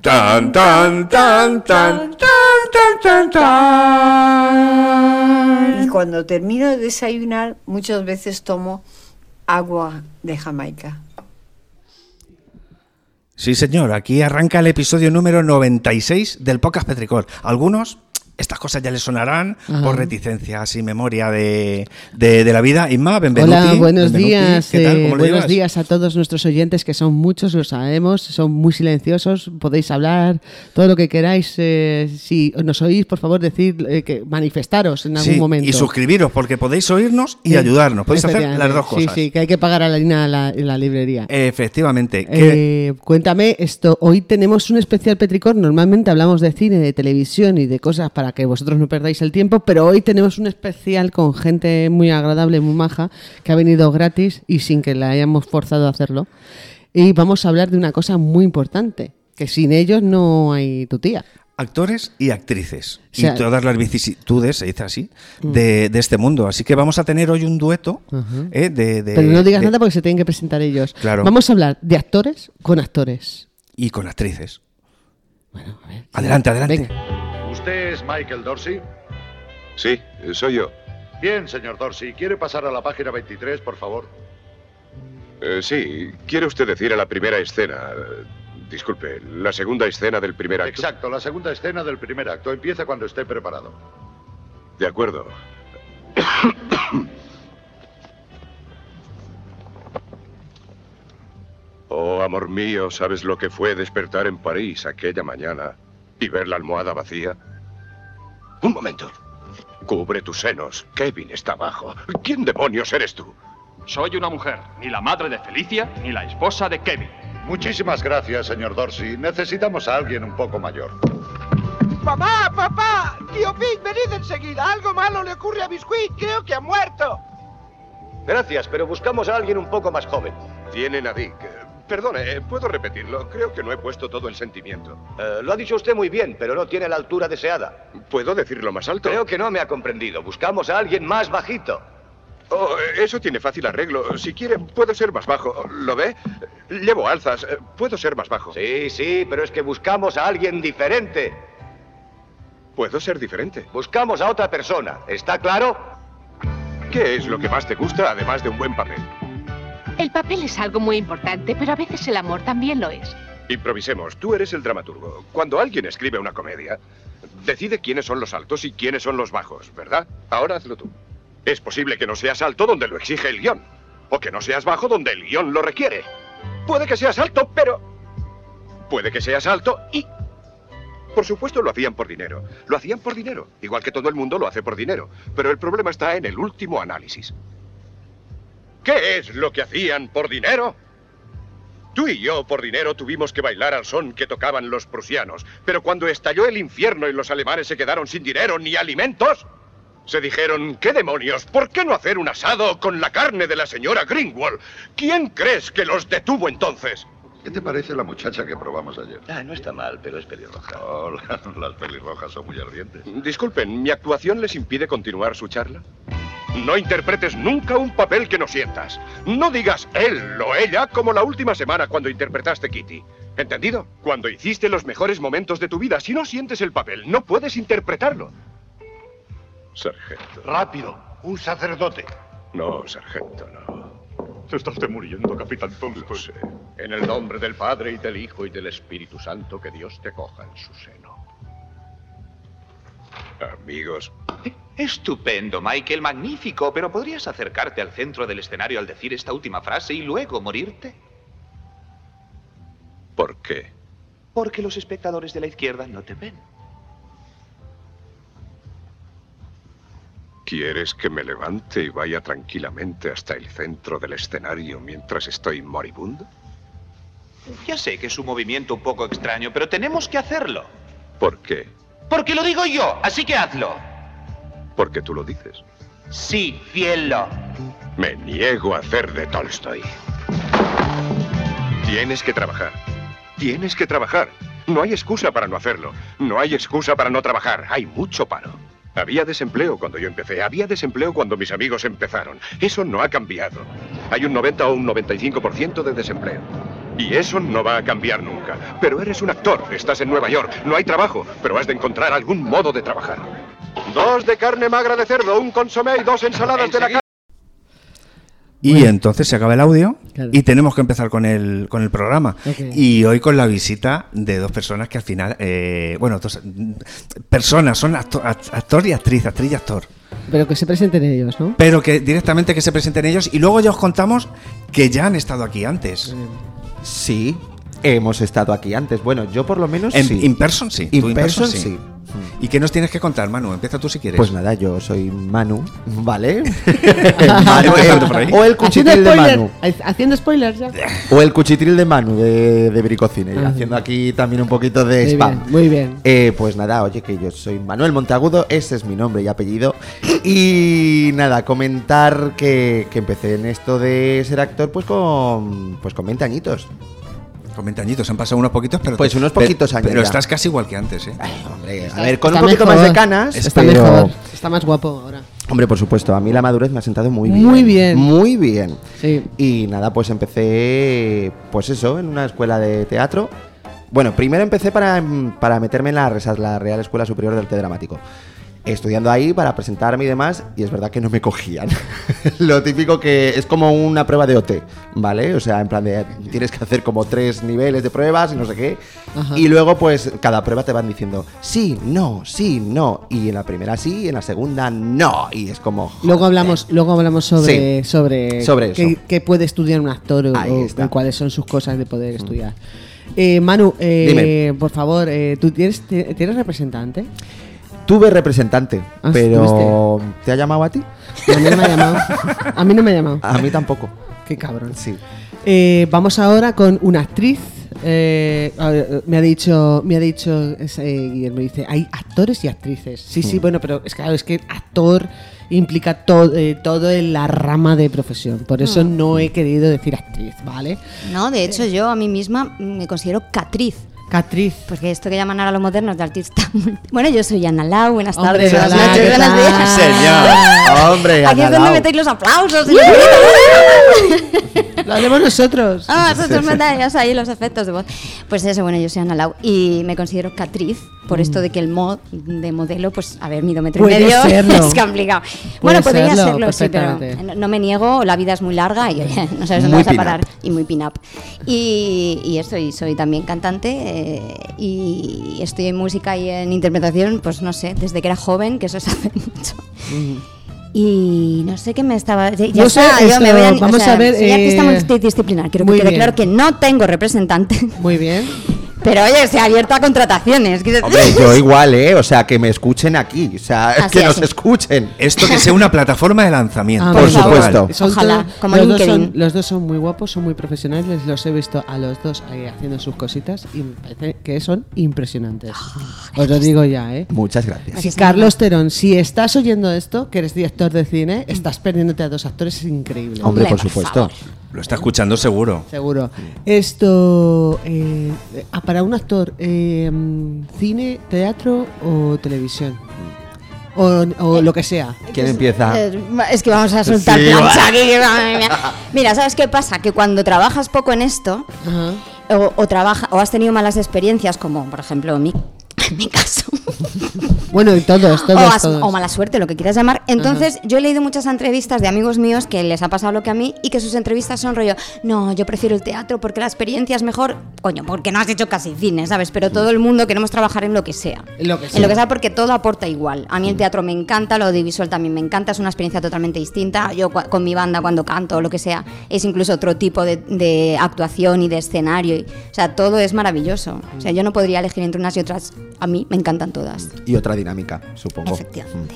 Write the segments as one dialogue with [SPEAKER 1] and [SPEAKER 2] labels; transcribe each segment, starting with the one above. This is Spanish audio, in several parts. [SPEAKER 1] Tan, tan, tan, tan, tan, tan, tan, tan.
[SPEAKER 2] Y cuando termino de desayunar, muchas veces tomo agua de Jamaica.
[SPEAKER 3] Sí, señor, aquí arranca el episodio número 96 del Podcast Petricor. Algunos estas cosas ya les sonarán
[SPEAKER 4] Ajá.
[SPEAKER 3] por reticencia, sin memoria de, de- de la vida. Inma, Benvenuti.
[SPEAKER 4] Hola, buenos
[SPEAKER 3] Benvenuti,
[SPEAKER 4] días.
[SPEAKER 3] ¿Qué tal?
[SPEAKER 4] eh,
[SPEAKER 3] ¿Cómo lo
[SPEAKER 4] buenos
[SPEAKER 3] llevas?
[SPEAKER 4] días a todos nuestros oyentes, que son muchos, lo sabemos, son muy silenciosos, podéis hablar todo lo que queráis. eh, si nos oís, por favor, decir, eh, que manifestaros en algún
[SPEAKER 3] Sí,
[SPEAKER 4] momento.
[SPEAKER 3] Y suscribiros, porque podéis oírnos y
[SPEAKER 4] Sí,
[SPEAKER 3] ayudarnos. Podéis hacer las
[SPEAKER 4] efectivamente.
[SPEAKER 3] dos cosas.
[SPEAKER 4] Sí, sí, que hay que pagar a la harina en la, en la librería.
[SPEAKER 3] Efectivamente. que-
[SPEAKER 4] Eh, cuéntame esto, hoy tenemos un especial Petricor, normalmente hablamos de cine, de televisión y de cosas para que vosotros no perdáis el tiempo, pero hoy tenemos un especial con gente muy agradable, muy maja, que ha venido gratis y sin que la hayamos forzado a hacerlo. Y vamos a hablar de una cosa muy importante, que sin ellos no hay tu tía.
[SPEAKER 3] actores y actrices
[SPEAKER 4] O sea- Mm.
[SPEAKER 3] y todas las vicisitudes, se dice así, de, de este mundo. Así que vamos a tener hoy un dueto
[SPEAKER 4] Ajá.
[SPEAKER 3] eh, de, de-
[SPEAKER 4] Ah. pero no digas
[SPEAKER 3] de-
[SPEAKER 4] nada porque se tienen que presentar ellos.
[SPEAKER 3] Claro.
[SPEAKER 4] Vamos a hablar de actores con actores.
[SPEAKER 3] y con actrices. adelante, adelante.
[SPEAKER 4] Venga.
[SPEAKER 5] ¿Usted es Michael Dorsey?
[SPEAKER 6] Sí, soy yo.
[SPEAKER 5] Bien, señor Dorsey. ¿Quiere pasar a la página 23, por favor?
[SPEAKER 6] Eh, sí, ¿quiere usted decir a la primera escena? eh, Disculpe, la segunda escena del primer acto.
[SPEAKER 5] Exacto, la segunda escena del primer acto. Empieza cuando esté preparado.
[SPEAKER 6] De acuerdo. Oh, amor mío, ¿sabes lo que fue despertar en París aquella mañana y ver la almohada vacía? Un momento. Cubre tus senos. Kevin está abajo. ¿Quién demonios eres tú?
[SPEAKER 7] Soy una mujer, ni la madre de Felicia, ni la esposa de Kevin.
[SPEAKER 5] Muchísimas gracias, señor Dorsey. Necesitamos a alguien un poco mayor.
[SPEAKER 8] ¡Papá, papá! Tío Pig, venid enseguida. Algo malo le ocurre a Biscuit. Creo que ha muerto.
[SPEAKER 9] Gracias, pero buscamos a alguien un poco más joven.
[SPEAKER 6] Tienen a Dick. Eh, Perdone, eh, ¿puedo repetirlo? Creo que no he puesto todo el sentimiento.
[SPEAKER 9] Eh, lo ha dicho usted muy bien, pero no tiene la altura deseada.
[SPEAKER 6] ¿Puedo decirlo más alto?
[SPEAKER 9] Creo que no me ha comprendido. Buscamos a alguien más bajito.
[SPEAKER 6] Oh, eh, eso tiene fácil arreglo. Si quiere, puedo ser más bajo. ¿Lo ve? Llevo alzas. Eh, Puedo ser más bajo.
[SPEAKER 9] Sí, sí, pero es que buscamos a alguien diferente.
[SPEAKER 6] Puedo ser diferente.
[SPEAKER 9] Buscamos a otra persona. ¿Está claro?
[SPEAKER 6] ¿Qué es lo que más te gusta, además de un buen papel?
[SPEAKER 10] El papel es algo muy importante, pero a veces el amor también lo es.
[SPEAKER 6] Improvisemos. Tú eres el dramaturgo. Cuando alguien escribe una comedia, decide quiénes son los altos y quiénes son los bajos, ¿verdad? Ahora hazlo tú. Es posible que no seas alto donde lo exige el guión. O que no seas bajo donde el guión lo requiere. Puede que seas alto, pero... Puede que seas alto y... Por supuesto lo hacían por dinero. Lo hacían por dinero. Igual que todo el mundo lo hace por dinero. Pero el problema está en el último análisis. ¿Qué es lo que hacían por dinero? Tú y yo, por dinero, tuvimos que bailar al son que tocaban los prusianos. Pero cuando estalló el infierno y los alemanes se quedaron sin dinero ni alimentos, se dijeron, ¿qué demonios? ¿Por qué no hacer un asado con la carne de la señora Greenwald? ¿Quién crees que los detuvo entonces?
[SPEAKER 5] ¿Qué te parece la muchacha que probamos ayer?
[SPEAKER 9] Ah, no está mal, pero es pelirroja.
[SPEAKER 5] Oh, la- las pelirrojas son muy ardientes.
[SPEAKER 6] Disculpen, ¿mi actuación les impide continuar su charla? No interpretes nunca un papel que no sientas. No digas él o ella como la última semana cuando interpretaste Kitty. ¿Entendido? Cuando hiciste los mejores momentos de tu vida, si no sientes el papel, no puedes interpretarlo. Sargento.
[SPEAKER 5] Rápido, un sacerdote.
[SPEAKER 6] No, sargento, no. Pues,
[SPEAKER 7] Te estás muriendo, Capitán
[SPEAKER 6] Lo sé.
[SPEAKER 5] En el nombre del Padre y del Hijo y del Espíritu Santo, que Dios te coja en su seno.
[SPEAKER 6] Amigos,
[SPEAKER 11] Estupendo, Michael, magnífico, pero ¿podrías acercarte al centro del escenario al decir esta última frase y luego morirte?
[SPEAKER 6] ¿por qué?
[SPEAKER 11] Porque los espectadores de la izquierda no te ven.
[SPEAKER 6] ¿Quieres que me levante y vaya tranquilamente hasta el centro del escenario mientras estoy moribundo?
[SPEAKER 11] Ya sé que es un movimiento un poco extraño, pero tenemos que hacerlo.
[SPEAKER 6] ¿Por qué?
[SPEAKER 11] Porque lo digo yo, así que hazlo.
[SPEAKER 6] Porque tú lo dices.
[SPEAKER 11] Sí, cielo.
[SPEAKER 6] Me niego a hacer de Tolstoy. Tienes que trabajar. Tienes que trabajar. No hay excusa para no hacerlo. No hay excusa para no trabajar. Hay mucho paro. Había desempleo cuando yo empecé. Había desempleo cuando mis amigos empezaron. Eso no ha cambiado. Hay un 90 o un 95% de desempleo. Y eso no va a cambiar nunca. Pero eres un actor, estás en Nueva York, no hay trabajo, pero has de encontrar algún modo de trabajar. Dos de carne magra de cerdo, un consomé y dos ensaladas de la calle.
[SPEAKER 3] Y entonces se acaba el audio y tenemos que empezar con el, con el programa.
[SPEAKER 4] Ok.
[SPEAKER 3] Y hoy con la visita de dos personas que al final, eh, bueno, dos, mm, personas, son acto- act- actor y actriz, actriz y actor.
[SPEAKER 4] Pero que se presenten ellos, ¿no?
[SPEAKER 3] Pero que directamente que se presenten ellos y luego ya os contamos que ya han estado aquí antes.
[SPEAKER 1] Sí, hemos estado aquí antes. Bueno, yo por lo menos
[SPEAKER 3] En-
[SPEAKER 1] sí.
[SPEAKER 3] in person sí, tú
[SPEAKER 1] In
[SPEAKER 3] in
[SPEAKER 1] person,
[SPEAKER 3] person
[SPEAKER 1] sí.
[SPEAKER 3] sí. Mm. ¿Y qué nos tienes que contar, Manu? Empieza tú si quieres.
[SPEAKER 1] Pues nada, yo soy Manu, eh, ¿vale?
[SPEAKER 3] Empezando por ahí.
[SPEAKER 1] o el cuchitril de
[SPEAKER 4] spoiler,
[SPEAKER 1] Manu.
[SPEAKER 4] ha- Haciendo spoilers ya.
[SPEAKER 1] O el cuchitril de Manu de, de Bricocine.
[SPEAKER 4] Ah.
[SPEAKER 1] haciendo aquí también un poquito de
[SPEAKER 4] Muy
[SPEAKER 1] spam.
[SPEAKER 4] bien, muy bien.
[SPEAKER 1] Eh, pues nada, oye, que yo soy Manuel Montagudo, ese es mi nombre y apellido. Y nada, comentar que, que empecé en esto de ser actor pues con, pues con 20 añitos.
[SPEAKER 3] Con 20 añitos, han pasado unos poquitos, pero.
[SPEAKER 1] Pues unos
[SPEAKER 3] pe-
[SPEAKER 1] poquitos años
[SPEAKER 3] Pero
[SPEAKER 1] ya.
[SPEAKER 3] estás casi igual que antes, ¿eh?
[SPEAKER 1] Hombre, a
[SPEAKER 4] Está-
[SPEAKER 1] ver, con un
[SPEAKER 4] está
[SPEAKER 1] poquito más de
[SPEAKER 4] mejor,
[SPEAKER 1] canas.
[SPEAKER 4] Está
[SPEAKER 1] pero-
[SPEAKER 4] mejor. Está más guapo ahora.
[SPEAKER 1] Hombre, por supuesto, a mí la madurez me ha sentado muy bien.
[SPEAKER 4] Muy bien.
[SPEAKER 1] Muy bien.
[SPEAKER 4] Sí.
[SPEAKER 1] Y nada, pues empecé, pues eso, en una escuela de teatro. Bueno, primero empecé para, mm, para meterme en la, RESAS, la Real Escuela Superior de Arte Dramático. Estudiando ahí para presentarme y demás, y es verdad que no me cogían. Lo típico que es como una prueba de OT, ¿vale? O sea, en plan de tienes que hacer como tres niveles de pruebas y no sé qué.
[SPEAKER 4] Ajá.
[SPEAKER 1] Y luego, pues cada prueba te van diciendo sí, no, sí, no. Y en la primera sí, y en la segunda no. Y es como.
[SPEAKER 4] Luego
[SPEAKER 1] joder.
[SPEAKER 4] hablamos, luego hablamos sobre, sobre,
[SPEAKER 1] eh, Sobre
[SPEAKER 4] qué,
[SPEAKER 1] eso.
[SPEAKER 4] qué puede estudiar un actor o,
[SPEAKER 1] Ahí
[SPEAKER 4] o
[SPEAKER 1] está. Mm.
[SPEAKER 4] cuáles son sus cosas de poder estudiar. Eh, Manu, eh, por favor, eh, ¿tú tienes, te- tienes representante?
[SPEAKER 1] Tuve representante,
[SPEAKER 4] Ah,
[SPEAKER 1] pero ¿te ha llamado a ti?
[SPEAKER 4] No, A mí no me ha llamado. A mí no me ha llamado.
[SPEAKER 1] A mí tampoco.
[SPEAKER 4] Qué cabrón.
[SPEAKER 1] Sí.
[SPEAKER 4] Eh, vamos ahora con una actriz. eh, a ver, me ha dicho, me ha dicho es, eh, Guillermo, dice, hay actores y actrices. Sí,
[SPEAKER 1] Hmm.
[SPEAKER 4] sí, bueno, pero es claro, es que actor implica todo, todo en la rama de profesión.
[SPEAKER 12] Hmm.
[SPEAKER 4] Por eso no he querido decir actriz, ¿vale?
[SPEAKER 12] No, de hecho yo a mí misma me considero catriz.
[SPEAKER 4] Catriz.
[SPEAKER 12] Porque esto que llaman ahora los modernos de artista. Bueno, yo soy Ana Lau, buenas
[SPEAKER 4] Hombre,
[SPEAKER 12] tardes, buenas
[SPEAKER 4] Ana,
[SPEAKER 12] noches,
[SPEAKER 4] ¿qué
[SPEAKER 12] buenos
[SPEAKER 4] tal?
[SPEAKER 12] días.
[SPEAKER 1] Señor. Hombre,
[SPEAKER 12] Aquí es
[SPEAKER 1] Ana
[SPEAKER 12] donde
[SPEAKER 1] Lau.
[SPEAKER 12] metéis los aplausos. y-
[SPEAKER 4] Lo hacemos nosotros.
[SPEAKER 12] Ah, vosotros mandáis ahí los efectos de voz. Pues eso, bueno, yo soy Ana Lau y me considero catriz por
[SPEAKER 1] Mm.
[SPEAKER 12] esto de que el mod de modelo, pues a ver, mido metro y
[SPEAKER 4] Puede
[SPEAKER 12] medio
[SPEAKER 4] serlo.
[SPEAKER 12] es complicado. Bueno, podría
[SPEAKER 4] serlo,
[SPEAKER 12] serlo, sí, pero
[SPEAKER 4] perfectamente.
[SPEAKER 12] no, no me niego, la vida es muy larga y oye, no sabes dónde
[SPEAKER 1] Muy
[SPEAKER 12] vas a
[SPEAKER 1] pin-up.
[SPEAKER 12] parar. Y muy pin-up. Y, y eso, y soy también cantante eh, y estoy en música y en interpretación, pues no sé, desde que era joven, que eso es hace mucho. Y no sé qué me estaba. Ya
[SPEAKER 4] No sé,
[SPEAKER 12] está, yo
[SPEAKER 4] eso,
[SPEAKER 12] me voy a, o
[SPEAKER 4] vamos
[SPEAKER 12] sea,
[SPEAKER 4] a ver,
[SPEAKER 12] Soy artista
[SPEAKER 4] eh,
[SPEAKER 12] multidisciplinar. Quiero que
[SPEAKER 4] muy
[SPEAKER 12] quede
[SPEAKER 4] bien.
[SPEAKER 12] claro que no tengo representante.
[SPEAKER 4] Muy bien.
[SPEAKER 12] Pero oye, se ha abierto a contrataciones. quiero decir-
[SPEAKER 1] Hombre, yo igual, ¿eh? O sea, que me escuchen aquí. O sea,
[SPEAKER 12] Así,
[SPEAKER 1] que nos
[SPEAKER 12] así.
[SPEAKER 1] escuchen.
[SPEAKER 3] Esto que sea una plataforma de lanzamiento.
[SPEAKER 4] Ah, vale.
[SPEAKER 1] Por supuesto.
[SPEAKER 4] Son todos-
[SPEAKER 12] Ojalá, como
[SPEAKER 4] los dos,
[SPEAKER 12] LinkedIn.
[SPEAKER 4] son, los dos son muy guapos, son muy profesionales. Los he visto a los dos ahí haciendo sus cositas y me parece que son impresionantes.
[SPEAKER 12] Ah,
[SPEAKER 4] Os lo digo ya, ¿eh?
[SPEAKER 1] Muchas gracias.
[SPEAKER 4] Sí, Carlos Terón, si estás oyendo esto, que eres director de cine, estás perdiéndote a dos actores increíbles.
[SPEAKER 1] Hombre, por
[SPEAKER 12] por
[SPEAKER 1] supuesto.
[SPEAKER 3] Lo está escuchando seguro.
[SPEAKER 4] Seguro. Esto, eh, eh, ah, para un actor, eh, mm, cine, teatro o televisión.
[SPEAKER 1] Mm.
[SPEAKER 4] O, o lo que sea.
[SPEAKER 1] ¿Quién empieza?
[SPEAKER 12] Eh, Es que vamos a soltar
[SPEAKER 1] Sí,
[SPEAKER 12] plancha
[SPEAKER 1] va.
[SPEAKER 12] aquí, madre mía. Mira, ¿sabes qué pasa? Que cuando trabajas poco en esto,
[SPEAKER 4] Ajá.
[SPEAKER 12] o, o trabaja, o has tenido malas experiencias, como por ejemplo mi, mi caso,
[SPEAKER 4] Bueno, y todos, todos,
[SPEAKER 12] o, as-
[SPEAKER 4] todos.
[SPEAKER 12] o mala suerte, lo que quieras llamar. Entonces, yo he leído muchas entrevistas de amigos míos que les ha pasado lo que a mí y que sus entrevistas son rollo, no, yo prefiero el teatro porque la experiencia es mejor, coño, porque no has hecho casi cine, ¿sabes? Pero todo el mundo queremos trabajar en lo que sea.
[SPEAKER 4] En lo que sea.
[SPEAKER 12] En lo que sea porque todo aporta igual. A mí el teatro me encanta, lo audiovisual también me encanta, es una experiencia totalmente distinta. Yo cua- con mi banda cuando canto o lo que sea, es incluso otro tipo de, de actuación y de escenario. y- o sea, todo es maravilloso. O sea, yo no podría elegir entre unas y otras. A mí me encantan todas.
[SPEAKER 1] Y otra dinámica, supongo. Mm.
[SPEAKER 12] Efectivamente.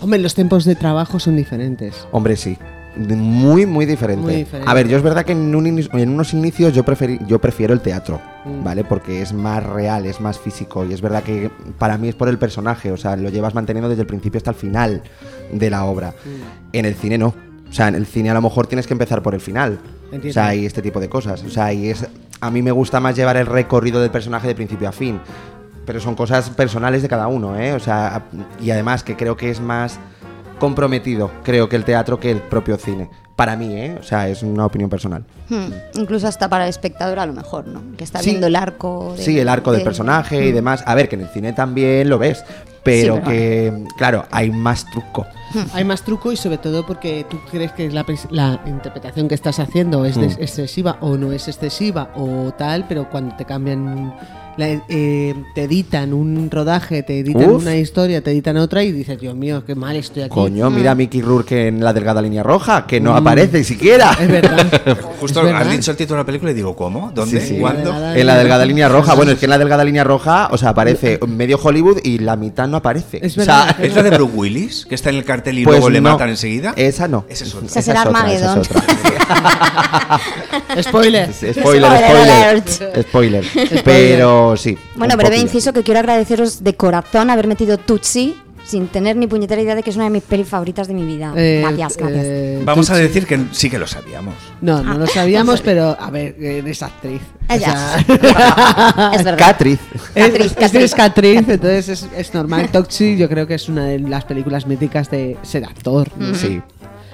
[SPEAKER 4] Hombre, los tiempos de trabajo son diferentes.
[SPEAKER 1] Hombre, sí. De- Muy, muy diferente.
[SPEAKER 4] Muy diferente.
[SPEAKER 1] A ver, yo es verdad que en, un ini- en unos inicios yo, preferi- yo prefiero el teatro, ¿vale? Porque es más real, es más físico y es verdad que para mí es por el personaje, o sea, lo llevas manteniendo desde el principio hasta el final de la obra. En el cine no. O sea, en el cine a lo mejor tienes que empezar por el final.
[SPEAKER 4] Entiendo.
[SPEAKER 1] O sea, y este tipo de cosas. O sea, y es... A mí me gusta más llevar el recorrido del personaje de principio a fin. Pero son cosas personales de cada uno, ¿eh? O sea, y además que creo que es más comprometido, creo que el teatro que el propio cine. Para mí, ¿eh? O sea, es una opinión personal.
[SPEAKER 12] Hmm, Incluso hasta para el espectador a lo mejor, ¿no? Que está viendo el arco. de-
[SPEAKER 1] Sí, el arco del
[SPEAKER 12] de-
[SPEAKER 1] personaje y
[SPEAKER 12] Mm.
[SPEAKER 1] demás. A ver, que en el cine también lo ves, pero
[SPEAKER 4] pero-
[SPEAKER 1] que, claro, hay más truco.
[SPEAKER 4] Hay más truco y sobre todo porque tú crees que la, pres- la interpretación que estás haciendo es des-
[SPEAKER 1] Mm.
[SPEAKER 4] excesiva o no es excesiva o tal, pero cuando te cambian, la- eh, te editan un rodaje, te editan
[SPEAKER 1] Uf.
[SPEAKER 4] una historia, te editan otra y dices, Dios mío, qué mal estoy aquí.
[SPEAKER 1] Coño,
[SPEAKER 4] Mm.
[SPEAKER 1] mira a Mickey Rourke en la delgada línea roja, que no
[SPEAKER 4] Mm.
[SPEAKER 1] aparece siquiera.
[SPEAKER 4] Es verdad.
[SPEAKER 3] Justo
[SPEAKER 1] Es verdad.
[SPEAKER 3] has dicho el título de la película y digo, ¿cómo? ¿Dónde?
[SPEAKER 1] Sí, sí.
[SPEAKER 3] ¿Cuándo?
[SPEAKER 1] En la delgada línea roja. Bueno, es que en la delgada línea roja, o sea, aparece medio Hollywood y la mitad no aparece.
[SPEAKER 3] Es
[SPEAKER 1] O sea,
[SPEAKER 3] verdad. ¿Es la de Bruce Willis? Que está en el cartel y
[SPEAKER 1] Pues
[SPEAKER 3] luego le
[SPEAKER 1] no.
[SPEAKER 3] matan enseguida.
[SPEAKER 1] Esa no.
[SPEAKER 3] Esa es otra.
[SPEAKER 12] Esa será Armagedón.
[SPEAKER 4] Spoiler.
[SPEAKER 1] Sí, Spoiler, spoiler. Spoiler. Pero sí.
[SPEAKER 12] Bueno,
[SPEAKER 1] un
[SPEAKER 12] breve
[SPEAKER 1] poquillo.
[SPEAKER 12] inciso que quiero agradeceros de corazón haber metido Tutsi sin tener ni puñetera idea de que es una de mis pelis favoritas de mi vida.
[SPEAKER 4] Eh,
[SPEAKER 12] gracias, gracias.
[SPEAKER 4] eh,
[SPEAKER 3] Vamos a
[SPEAKER 4] Tutsi.
[SPEAKER 3] decir que sí que lo sabíamos.
[SPEAKER 4] No,
[SPEAKER 12] Ah.
[SPEAKER 4] no lo sabíamos, pero a ver, eres actriz.
[SPEAKER 12] Ella.
[SPEAKER 1] Es verdad. Catriz.
[SPEAKER 4] Eres-
[SPEAKER 12] Catriz,
[SPEAKER 4] eres catriz, entonces es, es normal. Toxic yo creo que es una de las películas míticas de ser actor. ¿no?
[SPEAKER 1] Mm. Sí.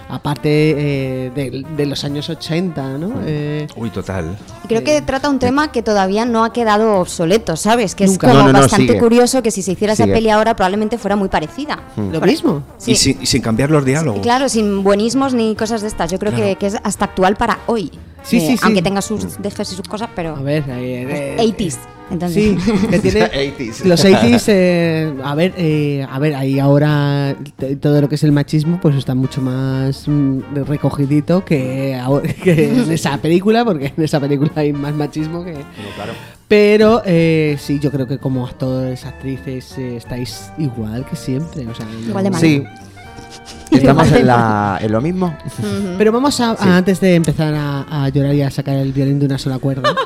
[SPEAKER 4] Aparte eh, de, de los años 80, ¿no? Eh,
[SPEAKER 3] Uy, total.
[SPEAKER 12] Y Creo que trata un tema que todavía no ha quedado obsoleto, ¿sabes? Que
[SPEAKER 4] Nunca.
[SPEAKER 12] es como
[SPEAKER 3] No, no, no,
[SPEAKER 12] bastante
[SPEAKER 3] sigue.
[SPEAKER 12] curioso que si se hiciera
[SPEAKER 3] Sigue.
[SPEAKER 12] esa peli ahora probablemente fuera muy parecida.
[SPEAKER 1] Mm.
[SPEAKER 4] Lo mismo.
[SPEAKER 12] Sí.
[SPEAKER 3] Y, sin, y sin cambiar los diálogos.
[SPEAKER 12] Claro, sin buenismos ni cosas de estas. Yo creo que,
[SPEAKER 3] Claro.
[SPEAKER 12] que es hasta actual para hoy. eh,
[SPEAKER 4] Sí, sí, sí.
[SPEAKER 12] Aunque tenga sus dejes y sus cosas, pero...
[SPEAKER 4] A ver, eh, eh,
[SPEAKER 12] 80s. Entonces.
[SPEAKER 4] Sí, que tiene
[SPEAKER 1] 80s.
[SPEAKER 4] los 80s, eh, a ver, eh, a ver, ahí ahora t- todo lo que es el machismo pues está mucho más mm, recogidito que, ahora- que en esa película, porque en esa película hay más machismo que... Pero eh, sí, yo creo que como actores, actrices, eh, estáis igual que siempre. o sea, no-
[SPEAKER 1] Igual de mal. Sí. Estamos en, la, en lo mismo.
[SPEAKER 4] Pero vamos a, a- antes de empezar a, a llorar y a sacar el violín de una sola cuerda.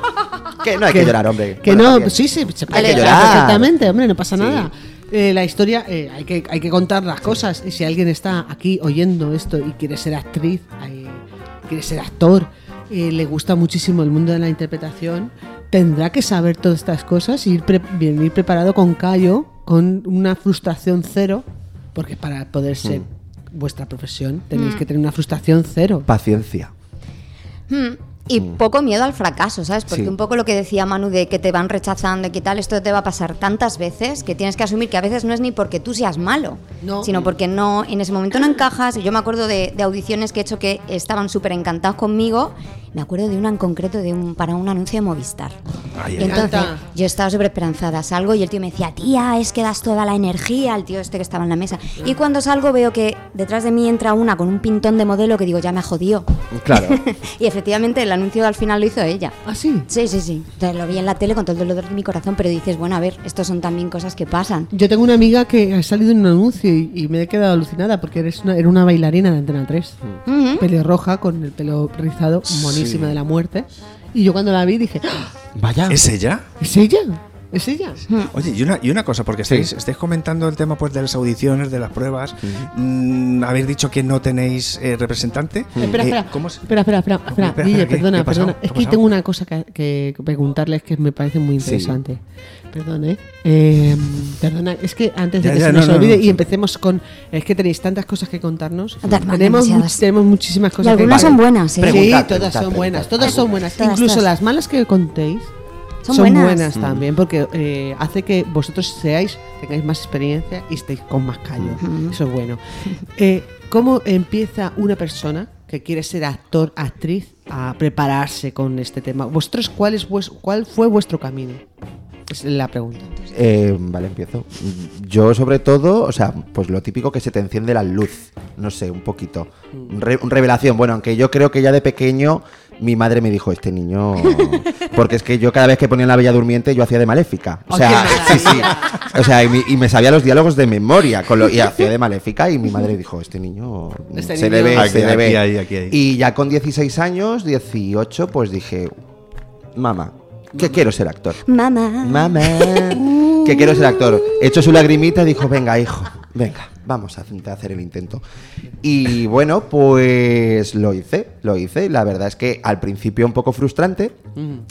[SPEAKER 1] Que no hay que llorar, hombre.
[SPEAKER 4] Que
[SPEAKER 1] Bueno,
[SPEAKER 4] no,
[SPEAKER 1] también.
[SPEAKER 4] sí, sí, se puede
[SPEAKER 1] Hay que
[SPEAKER 4] llorar
[SPEAKER 1] llorar.
[SPEAKER 4] perfectamente, hombre, no pasa nada. Eh, la historia, eh, hay, que, hay que contar las cosas. Y si alguien está aquí oyendo esto y quiere ser actriz, eh, quiere ser actor, eh, le gusta muchísimo el mundo de la interpretación, tendrá que saber todas estas cosas y ir pre- venir preparado con callo, con una frustración cero, porque para poder ser
[SPEAKER 1] Mm.
[SPEAKER 4] vuestra profesión tenéis
[SPEAKER 12] Mm.
[SPEAKER 4] que tener una frustración cero.
[SPEAKER 1] Paciencia.
[SPEAKER 12] Mm, Y poco miedo al fracaso, ¿sabes? Porque
[SPEAKER 4] Sí.
[SPEAKER 12] un poco lo que decía Manu de que te van rechazando y que tal, esto te va a pasar tantas veces que tienes que asumir que a veces no es ni porque tú seas malo,
[SPEAKER 10] No.
[SPEAKER 12] sino porque no en ese momento no encajas. Yo me acuerdo de, de audiciones que he hecho que estaban súper encantados conmigo. Me acuerdo de una en concreto de un, para un anuncio de Movistar.
[SPEAKER 10] Ay, ay,
[SPEAKER 12] Y
[SPEAKER 10] ay.
[SPEAKER 12] entonces
[SPEAKER 10] Canta.
[SPEAKER 12] yo estaba súper esperanzada, salgo y el tío me decía, tía, es que das toda la energía al tío este que estaba en la mesa. Y cuando salgo veo que detrás de mí entra una con un pintón de modelo que digo, ya me ha jodido.
[SPEAKER 1] Claro.
[SPEAKER 12] Y efectivamente el anuncio al final lo hizo ella.
[SPEAKER 4] ¿Ah, sí?
[SPEAKER 12] Sí, sí, sí. Te lo vi en la tele con todo el dolor de mi corazón, pero dices, bueno, a ver, estos son también cosas que pasan.
[SPEAKER 4] Yo tengo una amiga que ha salido en un anuncio y, y me he quedado alucinada porque eres una, era una bailarina de Antena 3.
[SPEAKER 12] Ujú.
[SPEAKER 4] Pelirroja, con el pelo rizado, monísima
[SPEAKER 3] Sí.
[SPEAKER 4] de la muerte. Y yo cuando la vi dije, ¡Ah!
[SPEAKER 3] Vaya. ¿Es ella?
[SPEAKER 4] ¿es ella? ¿Es ella?
[SPEAKER 3] Oye, y una, y una cosa, porque estáis, estáis comentando el tema pues de las audiciones, de las pruebas. Mm, habéis dicho que no tenéis eh, representante.
[SPEAKER 4] Espera,
[SPEAKER 3] Eh,
[SPEAKER 4] espera,
[SPEAKER 3] ¿cómo se-
[SPEAKER 4] espera, espera, espera, espera,
[SPEAKER 3] espera,
[SPEAKER 4] Guille,
[SPEAKER 3] ¿qué?
[SPEAKER 4] perdona,
[SPEAKER 3] ¿Qué ha pasado?
[SPEAKER 4] perdona.
[SPEAKER 3] ¿Qué
[SPEAKER 4] Es
[SPEAKER 3] ha
[SPEAKER 4] que
[SPEAKER 3] pasado?
[SPEAKER 4] tengo una cosa que, que preguntarles que me parece muy
[SPEAKER 3] Sí.
[SPEAKER 4] interesante. Perdón, ¿eh? Eh, Perdona, es que antes de
[SPEAKER 3] Ya,
[SPEAKER 4] que
[SPEAKER 3] ya,
[SPEAKER 4] se
[SPEAKER 3] no,
[SPEAKER 4] nos
[SPEAKER 3] no,
[SPEAKER 4] olvide
[SPEAKER 3] no,
[SPEAKER 4] y empecemos con... Es que tenéis tantas cosas que contarnos.
[SPEAKER 12] Dar más
[SPEAKER 4] Tenemos, mu-
[SPEAKER 12] demasiadas.
[SPEAKER 4] tenemos muchísimas cosas
[SPEAKER 12] Y algunas
[SPEAKER 4] que
[SPEAKER 12] son buenas, ¿eh?
[SPEAKER 4] Sí, todas
[SPEAKER 12] Preguntad, preguntad,
[SPEAKER 4] son buenas,
[SPEAKER 12] preguntad,
[SPEAKER 4] todas son
[SPEAKER 12] preguntad.
[SPEAKER 4] buenas.
[SPEAKER 12] Todas,
[SPEAKER 4] Incluso
[SPEAKER 12] todas.
[SPEAKER 4] las malas que contéis
[SPEAKER 12] Son buenas. Mm.
[SPEAKER 4] también, porque eh, hace que vosotros seáis, tengáis más experiencia y estéis con más callo. Eso es bueno. Eh, ¿Cómo empieza una persona que quiere ser actor, actriz, a prepararse con este tema? ¿Vosotros cuál, es vues- cuál fue vuestro camino? Es la pregunta.
[SPEAKER 1] Eh, vale, empiezo. Yo sobre todo, o sea, pues lo típico que se te enciende la luz, no sé, un poquito. Re- revelación, bueno, aunque yo creo que ya de pequeño mi madre me dijo, este niño... Porque es que yo cada vez que ponía la Bella Durmiente yo hacía de maléfica. O sea, sí, sí. O sea, y, mi- y me sabía los diálogos de memoria con lo- y hacía de maléfica y mi madre dijo, este niño mm,
[SPEAKER 4] Este
[SPEAKER 1] se
[SPEAKER 4] niño-
[SPEAKER 1] le ve,
[SPEAKER 3] Aquí,
[SPEAKER 1] se le
[SPEAKER 3] aquí,
[SPEAKER 1] ve".
[SPEAKER 3] ahí, aquí, ahí.
[SPEAKER 1] Y ya con 16 años, 18, pues dije, mamá, que quiero ser actor.
[SPEAKER 12] Mamá.
[SPEAKER 1] Mamá, que quiero ser actor. Echó su lagrimita y dijo, venga, hijo, venga, vamos a intentar hacer el intento. Y bueno, pues lo hice, lo hice. La verdad es que al principio un poco frustrante.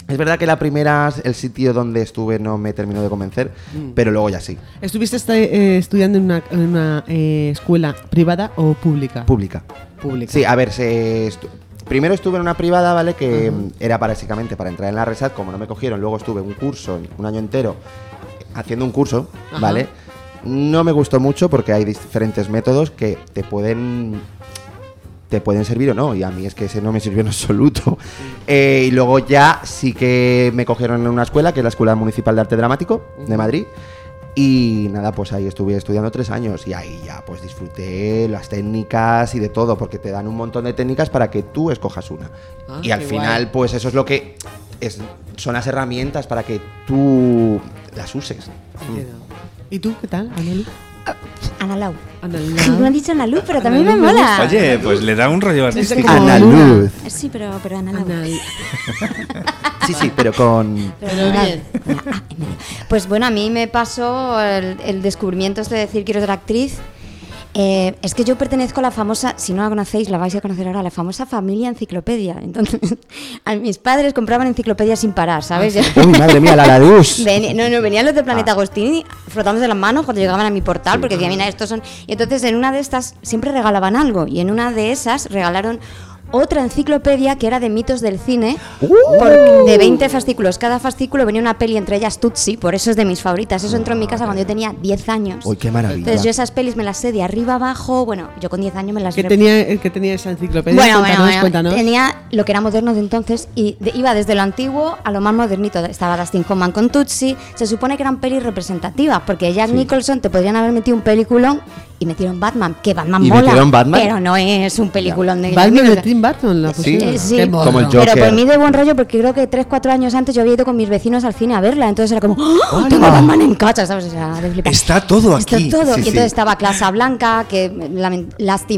[SPEAKER 1] Es verdad que la primera, el sitio donde estuve no me terminó de convencer,
[SPEAKER 4] Mm.
[SPEAKER 1] pero luego ya sí.
[SPEAKER 4] ¿Estuviste esta- eh, estudiando en una, en una, eh, escuela privada o pública?
[SPEAKER 1] Pública.
[SPEAKER 4] Pública.
[SPEAKER 1] Sí, a ver, se estu- primero estuve en una privada, ¿vale? Que mm, era básicamente para entrar en la Resat, como no me cogieron, luego estuve un curso, un año entero, haciendo un curso,
[SPEAKER 13] Ajá.
[SPEAKER 1] ¿vale? No me gustó mucho porque hay diferentes métodos que te pueden te pueden servir o no, y a mí es que ese no me sirvió en absoluto. Eh, y luego ya sí que me cogieron en una escuela, que es la Escuela Municipal de Arte Dramático de Madrid, y nada, pues ahí estuve estudiando tres años y ahí ya pues disfruté las técnicas y de todo, porque te dan un montón de técnicas para que tú escojas una.
[SPEAKER 13] Ah,
[SPEAKER 1] y al
[SPEAKER 13] qué
[SPEAKER 1] final,
[SPEAKER 13] guay.
[SPEAKER 1] pues eso es lo que es- son las herramientas para que tú las uses.
[SPEAKER 4] Mm. ¿Y tú qué tal, Aneli?
[SPEAKER 12] Ana Lau.
[SPEAKER 4] Ana
[SPEAKER 12] Me han dicho Ana Luz, pero también
[SPEAKER 4] Ana
[SPEAKER 12] me
[SPEAKER 4] Luz me
[SPEAKER 12] mola.
[SPEAKER 3] Oye, pues le da un rollo artístico.
[SPEAKER 1] Ana Luz.
[SPEAKER 12] Sí, pero, pero Ana Lau.
[SPEAKER 1] Sí, sí, pero con...
[SPEAKER 12] Pero bien. Pues bueno, a mí me pasó el, el descubrimiento este de decir quiero ser actriz. Eh, es que yo pertenezco a la famosa, si no la conocéis, la vais a conocer ahora, la famosa familia enciclopedia. Entonces, a mis padres compraban enciclopedias sin parar, ¿sabes?
[SPEAKER 1] Uy, madre mía, la Larousse.
[SPEAKER 12] Veni- no, no, venían los de Planeta Agostini frotándose las manos cuando llegaban a mi portal porque decían, mira, estos son... Y entonces en una de estas siempre regalaban algo y en una de esas regalaron otra enciclopedia que era de mitos del cine
[SPEAKER 1] Uh.
[SPEAKER 12] por- de 20 fascículos. Cada fascículo venía una peli, entre ellas Tutsi, por eso es de mis favoritas. Eso entró en mi casa cuando yo tenía 10 años.
[SPEAKER 1] Uy, qué maravilla.
[SPEAKER 12] Entonces yo esas pelis me las sé de arriba abajo, bueno, yo con 10 años me las
[SPEAKER 4] ¿Qué
[SPEAKER 12] rep-
[SPEAKER 4] tenía, eh, qué tenía esa enciclopedia?
[SPEAKER 12] bueno,
[SPEAKER 4] cuéntanos,
[SPEAKER 12] bueno, bueno.
[SPEAKER 4] cuéntanos.
[SPEAKER 12] tenía lo que era moderno de entonces y de- iba desde lo antiguo a lo más modernito. Estaba Dustin Hoffman con Tutsi. Se supone que eran pelis representativas porque Jack Nicholson te podrían haber metido un peliculón y metieron Batman, que Batman
[SPEAKER 4] ¿Y
[SPEAKER 12] mola,
[SPEAKER 4] metieron Batman?
[SPEAKER 12] pero no es un peliculón de Jack
[SPEAKER 4] Batman de
[SPEAKER 12] Nicholson.
[SPEAKER 4] Tim Burton, la
[SPEAKER 12] Sí,
[SPEAKER 4] pusieron.
[SPEAKER 12] sí.
[SPEAKER 4] Qué mono.
[SPEAKER 12] Pero por mí de buen rollo, porque creo que 3-4 años antes yo había ido con mis vecinos al cine a verla, entonces era como, ¡Oh, tengo a Batman en casa, ¿sabes? O sea, de flipar.
[SPEAKER 3] Está todo
[SPEAKER 12] Esto
[SPEAKER 3] aquí.
[SPEAKER 12] todo.
[SPEAKER 3] Sí,
[SPEAKER 12] y
[SPEAKER 3] sí.
[SPEAKER 12] entonces estaba Casa Blanca, que lamen-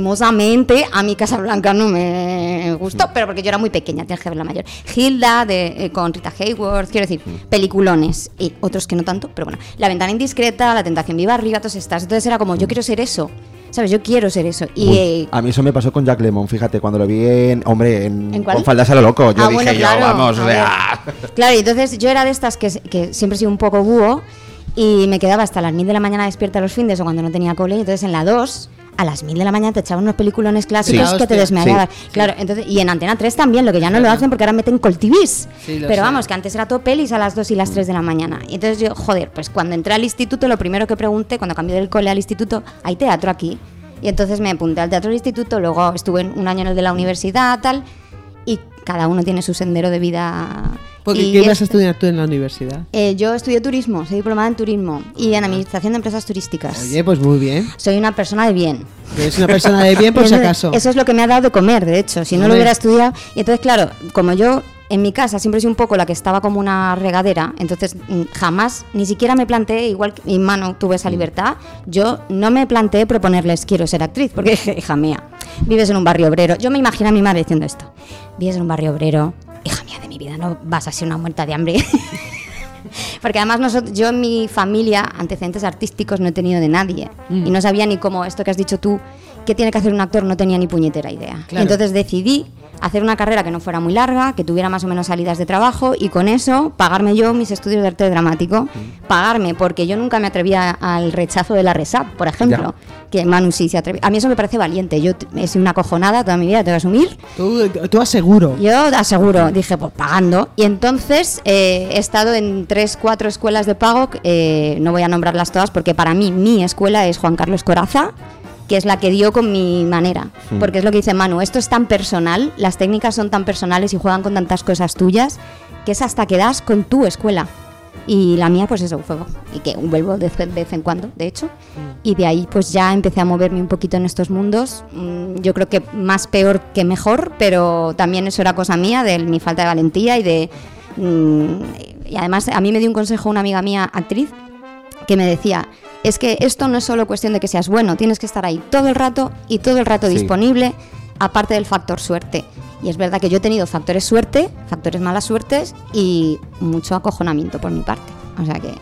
[SPEAKER 12] lastimosamente a mi Casa Blanca no me gustó, pero porque yo era muy pequeña, tenía que verla mayor. Hilda de, eh, con Rita Hayworth, quiero decir, peliculones y otros que no tanto, pero bueno. La ventana indiscreta, La tentación viva arriba, todas estas. Entonces era como, yo quiero ser eso, ¿sabes? Yo quiero ser eso. Y
[SPEAKER 1] Uy,
[SPEAKER 12] eh,
[SPEAKER 1] a mí eso me pasó con Jack Lemon, fíjate, cuando lo vi en. Hombre, en,
[SPEAKER 12] ¿En cuál?
[SPEAKER 1] con faldas a lo loco. Yo
[SPEAKER 12] Ah,
[SPEAKER 1] dije,
[SPEAKER 12] bueno, claro,
[SPEAKER 1] yo, vamos,
[SPEAKER 12] a
[SPEAKER 1] o sea.
[SPEAKER 12] Claro, y entonces yo era de estas que, que siempre he sido un poco búho y me quedaba hasta las mil de la mañana despierta los fines o cuando no tenía cole. Y entonces en la 2, a las mil de la mañana te echaban unos peliculones clásicos
[SPEAKER 2] Sí.
[SPEAKER 12] que te
[SPEAKER 2] Hostia.
[SPEAKER 12] desmayabas.
[SPEAKER 2] Sí.
[SPEAKER 12] pues Claro, entonces, y en Antena 3 también, lo que ya no lo hacen porque ahora meten coltivis.
[SPEAKER 2] Sí, lo
[SPEAKER 12] Pero
[SPEAKER 2] sé.
[SPEAKER 12] vamos, que antes era todo pelis a las 2 y las 3 de la mañana. Y entonces yo, joder, pues cuando entré al instituto, lo primero que pregunté, cuando cambié del cole al instituto, ¿hay teatro aquí? Y entonces me apunté al teatro del instituto, luego estuve en- un año en el de la universidad, tal, y cada uno tiene su sendero de vida.
[SPEAKER 4] Porque
[SPEAKER 12] Y
[SPEAKER 4] ¿qué ibas
[SPEAKER 12] es-
[SPEAKER 4] a estudiar tú en la universidad?
[SPEAKER 12] eh, yo estudié turismo, soy diplomada en turismo y
[SPEAKER 2] Ah.
[SPEAKER 12] en administración de empresas turísticas.
[SPEAKER 4] Oye, pues muy bien.
[SPEAKER 12] Soy una persona de bien.
[SPEAKER 4] Eres una persona de bien, por si
[SPEAKER 12] Entonces,
[SPEAKER 4] acaso.
[SPEAKER 12] Eso es lo que me ha dado de comer, de hecho. Si no lo
[SPEAKER 4] Hombre.
[SPEAKER 12] hubiera estudiado. Y entonces, claro, como yo en mi casa siempre soy un poco la que estaba como una regadera, entonces mm, jamás, ni siquiera me planteé, igual que mi mano tuvo
[SPEAKER 2] Mm.
[SPEAKER 12] esa libertad, yo no me planteé proponerles quiero ser actriz, porque hija mía, vives en un barrio obrero. Yo me imagino a mi madre diciendo esto: vives en un barrio obrero, hija mía de mi vida, no vas a ser una muerta de hambre. Porque además nosotros, yo en mi familia antecedentes artísticos no he tenido de nadie.
[SPEAKER 2] Mm.
[SPEAKER 12] Y no sabía ni cómo esto que has dicho tú, que tiene que hacer un actor, no tenía ni puñetera idea.
[SPEAKER 2] Claro.
[SPEAKER 12] Entonces decidí hacer una carrera que no fuera muy larga, que tuviera más o menos salidas de trabajo y con eso pagarme yo mis estudios de arte dramático, pagarme porque yo nunca me atrevía al rechazo de la RESAP, por ejemplo, que Manu sí se atrevía. A mí eso me parece valiente, yo t- he sido una cojonada toda mi vida, te voy a asumir,
[SPEAKER 4] Tú, tú aseguro.
[SPEAKER 12] yo aseguro, dije, pues pagando. Y entonces eh, he estado en tres, cuatro escuelas de pago, eh, no voy a nombrarlas todas porque para mí mi escuela es Juan Carlos Coraza, que es la que dio con mi manera.
[SPEAKER 2] Sí.
[SPEAKER 12] Porque es lo que dice Manu, esto es tan personal, las técnicas son tan personales y juegan con tantas cosas tuyas, que es hasta que das con tu escuela. Y la mía, pues eso, fue. Y que vuelvo de vez- de vez en cuando, de hecho. Y de ahí, pues ya empecé a moverme un poquito en estos mundos. Mm, Yo creo que más peor que mejor, pero también eso era cosa mía, de mi falta de valentía y de. mm, Y además, a mí me dio un consejo una amiga mía, actriz, que me decía. Es que esto no es solo cuestión de que seas bueno, tienes que estar ahí todo el rato y todo el rato
[SPEAKER 2] Sí.
[SPEAKER 12] disponible, aparte del factor suerte. Y es verdad que yo he tenido factores suerte, factores malas suertes y mucho acojonamiento por mi parte. O sea que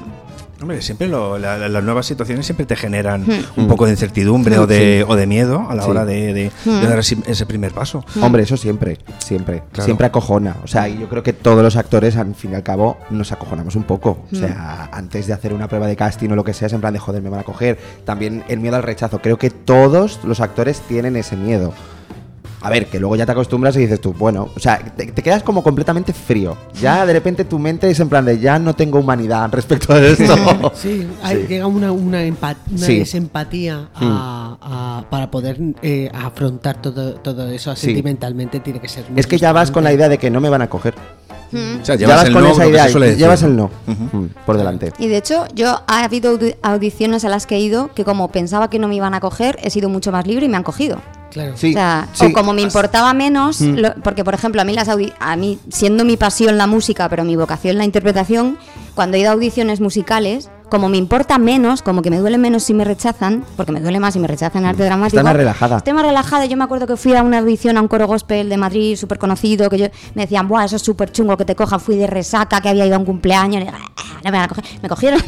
[SPEAKER 3] Hombre, siempre lo- la- la- las nuevas situaciones siempre te generan un poco de incertidumbre o, de,
[SPEAKER 1] Hmm. Sí.
[SPEAKER 3] o de miedo a la
[SPEAKER 1] Sí.
[SPEAKER 3] hora de, de-
[SPEAKER 1] Mm.
[SPEAKER 3] de dar ese ese primer paso.
[SPEAKER 1] Hombre, eso siempre, siempre,
[SPEAKER 3] Hmm. Claro.
[SPEAKER 1] siempre acojona. O sea, y yo creo que todos los actores, al fin y al cabo, nos acojonamos un poco.
[SPEAKER 3] Hmm.
[SPEAKER 1] O sea, antes de hacer una prueba de casting o lo que sea, es en plan de joder, me van a coger. También el miedo al rechazo. Creo que todos los actores tienen ese miedo. A ver, que luego ya te acostumbras y dices tú, bueno, o sea, te, te quedas como completamente frío. Ya de repente tu mente es en plan de, ya no tengo humanidad respecto a esto.
[SPEAKER 4] Sí, hay-
[SPEAKER 1] Sí.
[SPEAKER 4] llega una, una, empa- una
[SPEAKER 1] Sí. Mm.
[SPEAKER 4] desempatía a- a- para poder eh, afrontar todo, todo eso
[SPEAKER 1] Sí.
[SPEAKER 4] sentimentalmente. Tiene que ser muy
[SPEAKER 1] Es que ya vas con la idea de que no me van a coger.
[SPEAKER 12] Mm.
[SPEAKER 1] Hmm.
[SPEAKER 3] O sea, llevas el no, lo que se suele decir.
[SPEAKER 1] llevas el no Mm, por delante.
[SPEAKER 12] Y de hecho, yo ha habido audi- audiciones a las que he ido que como pensaba que no me iban a coger, he sido mucho más libre y me han cogido.
[SPEAKER 4] Claro.
[SPEAKER 1] Sí,
[SPEAKER 12] o, sea,
[SPEAKER 1] sí.
[SPEAKER 12] o como me importaba menos,
[SPEAKER 1] Mm.
[SPEAKER 12] lo- porque por ejemplo, a mí, las audi- a mí, siendo mi pasión la música, pero mi vocación la interpretación, cuando he ido a audiciones musicales, como me importa menos, como que me duele menos si me rechazan, porque me duele más si me rechazan en arte dramático.
[SPEAKER 1] Mm. Está más relajada.
[SPEAKER 12] Estoy más relajada. Yo me acuerdo que fui a una audición a un coro gospel de Madrid, súper conocido, que yo me decían, ¡buah, eso es súper chungo que te cojan! Fui de resaca, que había ido a un cumpleaños. y digo, "Ah, no me van a coger". Me cogieron.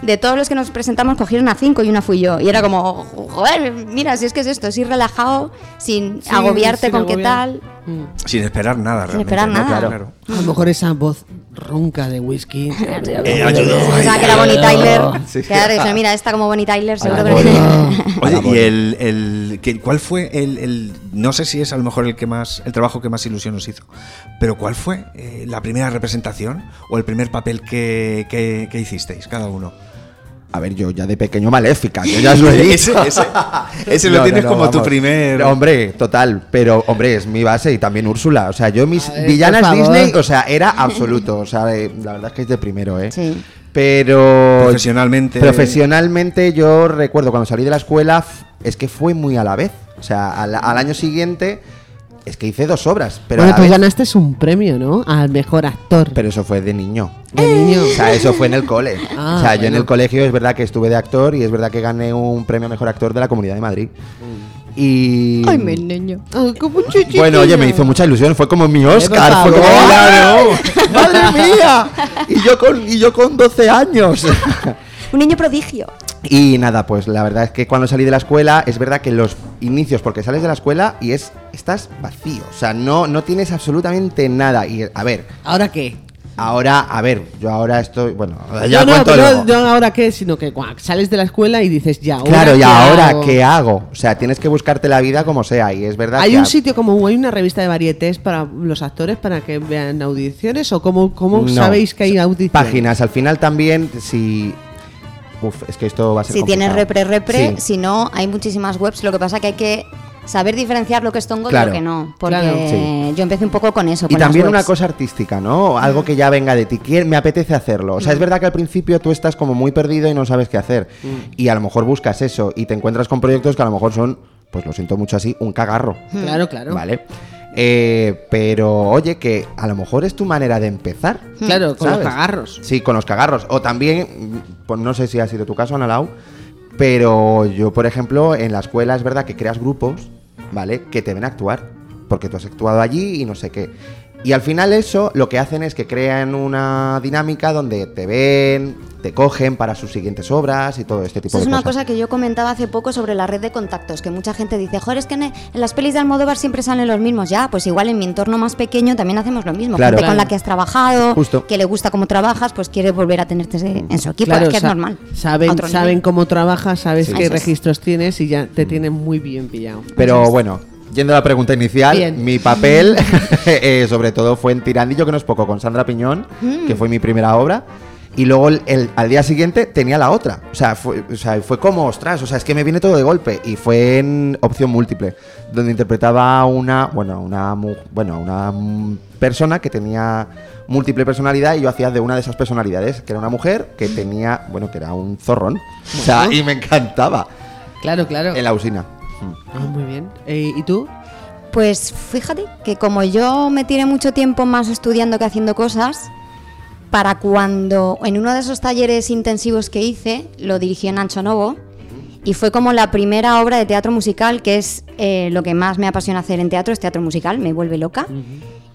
[SPEAKER 12] de todos los que nos presentamos, cogieron a cinco y una fui yo. Y era como, joder, mira, si es que es esto, si relajado, sin
[SPEAKER 4] Sí,
[SPEAKER 12] agobiarte
[SPEAKER 4] sin
[SPEAKER 12] con qué
[SPEAKER 4] agobiar. Mm.
[SPEAKER 12] tal.
[SPEAKER 3] Sin esperar nada,
[SPEAKER 12] Sin
[SPEAKER 3] realmente.
[SPEAKER 12] esperar
[SPEAKER 3] ¿no?
[SPEAKER 12] nada.
[SPEAKER 3] Claro.
[SPEAKER 4] A lo mejor esa voz ronca de whisky.
[SPEAKER 3] Eh, ayudó.
[SPEAKER 12] O sea, que era Bonnie Tyler.
[SPEAKER 3] Sí.
[SPEAKER 12] Claro, dije, mira, esta como Bonnie Tyler, seguro que
[SPEAKER 3] Oye, ¿y el, el- que- cuál fue el, el- No sé si es a lo mejor el que más el trabajo que más ilusión nos hizo, pero ¿cuál fue eh, la primera representación o el primer papel que, que- que hicisteis cada uno?
[SPEAKER 1] A ver, yo ya de pequeño maléfica, yo ya os lo he dicho.
[SPEAKER 3] Ese- ese- ese lo tienes como tu primer-
[SPEAKER 1] No, hombre, total. Pero, hombre, es mi base y también Úrsula. O sea, yo mis
[SPEAKER 4] A ver,
[SPEAKER 1] villanas
[SPEAKER 4] por favor.
[SPEAKER 1] Disney, o sea, era absoluto. O sea, eh, la verdad es que es de primero, ¿eh?
[SPEAKER 12] Sí.
[SPEAKER 1] Pero.
[SPEAKER 3] Profesionalmente.
[SPEAKER 1] Profesionalmente, yo recuerdo cuando salí de la escuela, f- es que fue muy a la vez. O sea, al, al año siguiente, es que hice dos obras. Pero a
[SPEAKER 4] bueno, pues
[SPEAKER 1] la
[SPEAKER 4] tú
[SPEAKER 1] vez-
[SPEAKER 4] ganaste un premio, ¿no? Al mejor actor
[SPEAKER 1] pero eso fue de niño.
[SPEAKER 4] de
[SPEAKER 12] eh,
[SPEAKER 4] niño.
[SPEAKER 1] O sea, eso fue en el cole.
[SPEAKER 4] Ah,
[SPEAKER 1] o sea, yo en
[SPEAKER 4] bueno.
[SPEAKER 1] el colegio es verdad que estuve de actor y es verdad que gané un premio a mejor actor de la Comunidad de Madrid. Y.
[SPEAKER 12] niño.
[SPEAKER 1] bueno, oye, me hizo mucha ilusión. Fue como mi Oscar.
[SPEAKER 4] favor.
[SPEAKER 1] Fue como, ¡Claro! ¡Madre mía! Y yo con, y yo con 12 años.
[SPEAKER 12] Un niño prodigio.
[SPEAKER 1] Y nada, pues la verdad es que cuando salí de la escuela, es verdad que los inicios, porque sales de la escuela y es estás vacío, o sea, no, no tienes absolutamente nada. Y a ver,
[SPEAKER 4] ¿Ahora qué?
[SPEAKER 1] ahora, a ver, yo ahora estoy, bueno, Pues ya
[SPEAKER 4] no, no,
[SPEAKER 1] cuento
[SPEAKER 4] pero
[SPEAKER 1] luego.
[SPEAKER 4] no ahora qué, sino que guau, sales de la escuela y dices, ya, ahora
[SPEAKER 1] Claro, y
[SPEAKER 4] qué
[SPEAKER 1] ahora,
[SPEAKER 4] hago?
[SPEAKER 1] ¿qué hago? O sea, tienes que buscarte la vida como sea, y es verdad
[SPEAKER 4] ¿Hay
[SPEAKER 1] que
[SPEAKER 4] un
[SPEAKER 1] a-
[SPEAKER 4] sitio como, hay una revista de varietés para los actores para que vean audiciones? ¿O cómo, cómo
[SPEAKER 1] No.
[SPEAKER 4] sabéis que hay audiciones?
[SPEAKER 1] páginas. Al final también, si. Uf, es que esto va a ser.
[SPEAKER 12] Si tienes repre,
[SPEAKER 1] complicado.
[SPEAKER 12] repre,
[SPEAKER 1] Sí.
[SPEAKER 12] si no, hay muchísimas webs. Lo que pasa que hay que saber diferenciar lo que es tongo y
[SPEAKER 1] Claro.
[SPEAKER 12] lo que no. Porque
[SPEAKER 1] Claro. Sí.
[SPEAKER 12] yo empecé un poco con eso.
[SPEAKER 1] Y
[SPEAKER 12] con las
[SPEAKER 1] también una
[SPEAKER 12] webs.
[SPEAKER 1] cosa artística, ¿no? Algo que ya venga de ti. ¿Quién- Me apetece hacerlo. O sea,
[SPEAKER 4] Mm.
[SPEAKER 1] es verdad que al principio tú estás como muy perdido y no sabes qué hacer.
[SPEAKER 4] Mm.
[SPEAKER 1] Y a lo mejor buscas eso y te encuentras con proyectos que a lo mejor son, pues lo siento mucho así, un cagarro.
[SPEAKER 4] Claro, claro.
[SPEAKER 1] ¿Vale? Eh, pero oye, que a lo mejor es tu manera de empezar.
[SPEAKER 4] Claro, con
[SPEAKER 1] ¿sabes?
[SPEAKER 4] los cagarros.
[SPEAKER 1] Sí, con los cagarros. O también, mm, pues no sé si ha sido tu caso, Analau, pero yo, por ejemplo, en la escuela es verdad que creas grupos, ¿vale? Que te ven a actuar, porque tú has actuado allí y no sé qué. Y al final eso lo que hacen es que crean una dinámica donde te ven, te cogen para sus siguientes obras y todo este tipo
[SPEAKER 12] Eso es
[SPEAKER 1] de
[SPEAKER 12] una cosa
[SPEAKER 1] cosas.
[SPEAKER 12] que yo comentaba hace poco sobre la red de contactos, que mucha gente dice, joder, es que en, e, en las pelis de Almodóvar siempre salen los mismos. Ya, pues igual en mi entorno más pequeño también hacemos lo mismo.
[SPEAKER 1] Claro.
[SPEAKER 12] Gente
[SPEAKER 1] Claro.
[SPEAKER 12] con la que has trabajado,
[SPEAKER 1] Justo.
[SPEAKER 12] que le gusta cómo trabajas, pues quiere volver a tenerte en su equipo.
[SPEAKER 4] Claro,
[SPEAKER 12] es que es
[SPEAKER 4] sa-
[SPEAKER 12] normal. A
[SPEAKER 4] Saben,
[SPEAKER 12] otro
[SPEAKER 4] saben
[SPEAKER 12] nivel.
[SPEAKER 4] cómo trabajas, sabes
[SPEAKER 1] Sí.
[SPEAKER 4] qué
[SPEAKER 12] Eso es.
[SPEAKER 4] registros tienes y ya te tienen muy bien pillado.
[SPEAKER 1] Pero bueno, yendo a la pregunta inicial,
[SPEAKER 4] Bien.
[SPEAKER 1] mi papel eh, sobre todo fue en Tirandillo, que no es poco, con Sandra Piñón, que fue mi primera obra. Y luego el- el- al día siguiente tenía la otra. O sea, fue, o sea, fue como, ostras, o sea, es que me viene todo de golpe. Y fue en opción múltiple, donde interpretaba a una, bueno, una, mu- bueno, una mm, persona que tenía múltiple personalidad y yo hacía de una de esas personalidades, que era una mujer que tenía, bueno, que era un zorrón. O sea, y me encantaba.
[SPEAKER 4] Claro, claro.
[SPEAKER 1] En la usina.
[SPEAKER 4] Ah, muy bien. Eh, ¿Y tú?
[SPEAKER 12] Pues fíjate que como yo me tiré mucho tiempo más estudiando que haciendo cosas, para cuando en uno de esos talleres intensivos que hice, lo dirigí en Ancho Novo y fue como la primera obra de teatro musical, que es eh, lo que más me apasiona hacer en teatro, es teatro musical, me vuelve loca.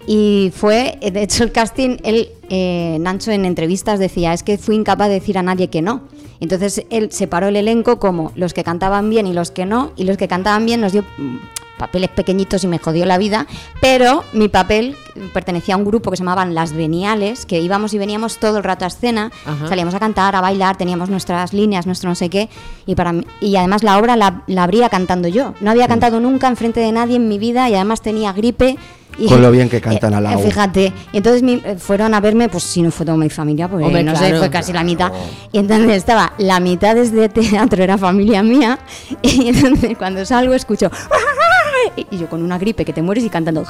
[SPEAKER 12] Y fue, de hecho, el casting, él, eh, Nacho en entrevistas decía, es que fui incapaz de decir a nadie que no. Entonces él separó el elenco como los que cantaban bien y los que no, y los que cantaban bien nos dio mm, papeles pequeñitos y me jodió la vida, pero mi papel pertenecía a un grupo que se llamaban Las Veniales, que íbamos y veníamos todo el rato a escena,
[SPEAKER 10] Ajá.
[SPEAKER 12] salíamos a cantar, a bailar, teníamos nuestras líneas, nuestro no sé qué, y, para mí- y además la obra la, la abría cantando yo. No había cantado nunca enfrente de nadie en mi vida y además tenía gripe. Y
[SPEAKER 1] Con lo bien que cantan al lado.
[SPEAKER 12] eh, Fíjate, y entonces mi- eh, fueron a verme, pues si no fue toda mi familia, pues
[SPEAKER 10] Hombre,
[SPEAKER 12] no sé,
[SPEAKER 10] claro.
[SPEAKER 12] fue casi
[SPEAKER 3] Oh.
[SPEAKER 12] la mitad. Y entonces estaba la mitad desde teatro, era familia mía, y entonces cuando salgo escucho. "¡Ah!", Y yo con una gripe que te mueres y cantando.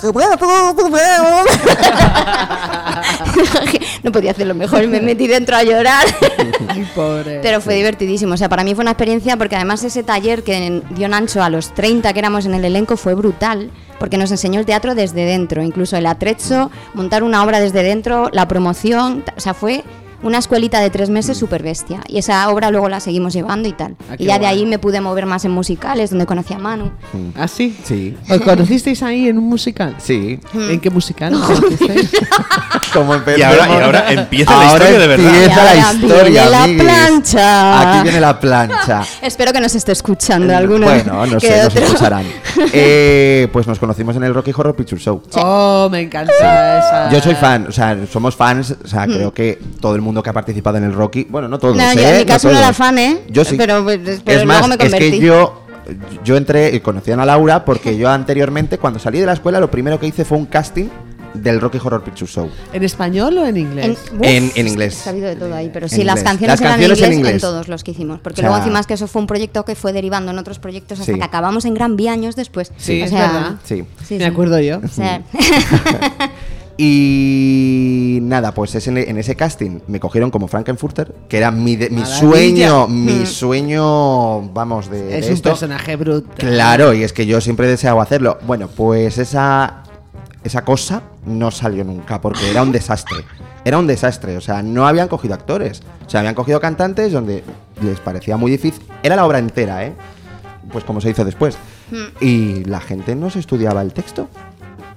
[SPEAKER 12] no podía hacerlo mejor, me metí dentro a llorar.
[SPEAKER 4] Ah,
[SPEAKER 12] Pero fue divertidísimo. O sea, para mí fue una experiencia porque además ese taller que dio Nacho a los 30 que éramos en el elenco fue brutal porque nos enseñó el teatro desde dentro, incluso el atrecho, montar una obra desde dentro, la promoción. ta- O sea, fue una escuelita de tres meses súper bestia. Y esa obra luego la seguimos llevando y tal.
[SPEAKER 4] Ah, qué
[SPEAKER 12] y ya de
[SPEAKER 4] guay.
[SPEAKER 12] ahí me pude mover más en musicales, donde conocí a Manu.
[SPEAKER 4] ¿Ah, sí?
[SPEAKER 1] Sí.
[SPEAKER 4] ¿Os conocisteis ahí en un musical?
[SPEAKER 1] Sí.
[SPEAKER 12] Hmm.
[SPEAKER 4] ¿En qué musical? os conocisteis?
[SPEAKER 1] Como en
[SPEAKER 3] Y ahora- y ahora empieza la historia de verdad.
[SPEAKER 1] Empieza
[SPEAKER 3] Y
[SPEAKER 1] la
[SPEAKER 3] ahora
[SPEAKER 1] historia,
[SPEAKER 12] viene la
[SPEAKER 1] amiguis.
[SPEAKER 12] plancha.
[SPEAKER 1] Aquí viene la plancha. Mm,
[SPEAKER 12] Espero que nos esté escuchando alguno.
[SPEAKER 1] Bueno, no
[SPEAKER 12] que
[SPEAKER 1] sé, nos
[SPEAKER 12] otro.
[SPEAKER 1] escucharán. Eh, pues nos conocimos en el Rocky Horror Picture Show.
[SPEAKER 4] Oh, me encanta esa.
[SPEAKER 1] Yo
[SPEAKER 12] Ah.
[SPEAKER 1] soy fan, o sea, somos fans, o sea,
[SPEAKER 12] Mm.
[SPEAKER 1] creo que todo el mundo que ha participado en el Rocky, bueno, no todos,
[SPEAKER 12] No, yo
[SPEAKER 1] ¿eh?
[SPEAKER 12] en mi caso no
[SPEAKER 1] todos.
[SPEAKER 12] era fan, ¿eh?
[SPEAKER 1] Yo sí.
[SPEAKER 12] Pero, pero
[SPEAKER 1] es más,
[SPEAKER 12] luego me convertí.
[SPEAKER 1] es que yo yo entré y conocí a Ana Laura porque yo anteriormente cuando salí de la escuela lo primero que hice fue un casting del Rocky Horror Picture Show.
[SPEAKER 4] ¿En español o en
[SPEAKER 12] En,
[SPEAKER 4] inglés?
[SPEAKER 12] uf,
[SPEAKER 1] En- en inglés.
[SPEAKER 12] se ha habido de todo ahí, pero
[SPEAKER 1] En
[SPEAKER 12] sí, las
[SPEAKER 1] inglés.
[SPEAKER 12] canciones,
[SPEAKER 1] Las canciones en
[SPEAKER 12] eran en inglés, en
[SPEAKER 1] inglés.
[SPEAKER 12] todos los que hicimos. Porque
[SPEAKER 1] O sea-
[SPEAKER 12] luego encima es que eso fue un proyecto que fue derivando en otros proyectos hasta
[SPEAKER 1] Sí.
[SPEAKER 12] que acabamos en Gran Vía años después.
[SPEAKER 4] Sí,
[SPEAKER 12] O
[SPEAKER 4] es
[SPEAKER 12] sea,
[SPEAKER 4] verdad.
[SPEAKER 1] Sí.
[SPEAKER 12] sí,
[SPEAKER 4] Me
[SPEAKER 12] sí.
[SPEAKER 4] acuerdo yo.
[SPEAKER 12] O sea,
[SPEAKER 1] Y nada, pues es en, en ese casting me cogieron como Frankenfurter, que era mi, de- mi
[SPEAKER 4] Maravilla.
[SPEAKER 1] sueño, mi
[SPEAKER 4] Mm.
[SPEAKER 1] sueño, vamos, de, de
[SPEAKER 4] Es un
[SPEAKER 1] esto.
[SPEAKER 4] personaje brutal.
[SPEAKER 1] Claro, y es que yo siempre deseaba hacerlo. Bueno, pues esa, esa cosa no salió nunca porque era un desastre. Era un desastre, o sea, no habían cogido actores. O sea, habían cogido cantantes donde les parecía muy difícil. Era la obra entera, ¿eh? Pues como se hizo después.
[SPEAKER 4] Hmm.
[SPEAKER 1] Y la gente no se estudiaba el texto.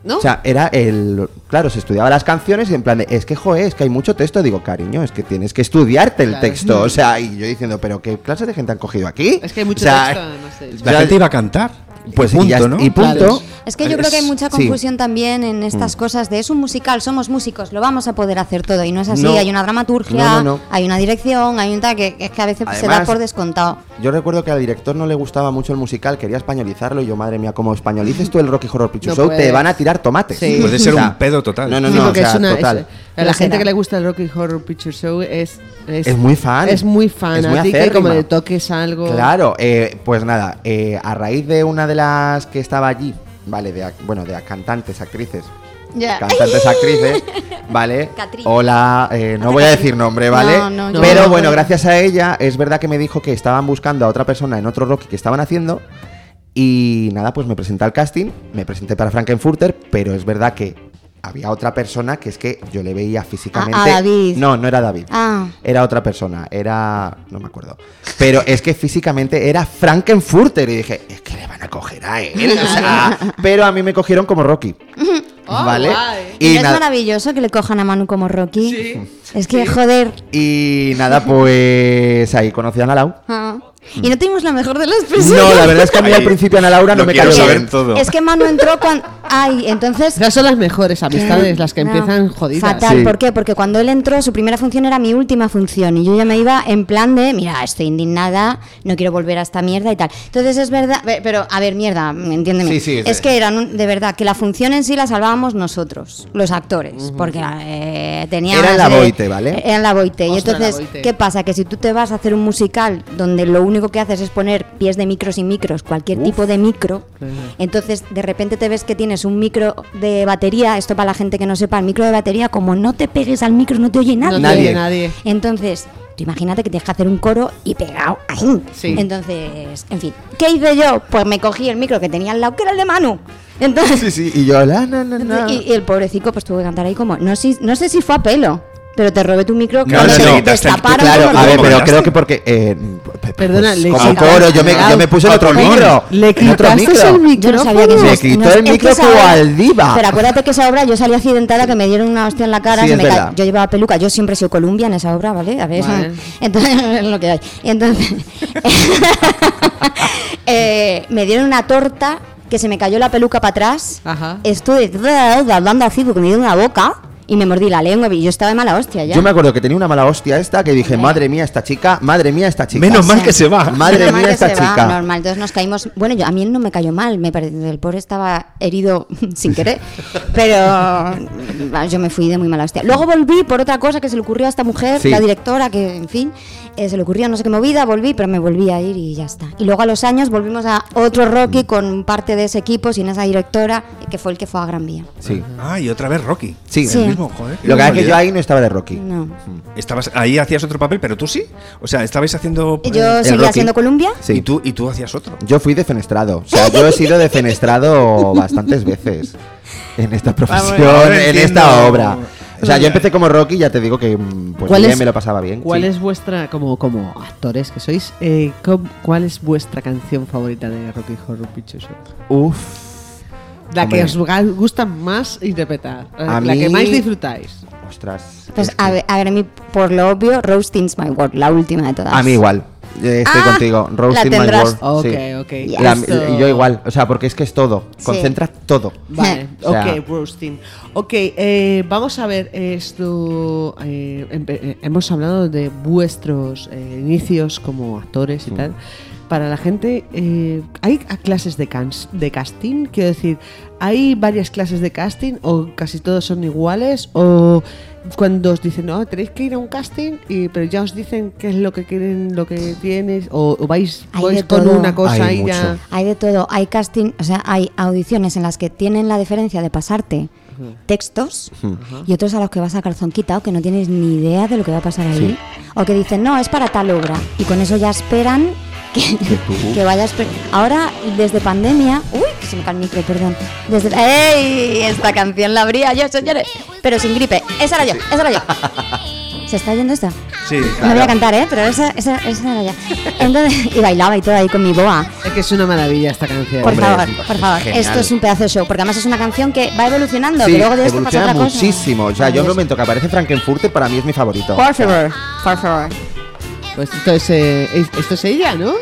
[SPEAKER 4] ¿No?
[SPEAKER 1] O sea, era el. Claro, se estudiaba las canciones y en plan de. Es que, joe, es que hay mucho texto. Digo, cariño, es que tienes que estudiarte el
[SPEAKER 4] Claro.
[SPEAKER 1] texto. O sea, y yo diciendo, ¿pero qué clase de gente han cogido aquí?
[SPEAKER 4] Es que hay mucho
[SPEAKER 1] O sea,
[SPEAKER 4] texto, además, de hecho.
[SPEAKER 3] La gente iba a cantar.
[SPEAKER 1] Pues
[SPEAKER 3] y
[SPEAKER 1] y
[SPEAKER 3] punto,
[SPEAKER 1] ya-
[SPEAKER 3] ¿no?
[SPEAKER 1] y punto. Claro.
[SPEAKER 12] es que yo creo que hay mucha
[SPEAKER 1] Sí.
[SPEAKER 12] confusión también en
[SPEAKER 1] Mm.
[SPEAKER 12] estas cosas de es un musical, somos músicos, lo vamos a poder hacer todo. Y no es así,
[SPEAKER 1] No.
[SPEAKER 12] hay una dramaturgia,
[SPEAKER 1] No, no, no.
[SPEAKER 12] hay una dirección, hay un tal que que es que a veces se da
[SPEAKER 1] Además-
[SPEAKER 12] por descontado.
[SPEAKER 1] Yo recuerdo que al director no le gustaba mucho el musical, quería españolizarlo y yo, madre mía, como españolices tú el Rocky Horror Picture
[SPEAKER 4] No
[SPEAKER 1] Show, te
[SPEAKER 4] puedes.
[SPEAKER 1] van a tirar tomates.
[SPEAKER 4] Sí.
[SPEAKER 3] Puede ser un pedo total.
[SPEAKER 1] No, no,
[SPEAKER 4] Sí,
[SPEAKER 1] no,
[SPEAKER 4] porque
[SPEAKER 1] o sea,
[SPEAKER 4] es una- es-
[SPEAKER 1] total.
[SPEAKER 4] a la
[SPEAKER 12] Lo
[SPEAKER 4] gente
[SPEAKER 12] será.
[SPEAKER 4] que le gusta el Rocky Horror Picture Show es... Es,
[SPEAKER 1] Es muy fan.
[SPEAKER 4] Es muy fan.
[SPEAKER 1] Es muy
[SPEAKER 4] a ti que como
[SPEAKER 1] acérrima.
[SPEAKER 4] le toques algo...
[SPEAKER 1] Claro, eh, pues nada, eh, a raíz de una de las que estaba allí, vale, de, ac- bueno, de ac- cantantes, actrices,
[SPEAKER 12] Ya.
[SPEAKER 1] cantantes, actrices, ¿vale?
[SPEAKER 12] Catrina.
[SPEAKER 1] Hola, eh, no voy a decir nombre, ¿vale?
[SPEAKER 12] No, no, yo
[SPEAKER 1] Pero
[SPEAKER 12] no,
[SPEAKER 1] bueno,
[SPEAKER 12] no.
[SPEAKER 1] gracias a ella, es verdad que me dijo que estaban buscando a otra persona en otro Rocky que estaban haciendo. Y nada, pues me presenté al casting, me presenté para Frankenfurter, pero es verdad que había otra persona que es que yo le veía físicamente.
[SPEAKER 12] Ah, David.
[SPEAKER 1] No, no era David.
[SPEAKER 12] Ah.
[SPEAKER 1] Era otra persona, era. No me acuerdo. Pero es que físicamente era Frankenfurter. Y dije, es que le van a coger a él. o sea, pero a mí me cogieron como Rocky.
[SPEAKER 4] Oh,
[SPEAKER 1] ¿Vale?
[SPEAKER 4] guay.
[SPEAKER 12] Y no es
[SPEAKER 1] nada-
[SPEAKER 12] maravilloso que le cojan a Manu como Rocky. Es que, joder.
[SPEAKER 1] y nada, pues ahí conocí a Ana Lau.
[SPEAKER 12] ah. Y no tuvimos la mejor de las personas.
[SPEAKER 1] No, la verdad es que a mí al principio Ana Laura no
[SPEAKER 3] lo
[SPEAKER 1] me
[SPEAKER 3] quiero
[SPEAKER 1] cayó
[SPEAKER 3] saber
[SPEAKER 1] bien.
[SPEAKER 3] todo.
[SPEAKER 12] Es que Manu entró cuando. Ay, entonces.
[SPEAKER 4] Esas son las mejores amistades, las que
[SPEAKER 12] no,
[SPEAKER 4] empiezan jodidas.
[SPEAKER 12] Fatal,
[SPEAKER 1] Sí.
[SPEAKER 12] ¿por qué? Porque cuando él entró, su primera función era mi última función y yo ya me iba en plan de, mira, estoy indignada, no quiero volver a esta mierda y tal. Entonces es verdad, pe- pero a ver, mierda, mm, entiéndeme.
[SPEAKER 1] Sí, sí, es
[SPEAKER 12] es
[SPEAKER 1] de-
[SPEAKER 12] que eran, un- de verdad, que la función en sí la salvábamos nosotros, los actores, pues, porque eh, teníamos...
[SPEAKER 1] Era la
[SPEAKER 12] eh,
[SPEAKER 1] Boite, ¿vale?
[SPEAKER 12] Era la boite. Y
[SPEAKER 4] Ostras,
[SPEAKER 12] entonces,
[SPEAKER 4] la Boite.
[SPEAKER 12] ¿qué pasa? Que si tú te vas a hacer un musical donde lo único que haces es poner pies de micros y micros, cualquier tipo de micro, entonces, de repente te ves que tienes un micro de batería, esto para la gente que no sepa, el micro de batería, como no te pegues al micro, no te oye
[SPEAKER 4] No
[SPEAKER 12] nadie.
[SPEAKER 4] te
[SPEAKER 1] Nadie.
[SPEAKER 4] oye nadie.
[SPEAKER 12] Entonces, tú imagínate que tienes que hacer un coro y pegado ahí.
[SPEAKER 4] Sí.
[SPEAKER 12] Entonces, en fin, ¿qué hice yo? Pues me cogí el micro que tenía al lado, que era el de Manu. Entonces,
[SPEAKER 1] Sí, sí, y yo, la, na, na, na.
[SPEAKER 12] y, y el pobrecito pues tuvo que cantar ahí como, no, sé- no sé si fue a pelo. Pero te robé tu micro
[SPEAKER 1] Claro,
[SPEAKER 12] cuando
[SPEAKER 1] no,
[SPEAKER 12] te
[SPEAKER 1] no.
[SPEAKER 12] destaparon.
[SPEAKER 1] Claro,
[SPEAKER 12] con
[SPEAKER 1] a ver,
[SPEAKER 12] los-
[SPEAKER 1] pero creo que porque. eh,
[SPEAKER 4] Perdona,
[SPEAKER 1] pues,
[SPEAKER 4] le
[SPEAKER 1] como un
[SPEAKER 4] quitaste-
[SPEAKER 1] coro, yo me, yo me puse en otro
[SPEAKER 4] Perdón,
[SPEAKER 1] micro.
[SPEAKER 4] le
[SPEAKER 1] en otro
[SPEAKER 4] quitaste el micro.
[SPEAKER 12] Yo no sabía que
[SPEAKER 1] Me
[SPEAKER 12] eso es-
[SPEAKER 1] quitó
[SPEAKER 12] no es-
[SPEAKER 1] el
[SPEAKER 12] es que
[SPEAKER 1] micro
[SPEAKER 12] esa obra-
[SPEAKER 1] Gualdiva.
[SPEAKER 12] Pero acuérdate que esa obra yo salí accidentada, que me dieron una hostia en la cara,
[SPEAKER 1] Ah. Sí,
[SPEAKER 12] se
[SPEAKER 1] es
[SPEAKER 12] me ca-
[SPEAKER 1] verdad.
[SPEAKER 12] yo llevaba peluca, yo siempre he sido Columbia en esa obra, ¿vale? A ver, eso-
[SPEAKER 1] Vale.
[SPEAKER 12] entonces es lo que hay. Y entonces eh, me dieron una torta que se me cayó la peluca para atrás. Estuve hablando así porque me dio una boca Ah, y me mordí la lengua y yo estaba de mala hostia ya.
[SPEAKER 1] Yo me acuerdo que tenía una mala hostia esta que dije, madre mía esta chica, madre mía esta chica.
[SPEAKER 3] Menos mal que se va.
[SPEAKER 1] Madre
[SPEAKER 12] Normal
[SPEAKER 1] mía
[SPEAKER 12] que
[SPEAKER 1] esta
[SPEAKER 12] se va,
[SPEAKER 1] chica.
[SPEAKER 12] normal, entonces nos caímos. Bueno, yo, a mí él no me cayó mal, me parece. El pobre estaba herido sin querer, pero bueno, yo me fui de muy mala hostia. Luego volví por otra cosa que se le ocurrió a esta mujer,
[SPEAKER 13] Sí.
[SPEAKER 12] la directora, que en fin, eh, se le ocurrió no sé qué movida, volví, pero me volví a ir y ya está. Y luego a los años volvimos a otro Rocky con parte de ese equipo, sin esa directora, que fue el que fue a Gran Vía.
[SPEAKER 1] Sí.
[SPEAKER 3] Ah, y otra vez Rocky.
[SPEAKER 1] Sí.
[SPEAKER 3] El
[SPEAKER 1] Sí.
[SPEAKER 3] mismo, joder.
[SPEAKER 1] Lo que pasa es que yo ahí
[SPEAKER 3] no
[SPEAKER 1] estaba de Rocky. Mm.
[SPEAKER 12] No.
[SPEAKER 3] Estabas, ahí hacías otro papel, pero tú sí. O sea, estabais haciendo.
[SPEAKER 12] Yo seguía haciendo Columbia.
[SPEAKER 1] Sí.
[SPEAKER 3] Y, tú, y tú hacías otro.
[SPEAKER 1] Yo fui defenestrado. O sea, yo he sido defenestrado bastantes veces en esta profesión,
[SPEAKER 3] Vamos,
[SPEAKER 1] en
[SPEAKER 3] entiendo.
[SPEAKER 1] esta obra. O sea, yo empecé como Rocky, ya te digo que mm, pues
[SPEAKER 4] ¿Cuál
[SPEAKER 1] bien,
[SPEAKER 4] es-
[SPEAKER 1] me lo pasaba bien.
[SPEAKER 4] ¿Cuál
[SPEAKER 1] sí.
[SPEAKER 4] es vuestra, como, como actores que sois, eh, co- cuál es vuestra canción favorita de Rocky Horror Picture Show?
[SPEAKER 1] Uf.
[SPEAKER 4] La
[SPEAKER 1] Hombre.
[SPEAKER 4] que os ga- gusta más interpretar, eh,
[SPEAKER 1] A
[SPEAKER 4] la que
[SPEAKER 1] mí-
[SPEAKER 4] más disfrutáis.
[SPEAKER 1] Ostras.
[SPEAKER 12] Pues a ver, a ver, a mí, por lo obvio, Roasting's My World, la última de todas.
[SPEAKER 1] A mí igual. Eh, Estoy
[SPEAKER 12] Ah,
[SPEAKER 1] contigo.
[SPEAKER 12] la
[SPEAKER 1] Roasting my
[SPEAKER 12] tendrás.
[SPEAKER 1] world.
[SPEAKER 4] Ok,
[SPEAKER 1] sí.
[SPEAKER 4] ok.
[SPEAKER 1] La-
[SPEAKER 4] Esto-
[SPEAKER 1] y yo igual. O sea, porque es que es todo.
[SPEAKER 4] Sí.
[SPEAKER 1] Concentra todo.
[SPEAKER 4] Vale,
[SPEAKER 1] O sea,
[SPEAKER 4] ok, roasting. Ok, eh, vamos a ver esto. eh, empe- eh, hemos hablado de vuestros eh, inicios como actores y
[SPEAKER 1] Mm.
[SPEAKER 4] tal. Para la gente, eh, ¿hay a- clases de, cans- de casting? Quiero decir, ¿hay varias clases de casting o casi todos son iguales? ¿O cuando os dicen, no, tenéis que ir a un casting, y, pero ya os dicen qué es lo que quieren, lo que tienes? ¿O, o vais,
[SPEAKER 12] Hay
[SPEAKER 4] vais
[SPEAKER 12] de
[SPEAKER 4] con
[SPEAKER 12] todo.
[SPEAKER 4] una cosa y ya?
[SPEAKER 12] Hay de todo. Hay casting, o sea, hay audiciones en las que tienen la diferencia de pasarte textos y otros a los que vas a calzón quitado que no tienes ni idea de lo que va a pasar ahí. O que dicen, no, es para tal obra. Y con eso ya esperan que, que vayas. pre- Ahora, desde pandemia. Uy, que se me cae el micro, perdón. Desde, ¡Ey! Esta canción la abría yo, señores. Pero sin gripe. Esa era yo, esa era yo. ¿Se está oyendo esta?
[SPEAKER 3] Sí,
[SPEAKER 12] No voy a cantar, ¿eh? Pero esa, esa, esa era ya. Entonces, y bailaba y todo ahí con mi boa.
[SPEAKER 4] Es que es una maravilla esta canción.
[SPEAKER 12] Por favor, por favor. Esto es un pedazo de show, porque además es una canción que va evolucionando, que
[SPEAKER 1] sí,
[SPEAKER 12] luego de esto pasa
[SPEAKER 1] evoluciona
[SPEAKER 12] otra cosa.
[SPEAKER 1] muchísimo. O sea, yo en el
[SPEAKER 12] Maravilloso.
[SPEAKER 1] momento que aparece Frankenfurter, para mí es mi favorito.
[SPEAKER 12] Por favor, por favor.
[SPEAKER 4] Pues esto es, eh, es- esto es ella, ¿no?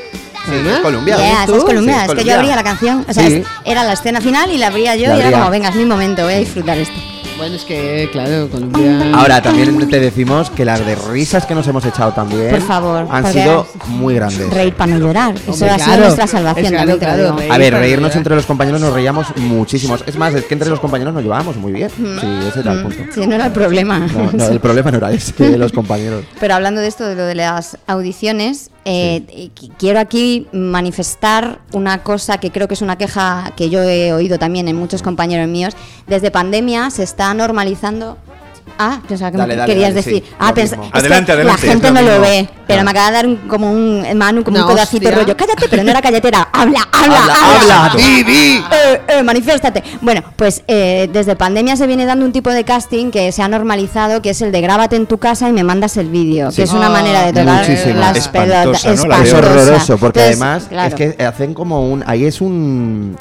[SPEAKER 4] Además.
[SPEAKER 1] es Colombia.
[SPEAKER 12] Yeah, esa es Colombia,
[SPEAKER 1] Sí,
[SPEAKER 12] es
[SPEAKER 1] es
[SPEAKER 12] que yo
[SPEAKER 1] Colombia.
[SPEAKER 12] abría la canción, o sea,
[SPEAKER 4] Sí.
[SPEAKER 12] es- era la escena final y la abría yo
[SPEAKER 1] La
[SPEAKER 12] y era
[SPEAKER 1] abría.
[SPEAKER 12] como, venga, es mi momento, voy a disfrutar esto.
[SPEAKER 4] Bueno, es que, claro,
[SPEAKER 12] Ah,
[SPEAKER 4] Colombia.
[SPEAKER 1] Ahora, también te decimos que las de risas que nos hemos echado también
[SPEAKER 12] Por favor,
[SPEAKER 1] han
[SPEAKER 12] porque
[SPEAKER 1] sido muy grandes.
[SPEAKER 12] Reír para no llorar, eso
[SPEAKER 4] Hombre,
[SPEAKER 12] ha sido
[SPEAKER 4] claro.
[SPEAKER 12] nuestra
[SPEAKER 4] Es
[SPEAKER 12] salvación,
[SPEAKER 4] claro,
[SPEAKER 12] también te lo
[SPEAKER 4] claro,
[SPEAKER 12] digo.
[SPEAKER 1] A ver, reírnos entre los compañeros nos reíamos muchísimos. Es más, es que entre los compañeros nos llevábamos muy bien. Sí, ese era el punto.
[SPEAKER 12] Mm. Sí, no era el problema.
[SPEAKER 1] No, no, el problema no era ese de los compañeros.
[SPEAKER 12] Pero hablando de esto, de lo de las audiciones, eh, eh, qui- quiero aquí manifestar una cosa que creo que es una queja que yo he oído también en muchos compañeros míos. Desde pandemia se está normalizando. Ah, pensaba que
[SPEAKER 13] Dale,
[SPEAKER 12] me
[SPEAKER 13] dale,
[SPEAKER 12] querías
[SPEAKER 13] dale,
[SPEAKER 12] decir.
[SPEAKER 13] sí,
[SPEAKER 12] ah,
[SPEAKER 13] lo
[SPEAKER 12] pensa-
[SPEAKER 13] mismo.
[SPEAKER 12] es que
[SPEAKER 13] Adelante, adelante,
[SPEAKER 12] La gente
[SPEAKER 13] es lo
[SPEAKER 12] no lo
[SPEAKER 13] mismo.
[SPEAKER 12] ve, pero me acaba de dar un, como un Manu, como
[SPEAKER 13] Una
[SPEAKER 12] Ah, un codacito
[SPEAKER 13] hostia.
[SPEAKER 12] rollo. Cállate, pero no era cállate, era habla, habla,
[SPEAKER 13] Habla,
[SPEAKER 3] Ah,
[SPEAKER 12] habla.
[SPEAKER 13] habla, di, di.
[SPEAKER 12] Eh, eh, manifiéstate. Bueno, pues eh, desde pandemia se viene dando un tipo de casting que se ha normalizado, que es el de grábate en tu casa y me mandas el vídeo,
[SPEAKER 1] Sí.
[SPEAKER 12] que es una
[SPEAKER 1] Ah,
[SPEAKER 12] manera de tocar
[SPEAKER 1] muchísimo.
[SPEAKER 12] las pelotas.
[SPEAKER 3] Espantosa, ¿no? La
[SPEAKER 1] Es
[SPEAKER 12] espantosa.
[SPEAKER 1] horroroso, porque
[SPEAKER 12] Entonces,
[SPEAKER 1] además
[SPEAKER 12] claro.
[SPEAKER 1] es que hacen como un. Ahí es un.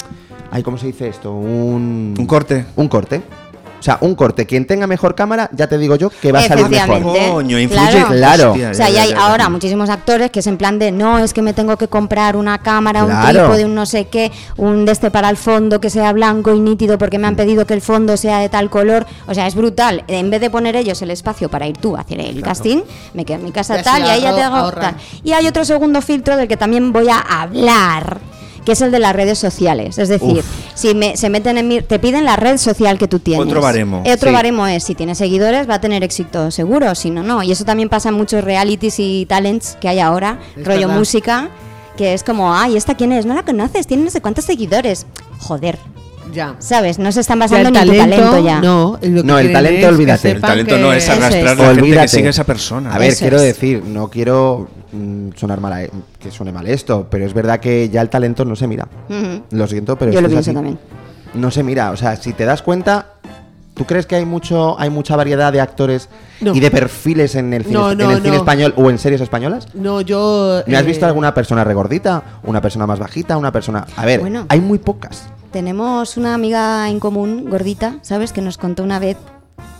[SPEAKER 1] Ay, ¿Cómo se dice esto? Un. Un
[SPEAKER 3] corte.
[SPEAKER 1] Un corte. O sea, un corte. Quien tenga mejor cámara, ya te digo yo que va a salir mejor.
[SPEAKER 12] Efectivamente.
[SPEAKER 1] influye, claro.
[SPEAKER 12] O sea, y hay ahora muchísimos actores que es en plan de no, es que me tengo que comprar una cámara, un
[SPEAKER 1] Claro.
[SPEAKER 12] trípode, un no sé qué, un de este para el fondo que sea blanco y nítido porque me han pedido que el fondo sea de tal color. O sea, es brutal. En vez de poner ellos el espacio para ir tú a hacer el casting, me quedo en mi casa
[SPEAKER 13] Ya
[SPEAKER 12] tal
[SPEAKER 13] se
[SPEAKER 12] y ahí ya
[SPEAKER 13] ahorro-
[SPEAKER 12] te hago
[SPEAKER 13] ahorra.
[SPEAKER 12] tal. Y hay otro segundo filtro del que también voy a hablar. Que es el de las redes sociales. Es decir,
[SPEAKER 3] Uf.
[SPEAKER 12] si me- se meten en mi. Te piden la red social que tú tienes.
[SPEAKER 3] Otro baremo,
[SPEAKER 12] Otro
[SPEAKER 3] sí.
[SPEAKER 12] baremo es: si tienes seguidores, va a tener éxito seguro. Si no, no. Y eso también pasa en muchos realities y talents que hay ahora.
[SPEAKER 13] Es
[SPEAKER 12] rollo
[SPEAKER 13] verdad.
[SPEAKER 12] música. Que es como, ay, ¿esta quién es? No la conoces, tiene no sé cuántos seguidores. Joder.
[SPEAKER 4] Ya.
[SPEAKER 12] ¿Sabes? No se están
[SPEAKER 4] O sea,
[SPEAKER 12] basando
[SPEAKER 4] el
[SPEAKER 12] en tu
[SPEAKER 4] talento,
[SPEAKER 12] talento ya.
[SPEAKER 4] no, lo que
[SPEAKER 1] No, el
[SPEAKER 4] quieren es
[SPEAKER 1] talento,
[SPEAKER 4] que
[SPEAKER 1] olvídate.
[SPEAKER 4] sepan que- Eso es.
[SPEAKER 3] la gente que sigue a esa persona.
[SPEAKER 1] A ver,
[SPEAKER 3] Eso
[SPEAKER 1] quiero
[SPEAKER 3] es.
[SPEAKER 1] decir, no quiero mm, sonar mal, a- que suene mal esto, pero es verdad que ya el talento no se mira.
[SPEAKER 12] Ujú.
[SPEAKER 1] Lo siento, pero
[SPEAKER 12] Yo
[SPEAKER 1] es
[SPEAKER 12] lo
[SPEAKER 1] que es
[SPEAKER 12] pienso
[SPEAKER 1] así.
[SPEAKER 12] también.
[SPEAKER 1] No se mira, o sea, si te das cuenta, ¿Tú crees que hay mucho, hay mucha variedad de actores
[SPEAKER 4] No.
[SPEAKER 1] y de perfiles en el cine,
[SPEAKER 4] No, no,
[SPEAKER 1] en el cine
[SPEAKER 4] no.
[SPEAKER 1] español o en series españolas?
[SPEAKER 4] No, yo.
[SPEAKER 1] ¿Me has visto
[SPEAKER 4] eh,
[SPEAKER 1] alguna persona regordita, una persona más bajita, una persona? A ver,
[SPEAKER 12] Bueno.
[SPEAKER 1] hay muy pocas.
[SPEAKER 12] Tenemos una amiga en común, gordita, ¿sabes? Que nos contó una vez.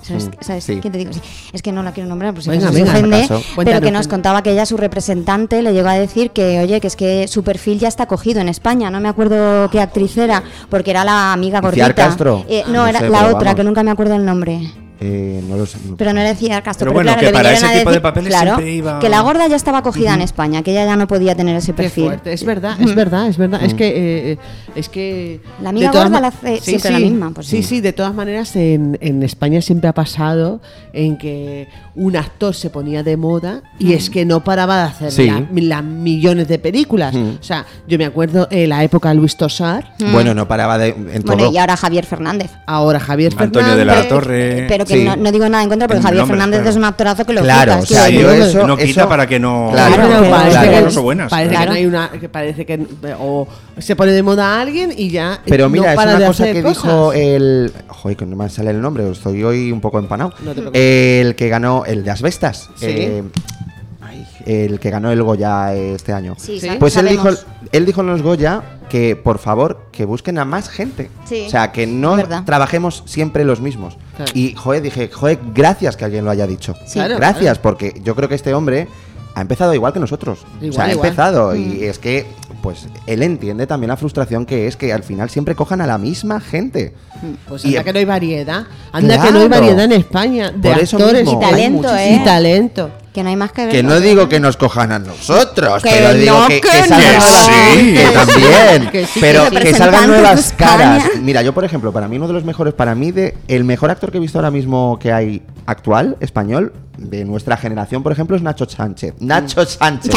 [SPEAKER 12] ¿Sabes,
[SPEAKER 1] Mm,
[SPEAKER 12] ¿sabes
[SPEAKER 1] sí.
[SPEAKER 12] quién te digo? Sí, Es que no la quiero nombrar,
[SPEAKER 4] pues
[SPEAKER 12] por si
[SPEAKER 1] Venga,
[SPEAKER 12] acaso se
[SPEAKER 1] venga,
[SPEAKER 12] ofende,
[SPEAKER 1] por si acaso.
[SPEAKER 12] pero que
[SPEAKER 1] Cuéntanos,
[SPEAKER 12] nos contaba que ella, su representante, le llegó a decir que, oye, que es que su perfil ya está cogido en España. No me acuerdo qué actriz era, porque era la amiga
[SPEAKER 1] ¿Ciar
[SPEAKER 12] gordita.
[SPEAKER 1] Castro? Ah,
[SPEAKER 12] Eh, no,
[SPEAKER 1] No
[SPEAKER 12] era
[SPEAKER 1] sé,
[SPEAKER 12] la
[SPEAKER 1] pero
[SPEAKER 12] otra,
[SPEAKER 1] vamos.
[SPEAKER 12] que nunca me acuerdo el nombre.
[SPEAKER 1] Eh, no lo sé.
[SPEAKER 12] Pero no era Ciar Castro.
[SPEAKER 1] Pero
[SPEAKER 12] Pero,
[SPEAKER 1] bueno,
[SPEAKER 12] claro,
[SPEAKER 1] que
[SPEAKER 12] le
[SPEAKER 1] para
[SPEAKER 12] vinieron
[SPEAKER 1] ese
[SPEAKER 12] a
[SPEAKER 1] tipo de
[SPEAKER 12] decir-
[SPEAKER 1] papeles
[SPEAKER 12] claro,
[SPEAKER 1] siempre iba-
[SPEAKER 12] que la gorda ya estaba cogida en España, que ella ya no podía tener ese
[SPEAKER 4] Qué
[SPEAKER 12] perfil.
[SPEAKER 4] fuerte, es verdad, es verdad, es verdad. Es
[SPEAKER 12] Mm.
[SPEAKER 4] que. eh, eh, es que
[SPEAKER 12] La amiga
[SPEAKER 4] de todas
[SPEAKER 12] gorda
[SPEAKER 4] ma-
[SPEAKER 12] la hace siempre la misma, pues por
[SPEAKER 4] sí,
[SPEAKER 12] cierto.
[SPEAKER 4] sí, de todas maneras, en, en España siempre ha pasado en que un actor se ponía de moda y
[SPEAKER 13] Mm.
[SPEAKER 4] es que no paraba de hacer
[SPEAKER 1] Sí.
[SPEAKER 4] la- las millones de películas.
[SPEAKER 1] Mm.
[SPEAKER 4] O sea, yo me acuerdo eh, la época de Luis Tosar.
[SPEAKER 1] Bueno, no paraba de. En
[SPEAKER 12] Mm. Bueno,
[SPEAKER 1] todo.
[SPEAKER 12] y ahora Javier Fernández.
[SPEAKER 4] Ahora Javier Fernández.
[SPEAKER 1] Antonio de la Torre.
[SPEAKER 12] Pero que
[SPEAKER 1] Sí.
[SPEAKER 12] no, no digo nada en contra porque
[SPEAKER 1] El
[SPEAKER 12] Javier
[SPEAKER 1] nombre,
[SPEAKER 12] Fernández
[SPEAKER 1] claro.
[SPEAKER 12] es un actorazo que lo
[SPEAKER 1] Claro,
[SPEAKER 12] flipas,
[SPEAKER 1] o sea,
[SPEAKER 12] quiero
[SPEAKER 1] yo
[SPEAKER 12] decir.
[SPEAKER 1] eso.
[SPEAKER 3] No quita
[SPEAKER 1] eso-
[SPEAKER 3] para que no-
[SPEAKER 1] Claro,
[SPEAKER 3] Claro,
[SPEAKER 1] claro,
[SPEAKER 3] parece
[SPEAKER 1] claro.
[SPEAKER 3] que- Buenas o buenas,
[SPEAKER 4] Parece
[SPEAKER 1] claro.
[SPEAKER 4] que no hay una. Que parece que. O se pone de moda alguien y ya. eh,
[SPEAKER 1] Pero
[SPEAKER 4] no
[SPEAKER 1] mira,
[SPEAKER 4] para
[SPEAKER 1] es
[SPEAKER 4] de
[SPEAKER 1] una cosa
[SPEAKER 4] hacer
[SPEAKER 1] que
[SPEAKER 4] cosas.
[SPEAKER 1] dijo el. Joder, que no me sale el nombre, estoy hoy un poco empanado.
[SPEAKER 4] No te preocupes.
[SPEAKER 1] el que ganó, el de Asbestas.
[SPEAKER 4] Sí.
[SPEAKER 1] eh, ay, el que ganó el Goya eh, este año.
[SPEAKER 12] Sí, sa-
[SPEAKER 1] Pues él dijo,
[SPEAKER 12] sabemos.
[SPEAKER 1] él dijo en los Goya que por favor que busquen a más gente.
[SPEAKER 12] Sí,
[SPEAKER 1] o sea, que no
[SPEAKER 12] es verdad.
[SPEAKER 1] trabajemos siempre los mismos.
[SPEAKER 12] Claro.
[SPEAKER 1] Y joder, dije, joder, gracias que alguien lo haya dicho.
[SPEAKER 12] Sí. Claro,
[SPEAKER 1] gracias, porque yo creo que este hombre ha empezado igual que nosotros. o sea,
[SPEAKER 4] Igual,
[SPEAKER 1] ha
[SPEAKER 4] igual.
[SPEAKER 1] empezado y
[SPEAKER 4] Mm.
[SPEAKER 1] es que pues él entiende también la frustración que es que al final siempre cojan a la misma gente.
[SPEAKER 12] Mm.
[SPEAKER 4] Pues
[SPEAKER 1] Y,
[SPEAKER 4] anda
[SPEAKER 1] eh,
[SPEAKER 4] que no hay variedad. Anda que no hay
[SPEAKER 1] claro.
[SPEAKER 4] variedad en España. De
[SPEAKER 1] Por eso
[SPEAKER 4] actores
[SPEAKER 1] mismo,
[SPEAKER 12] Y hay talento, muchísimo.
[SPEAKER 4] Y
[SPEAKER 12] ¿eh?
[SPEAKER 4] talento.
[SPEAKER 12] Que no hay más que ver.
[SPEAKER 1] Que no digo que nos cojan a nosotros,
[SPEAKER 12] Que
[SPEAKER 1] pero digo
[SPEAKER 12] no,
[SPEAKER 1] que,
[SPEAKER 12] que
[SPEAKER 1] que salgan
[SPEAKER 12] no.
[SPEAKER 1] nuevas-
[SPEAKER 12] Que sí,
[SPEAKER 1] que
[SPEAKER 12] que
[SPEAKER 1] también,
[SPEAKER 12] sí, que sí,
[SPEAKER 1] pero
[SPEAKER 12] que
[SPEAKER 1] que salgan
[SPEAKER 12] representantes de
[SPEAKER 1] nuevas
[SPEAKER 12] España.
[SPEAKER 1] caras. Mira, yo por ejemplo, para mí uno de los mejores, para mí de, el mejor actor que he visto ahora mismo que hay actual español de nuestra generación, por ejemplo, es Nacho Sánchez.
[SPEAKER 4] Mm.
[SPEAKER 1] Nacho Sánchez,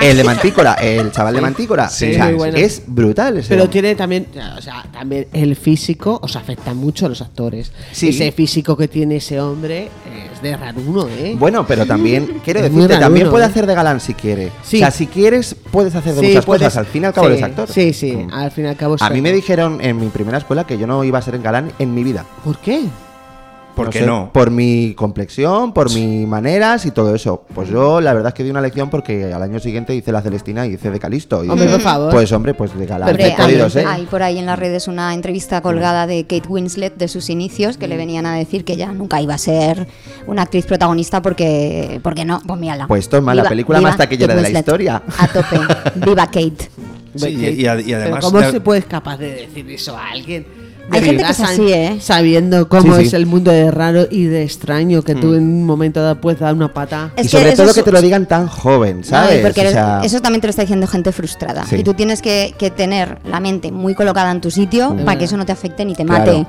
[SPEAKER 1] el de Mantícora, el chaval de Mantícora,
[SPEAKER 4] Sí,
[SPEAKER 1] O sea,
[SPEAKER 4] muy bueno.
[SPEAKER 1] es brutal. Ese
[SPEAKER 4] Pero
[SPEAKER 1] hombre.
[SPEAKER 4] tiene también, o sea, también el físico os afecta mucho a los actores.
[SPEAKER 1] Sí.
[SPEAKER 4] Ese físico que tiene ese hombre es de raruno, ¿eh?
[SPEAKER 1] Bueno, pero también, quiero
[SPEAKER 4] Es muy
[SPEAKER 1] decirte,
[SPEAKER 4] raruno,
[SPEAKER 1] también puede
[SPEAKER 4] ¿eh?
[SPEAKER 1] hacer de galán si quiere.
[SPEAKER 4] Sí.
[SPEAKER 1] O sea, si quieres, puedes hacer de
[SPEAKER 4] Sí,
[SPEAKER 1] muchas
[SPEAKER 4] puedes-
[SPEAKER 1] cosas. Al fin y al cabo
[SPEAKER 4] sí,
[SPEAKER 1] eres actor. Mm.
[SPEAKER 4] Sí, sí, al fin y al cabo
[SPEAKER 1] A
[SPEAKER 4] soy-
[SPEAKER 1] mí me dijeron en mi primera escuela que yo no iba a ser galán en mi vida.
[SPEAKER 4] ¿Por qué?
[SPEAKER 1] ¿Por
[SPEAKER 3] qué
[SPEAKER 1] sé,
[SPEAKER 3] no?
[SPEAKER 1] Por mi complexión, por mis maneras y todo eso. Pues yo la verdad es que di una lección porque al año siguiente hice la Celestina y hice de Calisto. Y,
[SPEAKER 4] Hombre, por favor.
[SPEAKER 1] Pues hombre, pues de ¿eh? galán.
[SPEAKER 12] Hombre,
[SPEAKER 1] he podido
[SPEAKER 12] hay,
[SPEAKER 1] ser.
[SPEAKER 12] hay por ahí en las redes una
[SPEAKER 1] Mm.
[SPEAKER 12] entrevista colgada de Kate Winslet de sus inicios que le venían a decir que ya nunca iba a ser una actriz protagonista porque, porque no, pues mírala.
[SPEAKER 1] Pues toma, la
[SPEAKER 12] Viva-
[SPEAKER 1] película
[SPEAKER 12] viva
[SPEAKER 1] más
[SPEAKER 12] Kate
[SPEAKER 1] taquillera de la
[SPEAKER 12] Winslet.
[SPEAKER 1] historia.
[SPEAKER 12] pues A tope, viva Kate.
[SPEAKER 3] Sí, y, y ad- y
[SPEAKER 4] Pero
[SPEAKER 3] además.
[SPEAKER 4] ¿Cómo
[SPEAKER 3] de-
[SPEAKER 4] se puede capaz de decir eso a alguien?
[SPEAKER 12] Hay
[SPEAKER 4] De
[SPEAKER 12] gente que es
[SPEAKER 4] verdad,
[SPEAKER 12] así, ¿eh?
[SPEAKER 4] Sabiendo cómo
[SPEAKER 1] Sí, sí.
[SPEAKER 4] es el mundo de raro y de extraño que tú
[SPEAKER 1] Mm.
[SPEAKER 4] en un momento dado puedes dar una pata.
[SPEAKER 1] y
[SPEAKER 12] Es que
[SPEAKER 1] sobre
[SPEAKER 12] eso
[SPEAKER 1] todo
[SPEAKER 12] es-
[SPEAKER 1] que te lo digan tan joven,
[SPEAKER 12] No, y
[SPEAKER 1] ¿sabes?
[SPEAKER 12] porque
[SPEAKER 1] O sea,
[SPEAKER 12] eso también te lo está diciendo gente frustrada.
[SPEAKER 1] Sí.
[SPEAKER 12] Y tú tienes que, que tener la mente muy colocada en tu sitio
[SPEAKER 1] Mm.
[SPEAKER 12] para que eso no te afecte ni te
[SPEAKER 1] Claro.
[SPEAKER 12] mate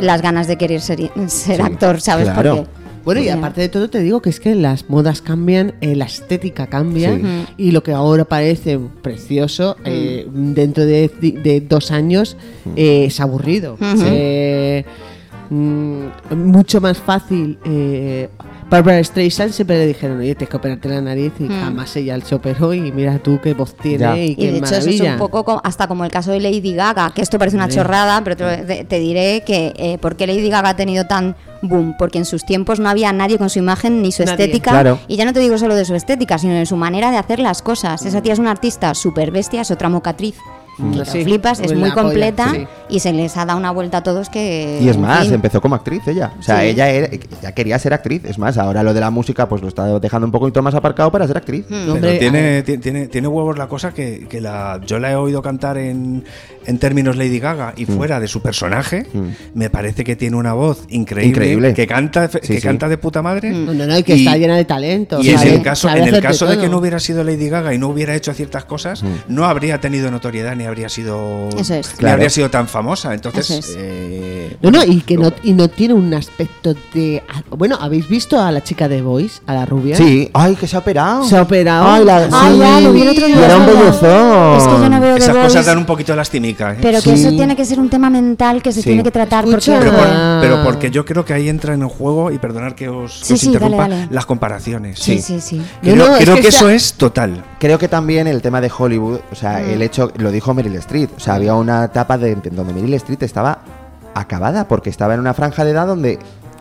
[SPEAKER 12] las ganas de querer ser, ser
[SPEAKER 1] Sí,
[SPEAKER 12] actor, ¿sabes?
[SPEAKER 1] claro.
[SPEAKER 12] Porque-
[SPEAKER 4] Bueno, y
[SPEAKER 12] porque-
[SPEAKER 4] aparte de todo te digo que es que las modas cambian, eh, la estética cambia
[SPEAKER 12] Sí. Mm.
[SPEAKER 4] y lo que ahora parece precioso, eh, dentro de, de dos años eh, es aburrido.
[SPEAKER 12] Mm. Ujú.
[SPEAKER 4] Eh, mm, mucho más fácil. Eh, Barbara Streisand siempre le dijeron, oye, tienes que operarte la nariz y
[SPEAKER 12] Mm.
[SPEAKER 4] jamás ella se operó y mira tú qué voz tiene
[SPEAKER 1] Ya.
[SPEAKER 4] y
[SPEAKER 1] Y
[SPEAKER 4] qué
[SPEAKER 12] Y de hecho eso es
[SPEAKER 4] maravilla.
[SPEAKER 12] un poco co- hasta como el caso de Lady Gaga, que esto parece una
[SPEAKER 4] Sí.
[SPEAKER 12] chorrada, pero te, te- te diré que eh, por qué Lady Gaga ha tenido tan boom, porque en sus tiempos no había nadie con su imagen ni su
[SPEAKER 4] Nadie.
[SPEAKER 12] estética,
[SPEAKER 1] Claro.
[SPEAKER 12] y ya no te digo solo de su estética, sino de su manera de hacer las cosas.
[SPEAKER 4] Mm.
[SPEAKER 12] Esa tía es una artista súper bestia, es otra mocatriz.
[SPEAKER 1] Mm.
[SPEAKER 12] que lo
[SPEAKER 4] Sí, Pues
[SPEAKER 12] flipas, es
[SPEAKER 4] la
[SPEAKER 12] muy
[SPEAKER 4] polla,
[SPEAKER 12] completa
[SPEAKER 4] sí.
[SPEAKER 12] y se les ha dado una vuelta a todos que...
[SPEAKER 1] Y es
[SPEAKER 12] eh, en
[SPEAKER 1] más,
[SPEAKER 12] fin.
[SPEAKER 1] empezó como actriz ella. O sea,
[SPEAKER 12] Sí.
[SPEAKER 1] ella era- ya quería ser actriz. Es más, ahora lo de la música pues lo está dejando un poquito más aparcado para ser actriz.
[SPEAKER 12] Mm. Hmm.
[SPEAKER 3] Pero tiene, ti- tiene, tiene huevos la cosa que, que la, yo la he oído cantar en, en términos Lady Gaga
[SPEAKER 1] Mm.
[SPEAKER 3] y fuera de su personaje, me parece que tiene una voz increíble,
[SPEAKER 1] Increíble.
[SPEAKER 3] que canta fe-
[SPEAKER 1] Sí,
[SPEAKER 3] que
[SPEAKER 1] sí.
[SPEAKER 3] canta de puta madre.
[SPEAKER 4] Mm. No, no, no, y que
[SPEAKER 3] Y-
[SPEAKER 4] está llena de talento.
[SPEAKER 3] Y en
[SPEAKER 4] sabe-
[SPEAKER 3] el caso,
[SPEAKER 4] sabe
[SPEAKER 3] en el
[SPEAKER 4] hacer
[SPEAKER 3] caso de que
[SPEAKER 4] todo.
[SPEAKER 3] no hubiera sido Lady Gaga y no hubiera hecho ciertas cosas,
[SPEAKER 1] Mm.
[SPEAKER 3] no habría tenido notoriedad ni habría sido
[SPEAKER 12] Eso es.
[SPEAKER 3] ni
[SPEAKER 1] Claro.
[SPEAKER 3] habría sido tan famosa. Entonces,
[SPEAKER 12] Eso es.
[SPEAKER 3] eh,
[SPEAKER 4] No, no, y que no, y no tiene un aspecto de. Bueno, ¿habéis visto a la chica de Voice, a la rubia?
[SPEAKER 1] Sí, ay, que se ha operado.
[SPEAKER 4] Se ha operado.
[SPEAKER 1] Ay, la-
[SPEAKER 12] Ay,
[SPEAKER 1] sí.
[SPEAKER 12] ya, lo vi el otro día.
[SPEAKER 1] Era un bellezón.
[SPEAKER 12] Es que yo no veo
[SPEAKER 3] esas
[SPEAKER 12] The
[SPEAKER 3] cosas
[SPEAKER 12] Voice,
[SPEAKER 3] dan un poquito lastimica. ¿eh?
[SPEAKER 12] Pero que eso tiene que ser un tema mental que se
[SPEAKER 3] Sí.
[SPEAKER 12] tiene que tratar porque...
[SPEAKER 3] Pero, por- pero porque yo creo que ahí entra en el juego, y perdonar que os,
[SPEAKER 12] Ah. Sí,
[SPEAKER 3] os
[SPEAKER 12] sí, dale,
[SPEAKER 3] interrumpa,
[SPEAKER 12] dale.
[SPEAKER 3] las comparaciones.
[SPEAKER 12] Sí, sí, sí.
[SPEAKER 3] Creo,
[SPEAKER 1] No, no, es
[SPEAKER 3] creo
[SPEAKER 1] que
[SPEAKER 3] que, eso
[SPEAKER 1] sea-
[SPEAKER 3] es total.
[SPEAKER 1] Creo que también el tema de Hollywood, o sea,
[SPEAKER 12] Mm.
[SPEAKER 1] el hecho, lo dijo Meryl Streep, o sea, había una etapa de, en donde Meryl Streep estaba acabada, porque estaba en una franja de edad donde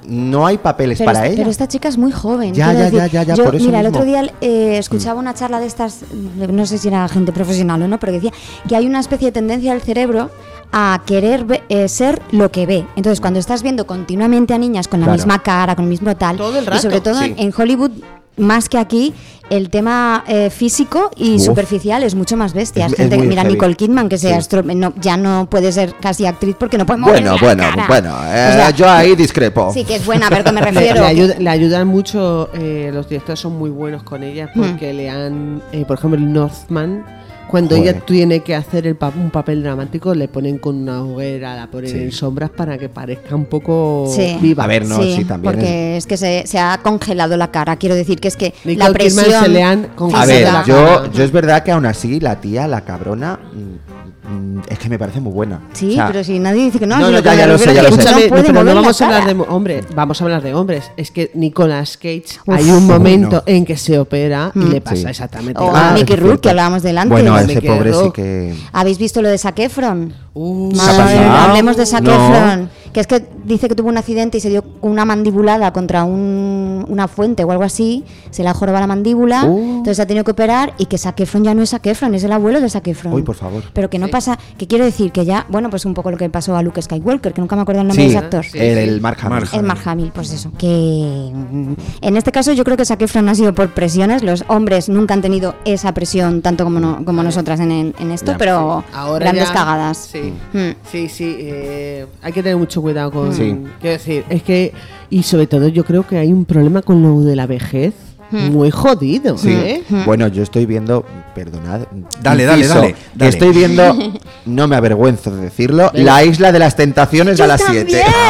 [SPEAKER 1] no hay papeles
[SPEAKER 12] Pero
[SPEAKER 1] para
[SPEAKER 12] esta-
[SPEAKER 1] ella.
[SPEAKER 12] Pero esta chica es muy joven.
[SPEAKER 1] Ya,
[SPEAKER 12] quiero
[SPEAKER 1] ya,
[SPEAKER 12] decir,
[SPEAKER 1] ya, ya, ya,
[SPEAKER 12] yo,
[SPEAKER 1] por eso Mm.
[SPEAKER 12] Mira, el
[SPEAKER 1] mismo.
[SPEAKER 12] otro día eh, escuchaba una charla de estas, no sé si era gente profesional o no, pero que decía que hay una especie de tendencia del cerebro a querer ve- eh, ser lo que ve. Entonces, cuando estás viendo continuamente a niñas con la
[SPEAKER 13] Claro.
[SPEAKER 12] misma cara, con el mismo tal, y
[SPEAKER 13] rato.
[SPEAKER 12] sobre todo
[SPEAKER 13] Sí.
[SPEAKER 12] en Hollywood, más que aquí, el tema eh, físico y
[SPEAKER 1] Uf.
[SPEAKER 12] superficial es mucho más bestia. Es
[SPEAKER 1] Es- es
[SPEAKER 12] gente que
[SPEAKER 1] muy
[SPEAKER 12] mira a
[SPEAKER 1] heavy.
[SPEAKER 12] Nicole Kidman, que se
[SPEAKER 1] Sí.
[SPEAKER 12] astro- no, ya no puede ser casi actriz porque no puede mover
[SPEAKER 1] Bueno,
[SPEAKER 12] la
[SPEAKER 1] bueno,
[SPEAKER 12] cara.
[SPEAKER 1] bueno,
[SPEAKER 12] O
[SPEAKER 1] eh,
[SPEAKER 12] sea,
[SPEAKER 1] yo ahí discrepo.
[SPEAKER 12] Sí, que es buena, pero que me
[SPEAKER 4] Le-
[SPEAKER 12] refiero.
[SPEAKER 4] Le, ayuda- le ayudan mucho, eh, los directores son muy buenos con ella
[SPEAKER 12] Hmm.
[SPEAKER 4] porque le han, eh, por ejemplo, el Northman, cuando
[SPEAKER 1] Joder.
[SPEAKER 4] ella tiene que hacer el pa- un papel dramático, le ponen con una hoguera, la ponen
[SPEAKER 1] Sí.
[SPEAKER 4] en sombras para que parezca un poco
[SPEAKER 12] Sí.
[SPEAKER 4] viva.
[SPEAKER 1] A ver, no, sí, también
[SPEAKER 12] Porque es, que se, se ha congelado la cara. Quiero decir que es que la
[SPEAKER 4] Nicole Kidman
[SPEAKER 12] presión.
[SPEAKER 4] se le han
[SPEAKER 1] A
[SPEAKER 4] congelado
[SPEAKER 1] ver,
[SPEAKER 4] la
[SPEAKER 1] yo,
[SPEAKER 4] cara.
[SPEAKER 1] yo es verdad que aún así la tía, la cabrona, mm, mm, es que me parece muy buena.
[SPEAKER 12] Sí,
[SPEAKER 1] O sea,
[SPEAKER 12] pero si nadie dice que no.
[SPEAKER 1] No,
[SPEAKER 12] si lo
[SPEAKER 1] no,
[SPEAKER 12] que
[SPEAKER 1] ya,
[SPEAKER 12] me
[SPEAKER 1] ya lo
[SPEAKER 12] refiero
[SPEAKER 1] sé, Ah, ya
[SPEAKER 12] es
[SPEAKER 1] lo
[SPEAKER 12] que
[SPEAKER 1] sé.
[SPEAKER 12] no
[SPEAKER 4] Escúchame,
[SPEAKER 12] puede
[SPEAKER 4] pero no
[SPEAKER 12] mover la
[SPEAKER 4] vamos a
[SPEAKER 12] cara.
[SPEAKER 4] hablar de mo- hombres, vamos a hablar de hombres. Es que Nicolas Cage
[SPEAKER 12] Uf,
[SPEAKER 4] hay un
[SPEAKER 12] uy,
[SPEAKER 4] momento
[SPEAKER 12] no.
[SPEAKER 4] en que se opera y
[SPEAKER 12] Mm.
[SPEAKER 4] le pasa
[SPEAKER 1] Sí.
[SPEAKER 4] exactamente
[SPEAKER 12] O
[SPEAKER 4] igual.
[SPEAKER 12] a Mickey Rourke, que hablábamos delante.
[SPEAKER 1] Ah, Bueno,
[SPEAKER 12] a
[SPEAKER 1] ese pobre sí que.
[SPEAKER 12] ¿Habéis visto lo de Zac Efron?
[SPEAKER 1] ¿Qué ha pasado?
[SPEAKER 12] hablemos de Zac
[SPEAKER 1] No.
[SPEAKER 12] Efron. Que es que dice que tuvo un accidente y se dio con una mandibulada contra un- una fuente o algo así. Se le ha jorobado la mandíbula.
[SPEAKER 1] Uh.
[SPEAKER 12] Entonces se ha tenido que operar y que Zac Efron ya no es Zac Efron, es el abuelo de Zac Efron.
[SPEAKER 1] Uy, por favor.
[SPEAKER 12] Pero que no pasa, que quiero decir que ya, bueno, pues un poco lo que pasó a Luke Skywalker, que nunca me acuerdo el nombre
[SPEAKER 1] Sí,
[SPEAKER 12] de ese actor.
[SPEAKER 1] el, el Mark Hamill.
[SPEAKER 12] El Mark Hamill, pues eso. Que mm, en este caso yo creo que Zac Efron ha sido por presiones. Los hombres nunca han tenido esa presión tanto como, no- como nosotras en, en- en esto,
[SPEAKER 1] Ya,
[SPEAKER 12] pero
[SPEAKER 4] Ahora
[SPEAKER 12] grandes
[SPEAKER 4] ya-
[SPEAKER 12] cagadas.
[SPEAKER 4] Sí,
[SPEAKER 12] Mm.
[SPEAKER 4] sí, sí, eh, hay que tener mucho cuidado con.
[SPEAKER 1] Sí.
[SPEAKER 4] Quiero decir, es que. Y sobre todo, yo creo que hay un problema con lo de la vejez
[SPEAKER 1] Mm.
[SPEAKER 4] muy jodido.
[SPEAKER 1] Sí.
[SPEAKER 4] ¿eh?
[SPEAKER 1] Bueno, yo estoy viendo, perdonad.
[SPEAKER 3] Dale, dale,
[SPEAKER 1] inciso,
[SPEAKER 3] dale,
[SPEAKER 1] que
[SPEAKER 3] dale.
[SPEAKER 1] Estoy viendo, no me avergüenzo de decirlo,
[SPEAKER 4] Venga.
[SPEAKER 1] La Isla de las Tentaciones
[SPEAKER 12] Yo
[SPEAKER 1] a las
[SPEAKER 12] también.
[SPEAKER 1] 7.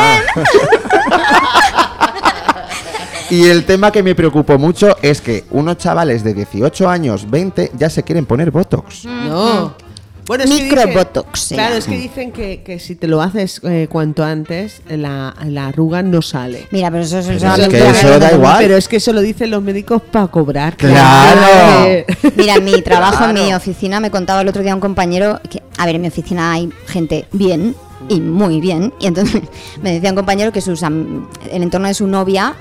[SPEAKER 1] Y el tema que me preocupó mucho es que unos chavales de 18 años, 20, ya se quieren poner Botox.
[SPEAKER 12] Mm.
[SPEAKER 4] No. Bueno, es que
[SPEAKER 12] Micro
[SPEAKER 4] dicen-
[SPEAKER 12] Botox se
[SPEAKER 4] Claro,
[SPEAKER 12] llama.
[SPEAKER 4] es que dicen que, que si te lo haces eh, cuanto antes, la, la arruga no sale.
[SPEAKER 12] Mira, pero eso es
[SPEAKER 1] Pero es que eso da igual.
[SPEAKER 4] Pero es que eso lo dicen los médicos para cobrar.
[SPEAKER 1] Claro.
[SPEAKER 4] Que-
[SPEAKER 12] Mira, en mi trabajo, en mi oficina, me contaba el otro día un compañero que, a ver, en mi oficina hay gente bien y
[SPEAKER 4] Mm.
[SPEAKER 12] muy bien. Y entonces me decía un compañero que sus, am- el entorno de su novia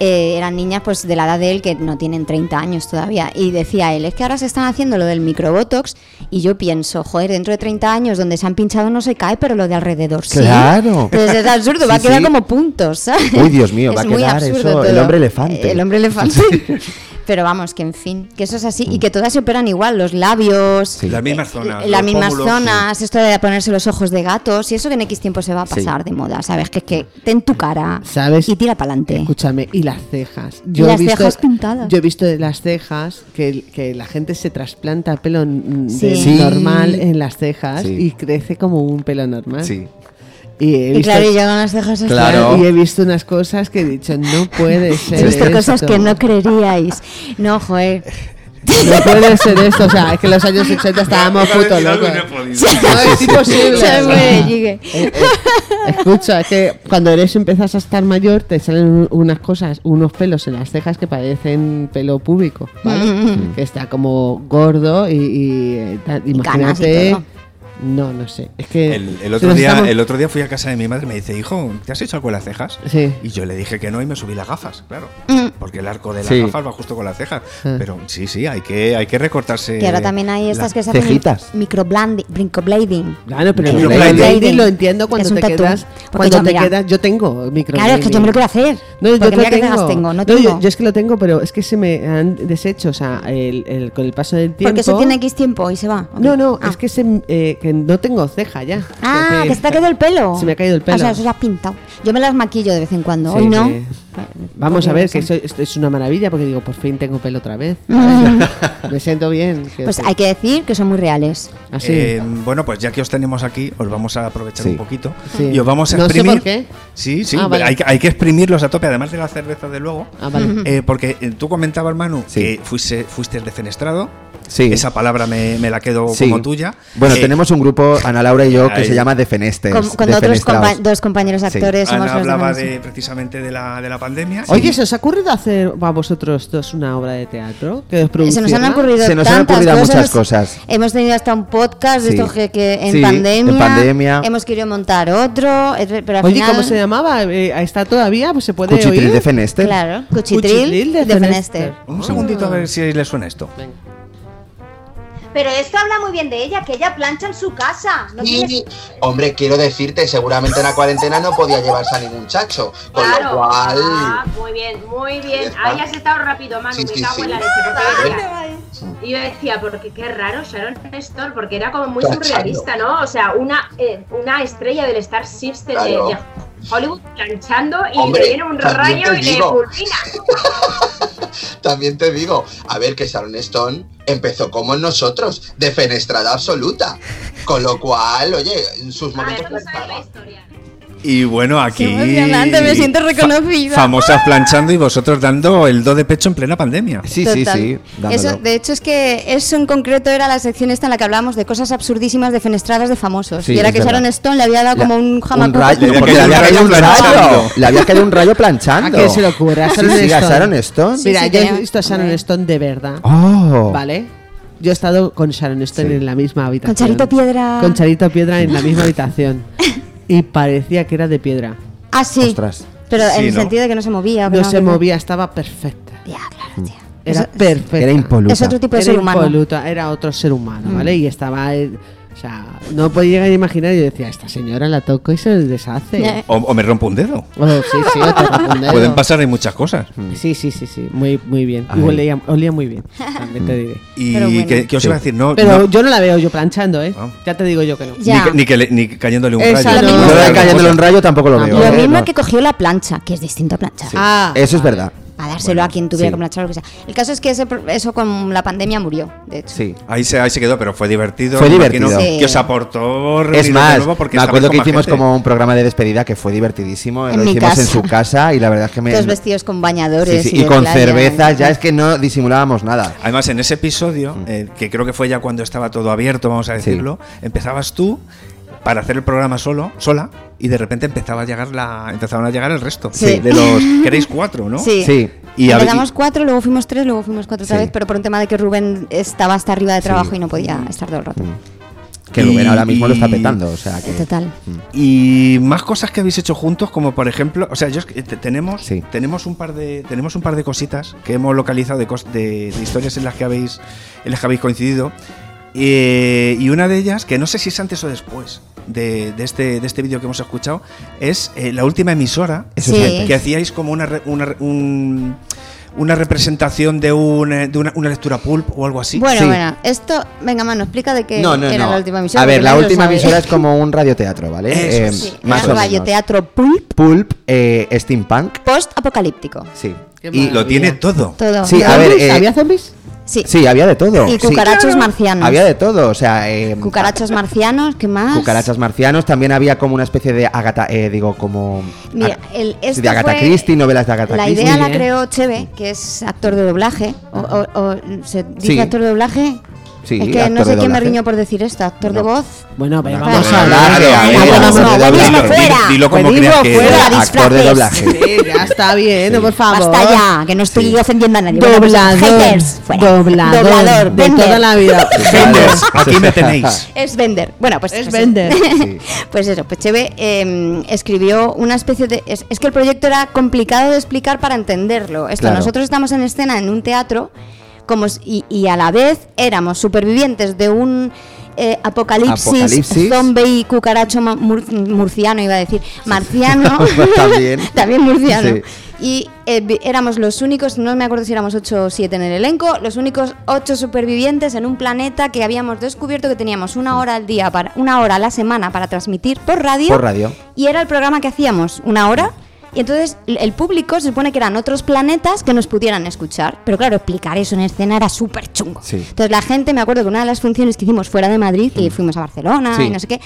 [SPEAKER 12] eh, eran niñas pues de la edad de él que no tienen 30 años todavía. Y decía él, es que ahora se están haciendo lo del microbotox y yo pienso, joder, dentro de 30 años donde se han pinchado no se cae, pero lo de alrededor sí.
[SPEAKER 1] Claro.
[SPEAKER 12] Entonces es absurdo,
[SPEAKER 1] Sí,
[SPEAKER 12] va a quedar
[SPEAKER 1] sí.
[SPEAKER 12] como puntos, ¿sabes?
[SPEAKER 1] Uy, Dios mío, va a
[SPEAKER 12] Es muy
[SPEAKER 1] quedar
[SPEAKER 12] absurdo
[SPEAKER 1] eso, el
[SPEAKER 12] todo.
[SPEAKER 1] hombre elefante.
[SPEAKER 12] El hombre elefante. Pero vamos, que en fin, que eso es así y que todas se operan igual, los labios,
[SPEAKER 3] Las mismas zonas.
[SPEAKER 12] las
[SPEAKER 3] los
[SPEAKER 12] mismas
[SPEAKER 3] pómulos,
[SPEAKER 12] zonas, esto de ponerse los ojos de gatos y eso que en X tiempo se va a pasar de moda, ¿sabes? Que es que ten tu cara
[SPEAKER 4] ¿Sabes?
[SPEAKER 12] y tira para adelante.
[SPEAKER 4] Escúchame, y las cejas.
[SPEAKER 12] Y las cejas pintadas.
[SPEAKER 4] Yo he visto de las cejas que, que la gente se trasplanta pelo n-
[SPEAKER 12] Sí.
[SPEAKER 4] de
[SPEAKER 1] Sí.
[SPEAKER 4] normal en las cejas
[SPEAKER 1] Sí.
[SPEAKER 4] y crece como un pelo normal.
[SPEAKER 1] Sí.
[SPEAKER 4] Y, he
[SPEAKER 12] Y
[SPEAKER 4] visto,
[SPEAKER 12] claro, y yo con las cejas así.
[SPEAKER 1] Claro.
[SPEAKER 4] y he visto unas cosas que he dicho, no puede ser.
[SPEAKER 12] He visto cosas
[SPEAKER 4] esto.
[SPEAKER 12] que no creeríais. No, joder.
[SPEAKER 4] No puede ser esto. O sea, es que en los años 80 estábamos puto locos. No, es imposible.
[SPEAKER 12] Se muere, llegue.
[SPEAKER 4] Eh, eh, Escucha, es que cuando eres empiezas a estar mayor te salen un- unas cosas, unos pelos en las cejas que parecen pelo público, ¿vale?
[SPEAKER 12] Mm.
[SPEAKER 4] Que está como gordo y, y, eh, tal, imagínate.
[SPEAKER 12] todo.
[SPEAKER 4] No, no sé. Es que
[SPEAKER 3] El, el
[SPEAKER 4] se
[SPEAKER 3] otro
[SPEAKER 4] nos
[SPEAKER 3] día,
[SPEAKER 4] estamos-
[SPEAKER 3] el otro día fui a casa de mi madre y me dice, hijo, ¿te has hecho algo con las cejas?
[SPEAKER 4] Sí.
[SPEAKER 3] Y yo le dije que no y me subí las gafas, claro.
[SPEAKER 12] Mm.
[SPEAKER 3] Porque el arco de las
[SPEAKER 1] Sí.
[SPEAKER 3] gafas va justo con las cejas.
[SPEAKER 4] Ah.
[SPEAKER 3] Pero sí, sí, hay que, hay que recortarse.
[SPEAKER 12] Y ahora también hay estas
[SPEAKER 3] la-
[SPEAKER 12] que se hacen
[SPEAKER 1] Eh, cejitas.
[SPEAKER 12] microblading, brincoblading.
[SPEAKER 4] Claro, Ah, pero el
[SPEAKER 3] Micro
[SPEAKER 4] microblading
[SPEAKER 12] blading.
[SPEAKER 4] lo entiendo cuando
[SPEAKER 12] Es un
[SPEAKER 4] te
[SPEAKER 12] tatú.
[SPEAKER 4] quedas,
[SPEAKER 12] Porque
[SPEAKER 4] cuando
[SPEAKER 12] yo,
[SPEAKER 4] te
[SPEAKER 12] mira.
[SPEAKER 4] quedas, yo tengo microblading.
[SPEAKER 12] Claro, es que yo me lo quiero hacer.
[SPEAKER 4] No, yo
[SPEAKER 12] porque
[SPEAKER 4] lo
[SPEAKER 12] mira qué
[SPEAKER 4] tengo.
[SPEAKER 12] cejas tengo, no
[SPEAKER 4] No,
[SPEAKER 12] tengo.
[SPEAKER 4] yo, yo es que lo tengo, pero es que se me han deshecho, o sea, el- el- con el paso del tiempo.
[SPEAKER 12] Porque eso tiene X tiempo y se va.
[SPEAKER 4] No, no,
[SPEAKER 12] Ah.
[SPEAKER 4] es que, se, eh, que no tengo ceja ya.
[SPEAKER 12] Ah, que se te ha caído el pelo.
[SPEAKER 4] Se me ha caído el pelo.
[SPEAKER 12] O sea, eso se ha pintado. Yo me las maquillo de vez en cuando.
[SPEAKER 4] Sí,
[SPEAKER 12] Hoy no. pues,
[SPEAKER 4] sí. Vamos a ver, que
[SPEAKER 12] Porque-
[SPEAKER 4] eso, esto es una maravilla porque digo, por fin tengo pelo otra vez.
[SPEAKER 12] Mm.
[SPEAKER 4] me siento bien. quiero
[SPEAKER 12] Pues
[SPEAKER 4] decir.
[SPEAKER 12] hay que decir que son muy reales.
[SPEAKER 4] Así.
[SPEAKER 3] Em, Eh, bueno, pues ya que os tenemos aquí, os vamos a aprovechar
[SPEAKER 1] Sí.
[SPEAKER 3] un poquito
[SPEAKER 4] Sí.
[SPEAKER 3] y os vamos a
[SPEAKER 4] No sé
[SPEAKER 3] exprimir.
[SPEAKER 4] por qué.
[SPEAKER 3] Sí, sí,
[SPEAKER 4] Ah, vale.
[SPEAKER 3] hay, que- hay que exprimirlos a tope, además de la cerveza, de luego.
[SPEAKER 4] Ah, vale.
[SPEAKER 3] Eh, porque eh, tú comentabas, Manu, que fuiste, fuiste defenestrado.
[SPEAKER 1] Sí.
[SPEAKER 3] Esa palabra me, me la quedo
[SPEAKER 1] Sí.
[SPEAKER 3] como tuya.
[SPEAKER 1] Bueno,
[SPEAKER 3] Eh,
[SPEAKER 1] tenemos un grupo, Ana Laura y yo, que
[SPEAKER 3] Ahí.
[SPEAKER 1] se llama Defenestes.
[SPEAKER 12] Con- con otros
[SPEAKER 1] Defenestraos.
[SPEAKER 12] compa- dos compañeros
[SPEAKER 1] Sí.
[SPEAKER 12] actores somos
[SPEAKER 3] Ana
[SPEAKER 12] los
[SPEAKER 3] hablaba
[SPEAKER 12] demás.
[SPEAKER 3] de, precisamente de la, de la pandemia.
[SPEAKER 4] Oye, ¿se os ha ocurrido hacer a vosotros dos una obra de teatro? Que os
[SPEAKER 12] Se nos han
[SPEAKER 4] producirla?
[SPEAKER 12] ocurrido
[SPEAKER 1] Se nos han
[SPEAKER 12] tantas
[SPEAKER 1] ocurrido
[SPEAKER 12] cosas.
[SPEAKER 1] muchas cosas.
[SPEAKER 12] Hemos tenido hasta un podcast de
[SPEAKER 1] Sí.
[SPEAKER 12] esto que, que en,
[SPEAKER 1] Sí, en
[SPEAKER 12] pandemia,
[SPEAKER 1] pandemia.
[SPEAKER 12] Hemos querido montar otro, et- pero al
[SPEAKER 4] Oye,
[SPEAKER 12] final...
[SPEAKER 4] ¿cómo se llamaba? Eh, ¿Está todavía? Pues se puede
[SPEAKER 1] Cuchitril
[SPEAKER 4] oír.
[SPEAKER 1] de Fenester.
[SPEAKER 12] Claro, Cuchitril,
[SPEAKER 4] Cuchitril
[SPEAKER 12] de,
[SPEAKER 4] de
[SPEAKER 12] Fenester.
[SPEAKER 3] Un segundito a ver si le suena esto.
[SPEAKER 12] Pero esto habla muy bien de ella, que ella plancha en su casa. No tiene-
[SPEAKER 13] Hombre, quiero decirte, seguramente en la cuarentena no podía llevarse a ningún chacho. Con
[SPEAKER 14] Claro.
[SPEAKER 13] lo cual.
[SPEAKER 14] Ah, muy bien, muy bien.
[SPEAKER 13] está.
[SPEAKER 14] Ahí has estado rápido, Manu.
[SPEAKER 13] Sí,
[SPEAKER 14] me
[SPEAKER 13] sí,
[SPEAKER 14] cago
[SPEAKER 13] sí. eh.
[SPEAKER 14] en la leche. porque decía- Y yo decía, porque qué raro Sharon Stone, porque era como muy
[SPEAKER 13] Cachando.
[SPEAKER 14] surrealista, ¿no? O sea, una, eh, una estrella del Star System de-
[SPEAKER 13] Claro.
[SPEAKER 14] de, Hollywood planchando y
[SPEAKER 13] Hombre,
[SPEAKER 14] le viene un
[SPEAKER 13] también
[SPEAKER 14] rayo
[SPEAKER 13] te
[SPEAKER 14] y le
[SPEAKER 13] digo.
[SPEAKER 14] fulmina.
[SPEAKER 13] También te digo, a ver, que Sharon Stone empezó como nosotros, de fenestrada absoluta. Con lo cual, oye, en sus momentos.
[SPEAKER 3] Y bueno, aquí.
[SPEAKER 12] Qué emocionante, me siento
[SPEAKER 3] fa-
[SPEAKER 12] reconocida.
[SPEAKER 3] famosas planchando y vosotros dando el do de pecho en plena pandemia.
[SPEAKER 12] Total. Eso, de hecho, es que eso en concreto era la sección esta en la que hablábamos de cosas absurdísimas de fenestradas de famosos.
[SPEAKER 1] Sí,
[SPEAKER 12] y era
[SPEAKER 1] es
[SPEAKER 12] que
[SPEAKER 1] verdad.
[SPEAKER 12] Sharon Stone le había dado como un
[SPEAKER 1] un
[SPEAKER 12] jamacuco.
[SPEAKER 1] rayo,
[SPEAKER 3] Le
[SPEAKER 1] porque le
[SPEAKER 3] había
[SPEAKER 1] había
[SPEAKER 3] caído
[SPEAKER 1] caído un
[SPEAKER 3] un
[SPEAKER 1] rayo.
[SPEAKER 3] planchando.
[SPEAKER 1] Le había caído un rayo planchando.
[SPEAKER 4] ¿A qué se le ocurre? ¿A
[SPEAKER 1] Sí,
[SPEAKER 4] Sharon
[SPEAKER 1] sí, a
[SPEAKER 4] Stone?
[SPEAKER 1] Sharon Stone.
[SPEAKER 4] Mira,
[SPEAKER 12] sí,
[SPEAKER 4] yo
[SPEAKER 12] tenía-
[SPEAKER 4] he visto a Sharon Stone de verdad.
[SPEAKER 1] Oh.
[SPEAKER 4] ¿Vale? Yo he estado con Sharon Stone en la misma habitación.
[SPEAKER 12] Con Charito Piedra.
[SPEAKER 4] Con Charito Piedra en la misma habitación. Y parecía que era de piedra.
[SPEAKER 12] Ah, sí. Pero en
[SPEAKER 4] Sí,
[SPEAKER 12] el
[SPEAKER 4] ¿no?
[SPEAKER 12] sentido de que no se movía. o que
[SPEAKER 4] No se
[SPEAKER 12] que
[SPEAKER 4] movía, estaba perfecta. Era
[SPEAKER 12] Eso-
[SPEAKER 4] perfecta.
[SPEAKER 1] Era impoluta. Es otro
[SPEAKER 12] tipo de
[SPEAKER 4] Era
[SPEAKER 12] ser humano.
[SPEAKER 4] impoluta, era otro ser humano,
[SPEAKER 12] Mm.
[SPEAKER 4] ¿vale? Y estaba. eh, O sea, no podía llegar a imaginar. Yo decía, esta señora la toco y se
[SPEAKER 12] eh.
[SPEAKER 4] deshace.
[SPEAKER 3] O, o me rompo un dedo.
[SPEAKER 4] Oh, sí, sí, o te rompo un dedo.
[SPEAKER 3] Pueden pasar, hay muchas cosas.
[SPEAKER 4] Sí, sí, sí, sí. Muy, muy bien.
[SPEAKER 3] Ay.
[SPEAKER 4] Y olía, olía muy bien. También te diré.
[SPEAKER 3] Y que, que os iba a decir, no.
[SPEAKER 4] Pero
[SPEAKER 3] no-
[SPEAKER 4] yo no la veo yo planchando, ¿eh? Ya te digo yo que no.
[SPEAKER 3] ni, que- ni que le- ni cayéndole un
[SPEAKER 4] Esa
[SPEAKER 3] rayo.
[SPEAKER 4] no.
[SPEAKER 1] Yo de cayéndole un rayo tampoco lo veo.
[SPEAKER 12] Ah, Lo
[SPEAKER 1] ¿eh?
[SPEAKER 12] mismo
[SPEAKER 1] No.
[SPEAKER 12] que cogió la plancha, que es distinto a planchar.
[SPEAKER 4] Ah,
[SPEAKER 1] Eso es verdad.
[SPEAKER 12] Para dárselo a quien tuviera
[SPEAKER 1] sí.
[SPEAKER 12] que planchar o lo que sea. El caso es que ese pro- eso con la pandemia murió, de hecho.
[SPEAKER 1] Sí.
[SPEAKER 3] Ahí se, ahí se quedó, pero fue divertido.
[SPEAKER 1] Fue
[SPEAKER 3] me imagino
[SPEAKER 1] divertido. Sí.
[SPEAKER 3] Que os aportó
[SPEAKER 1] Es
[SPEAKER 3] reuniros de
[SPEAKER 1] más,
[SPEAKER 3] nuevo porque
[SPEAKER 1] me
[SPEAKER 3] estabais
[SPEAKER 1] acuerdo
[SPEAKER 3] con
[SPEAKER 1] que
[SPEAKER 3] más
[SPEAKER 1] hicimos
[SPEAKER 3] gente.
[SPEAKER 1] como un programa de despedida que fue divertidísimo.
[SPEAKER 12] En
[SPEAKER 1] lo
[SPEAKER 12] mi
[SPEAKER 1] hicimos en
[SPEAKER 12] casa.
[SPEAKER 1] su casa y la verdad es que me.
[SPEAKER 12] Todos vestidos con
[SPEAKER 1] Sí,
[SPEAKER 12] bañadores.
[SPEAKER 1] sí,
[SPEAKER 12] y
[SPEAKER 1] y
[SPEAKER 12] de
[SPEAKER 1] con
[SPEAKER 12] playa.
[SPEAKER 1] cervezas, ya es que no disimulábamos nada.
[SPEAKER 3] Además, en ese episodio,
[SPEAKER 1] Mm.
[SPEAKER 3] eh, que creo que fue ya cuando estaba todo abierto, vamos a decirlo, empezabas tú para hacer el programa solo, sola, y de repente empezaba a llegar la, empezaron a llegar el resto.
[SPEAKER 12] Sí.
[SPEAKER 3] De los queréis cuatro, ¿no?
[SPEAKER 12] Sí.
[SPEAKER 3] Y a-
[SPEAKER 12] Empezamos cuatro, luego fuimos tres, luego fuimos cuatro otra
[SPEAKER 3] Sí.
[SPEAKER 12] vez, pero por un tema de que Rubén estaba hasta arriba de trabajo y no podía estar todo el rato.
[SPEAKER 1] Que
[SPEAKER 3] y-
[SPEAKER 1] Rubén ahora mismo lo está petando. O sea que.
[SPEAKER 12] Total.
[SPEAKER 3] Y más cosas que habéis hecho juntos, como por ejemplo, o sea, yo es que te- tenemos, tenemos un par de tenemos un par de cositas que hemos localizado de, cos- de- de historias en las que habéis en las que habéis coincidido. Eh, y una de ellas, que no sé si es antes o después de, de este, de este vídeo que hemos escuchado, es eh, la última emisora
[SPEAKER 1] Eso es Sí. antes.
[SPEAKER 3] que hacíais como una, re- una re- un- una representación de, un, eh, de una, una lectura pulp o algo así.
[SPEAKER 12] Bueno, bueno, esto, venga, mano, explica de qué
[SPEAKER 1] No, no,
[SPEAKER 12] era
[SPEAKER 1] no.
[SPEAKER 12] la última emisora.
[SPEAKER 1] a ver,
[SPEAKER 12] porque
[SPEAKER 1] la
[SPEAKER 12] nadie lo
[SPEAKER 1] última
[SPEAKER 12] sabe.
[SPEAKER 1] emisora es como un radioteatro, ¿vale?
[SPEAKER 12] Eso
[SPEAKER 1] Eh,
[SPEAKER 12] es. Sí,
[SPEAKER 1] más
[SPEAKER 12] era
[SPEAKER 1] o menos.
[SPEAKER 12] radioteatro pulp
[SPEAKER 1] Pulp, eh, steampunk.
[SPEAKER 12] post-apocalíptico.
[SPEAKER 1] Sí.
[SPEAKER 12] Qué
[SPEAKER 1] Y
[SPEAKER 3] Lo tiene todo.
[SPEAKER 12] Todo.
[SPEAKER 1] Sí, a ver.
[SPEAKER 12] ¿Zombies?
[SPEAKER 1] eh,
[SPEAKER 12] ¿Había zombies? Sí.
[SPEAKER 1] Sí, había de todo.
[SPEAKER 12] Y
[SPEAKER 1] sí.
[SPEAKER 12] cucarachos marcianos.
[SPEAKER 1] Había de todo, o sea, eh,
[SPEAKER 12] Cucarachos marcianos, ¿qué más?
[SPEAKER 1] cucarachas marcianos. También había como una especie de Agatha, eh, digo, como.
[SPEAKER 12] Mira,
[SPEAKER 1] Ag-
[SPEAKER 12] el,
[SPEAKER 1] sí,
[SPEAKER 12] esto
[SPEAKER 1] de Agatha
[SPEAKER 12] fue-
[SPEAKER 1] Christie, novelas de Agatha
[SPEAKER 12] La
[SPEAKER 1] Christie.
[SPEAKER 12] idea la creó Cheve, que es actor de doblaje. O, o- o- ¿Se dice
[SPEAKER 1] Sí.
[SPEAKER 12] actor de doblaje?
[SPEAKER 1] Sí,
[SPEAKER 12] es que
[SPEAKER 1] actor
[SPEAKER 12] no sé
[SPEAKER 1] de
[SPEAKER 12] quién me
[SPEAKER 1] doblaje.
[SPEAKER 12] riñó por decir esto, actor de voz.
[SPEAKER 4] Bueno, pero
[SPEAKER 1] Actor
[SPEAKER 4] vamos
[SPEAKER 1] de
[SPEAKER 4] a hablar.
[SPEAKER 1] doblaje, a ver,
[SPEAKER 4] Vamos,
[SPEAKER 1] actor
[SPEAKER 4] no,
[SPEAKER 1] de
[SPEAKER 4] vamos,
[SPEAKER 1] doblaje.
[SPEAKER 4] no, fuera.
[SPEAKER 3] Dilo- dilo como
[SPEAKER 4] Pues
[SPEAKER 3] creas
[SPEAKER 4] digo,
[SPEAKER 3] que-
[SPEAKER 4] fuera,
[SPEAKER 1] actor de doblaje.
[SPEAKER 4] Sí, ya está bien, por favor.
[SPEAKER 12] Basta ya, que no estoy ofendiendo a nadie. Bueno, pues,
[SPEAKER 4] Doblador,
[SPEAKER 12] haters, fuera.
[SPEAKER 4] doblador,
[SPEAKER 12] Doblador,
[SPEAKER 4] de
[SPEAKER 12] vender.
[SPEAKER 4] toda la vida.
[SPEAKER 3] Venders, aquí me tenéis.
[SPEAKER 12] Es vender. Bueno, pues
[SPEAKER 4] Es
[SPEAKER 12] pues
[SPEAKER 4] vender.
[SPEAKER 12] eso. pues eso, pues Cheve eh, escribió una especie de. Es, es que el proyecto era complicado de explicar para entenderlo. Esto,
[SPEAKER 15] Claro.
[SPEAKER 12] nosotros estamos en escena en un teatro como, s- y, y a la vez éramos supervivientes de un. eh, apocalipsis,
[SPEAKER 1] Apocalipsis.
[SPEAKER 12] zombie, cucaracho ma- mur- murciano, iba a decir, marciano,
[SPEAKER 1] Pues También.
[SPEAKER 12] también murciano,
[SPEAKER 1] Sí.
[SPEAKER 12] y eh, vi- éramos los únicos, no me acuerdo si éramos 8 o 7 en el elenco, los únicos 8 supervivientes en un planeta que habíamos descubierto que teníamos una hora al día, para, una hora a la semana para transmitir por radio.
[SPEAKER 1] Por radio.
[SPEAKER 12] Y era el programa que hacíamos, una hora. Y entonces l- el público se supone que eran otros planetas que nos pudieran escuchar. Pero claro, explicar eso en escena era súper chungo.
[SPEAKER 1] Sí.
[SPEAKER 12] Entonces la gente, me acuerdo que una de las funciones que hicimos fuera de Madrid, que fuimos a Barcelona
[SPEAKER 1] Sí.
[SPEAKER 12] y no sé qué,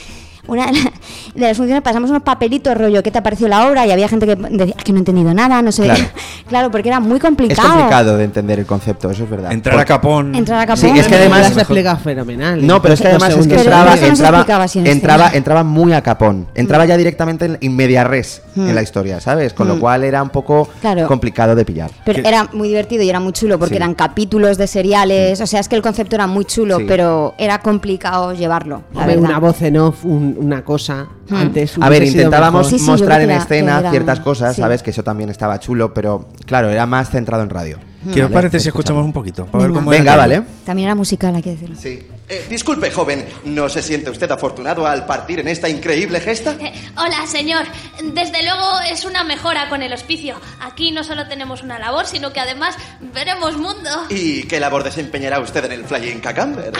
[SPEAKER 12] una de la- de las funciones pasamos unos papelitos rollo, ¿qué te ha parecido la obra? Y había gente que decía, es que no he entendido nada, no sé.
[SPEAKER 1] Claro.
[SPEAKER 12] Claro, porque era muy
[SPEAKER 1] Es
[SPEAKER 12] complicado.
[SPEAKER 1] complicado de entender el concepto, eso es verdad.
[SPEAKER 3] Entrar a Capón.
[SPEAKER 12] Entrar a
[SPEAKER 1] Sí,
[SPEAKER 12] Capón.
[SPEAKER 1] es que
[SPEAKER 4] Lo
[SPEAKER 1] además.
[SPEAKER 4] has explicado fenomenal.
[SPEAKER 1] No, ¿eh? pero es que
[SPEAKER 4] Dos
[SPEAKER 1] además es que
[SPEAKER 4] segundos.
[SPEAKER 12] eso
[SPEAKER 1] entraba,
[SPEAKER 12] no se explicaba
[SPEAKER 1] entraba,
[SPEAKER 12] así en
[SPEAKER 1] entraba,
[SPEAKER 12] escena.
[SPEAKER 1] entraba muy a capón. Entraba ya directamente en, en media res
[SPEAKER 12] Mm.
[SPEAKER 1] en la historia, ¿sabes? Con lo
[SPEAKER 12] Mm.
[SPEAKER 1] cual era un poco
[SPEAKER 12] Claro.
[SPEAKER 1] complicado de pillar.
[SPEAKER 12] Pero era muy divertido y era muy chulo porque
[SPEAKER 1] Sí.
[SPEAKER 12] eran capítulos de seriales, o sea, es que el concepto era muy chulo,
[SPEAKER 1] Mm. Sí.
[SPEAKER 12] pero era complicado llevarlo. la
[SPEAKER 4] Hombre,
[SPEAKER 12] verdad.
[SPEAKER 4] una voz en off, un- una cosa.
[SPEAKER 12] Hmm.
[SPEAKER 4] Antes
[SPEAKER 1] A ver,
[SPEAKER 4] hubiese sido
[SPEAKER 1] intentábamos
[SPEAKER 4] mejor.
[SPEAKER 12] yo creo
[SPEAKER 1] mostrar
[SPEAKER 12] que
[SPEAKER 1] en
[SPEAKER 12] era-
[SPEAKER 1] escena
[SPEAKER 12] que era-
[SPEAKER 1] ciertas cosas,
[SPEAKER 12] sí.
[SPEAKER 1] ¿sabes? Que eso también estaba chulo, pero claro, era más centrado en radio.
[SPEAKER 3] ¿Qué os
[SPEAKER 1] ¿Vale?
[SPEAKER 3] parece si pues escuchamos un poquito? Para ver cómo era
[SPEAKER 1] Venga,
[SPEAKER 3] aquello.
[SPEAKER 1] vale.
[SPEAKER 12] También era musical, hay que decirlo.
[SPEAKER 9] Sí. Eh, disculpe, joven, ¿no se siente usted afortunado al partir en esta increíble gesta?
[SPEAKER 15] Hola, señor. Desde luego es una mejora con el hospicio. Aquí no solo tenemos una labor, sino que además veremos mundo.
[SPEAKER 9] ¿Y qué labor desempeñará usted en el Flying Cacamber?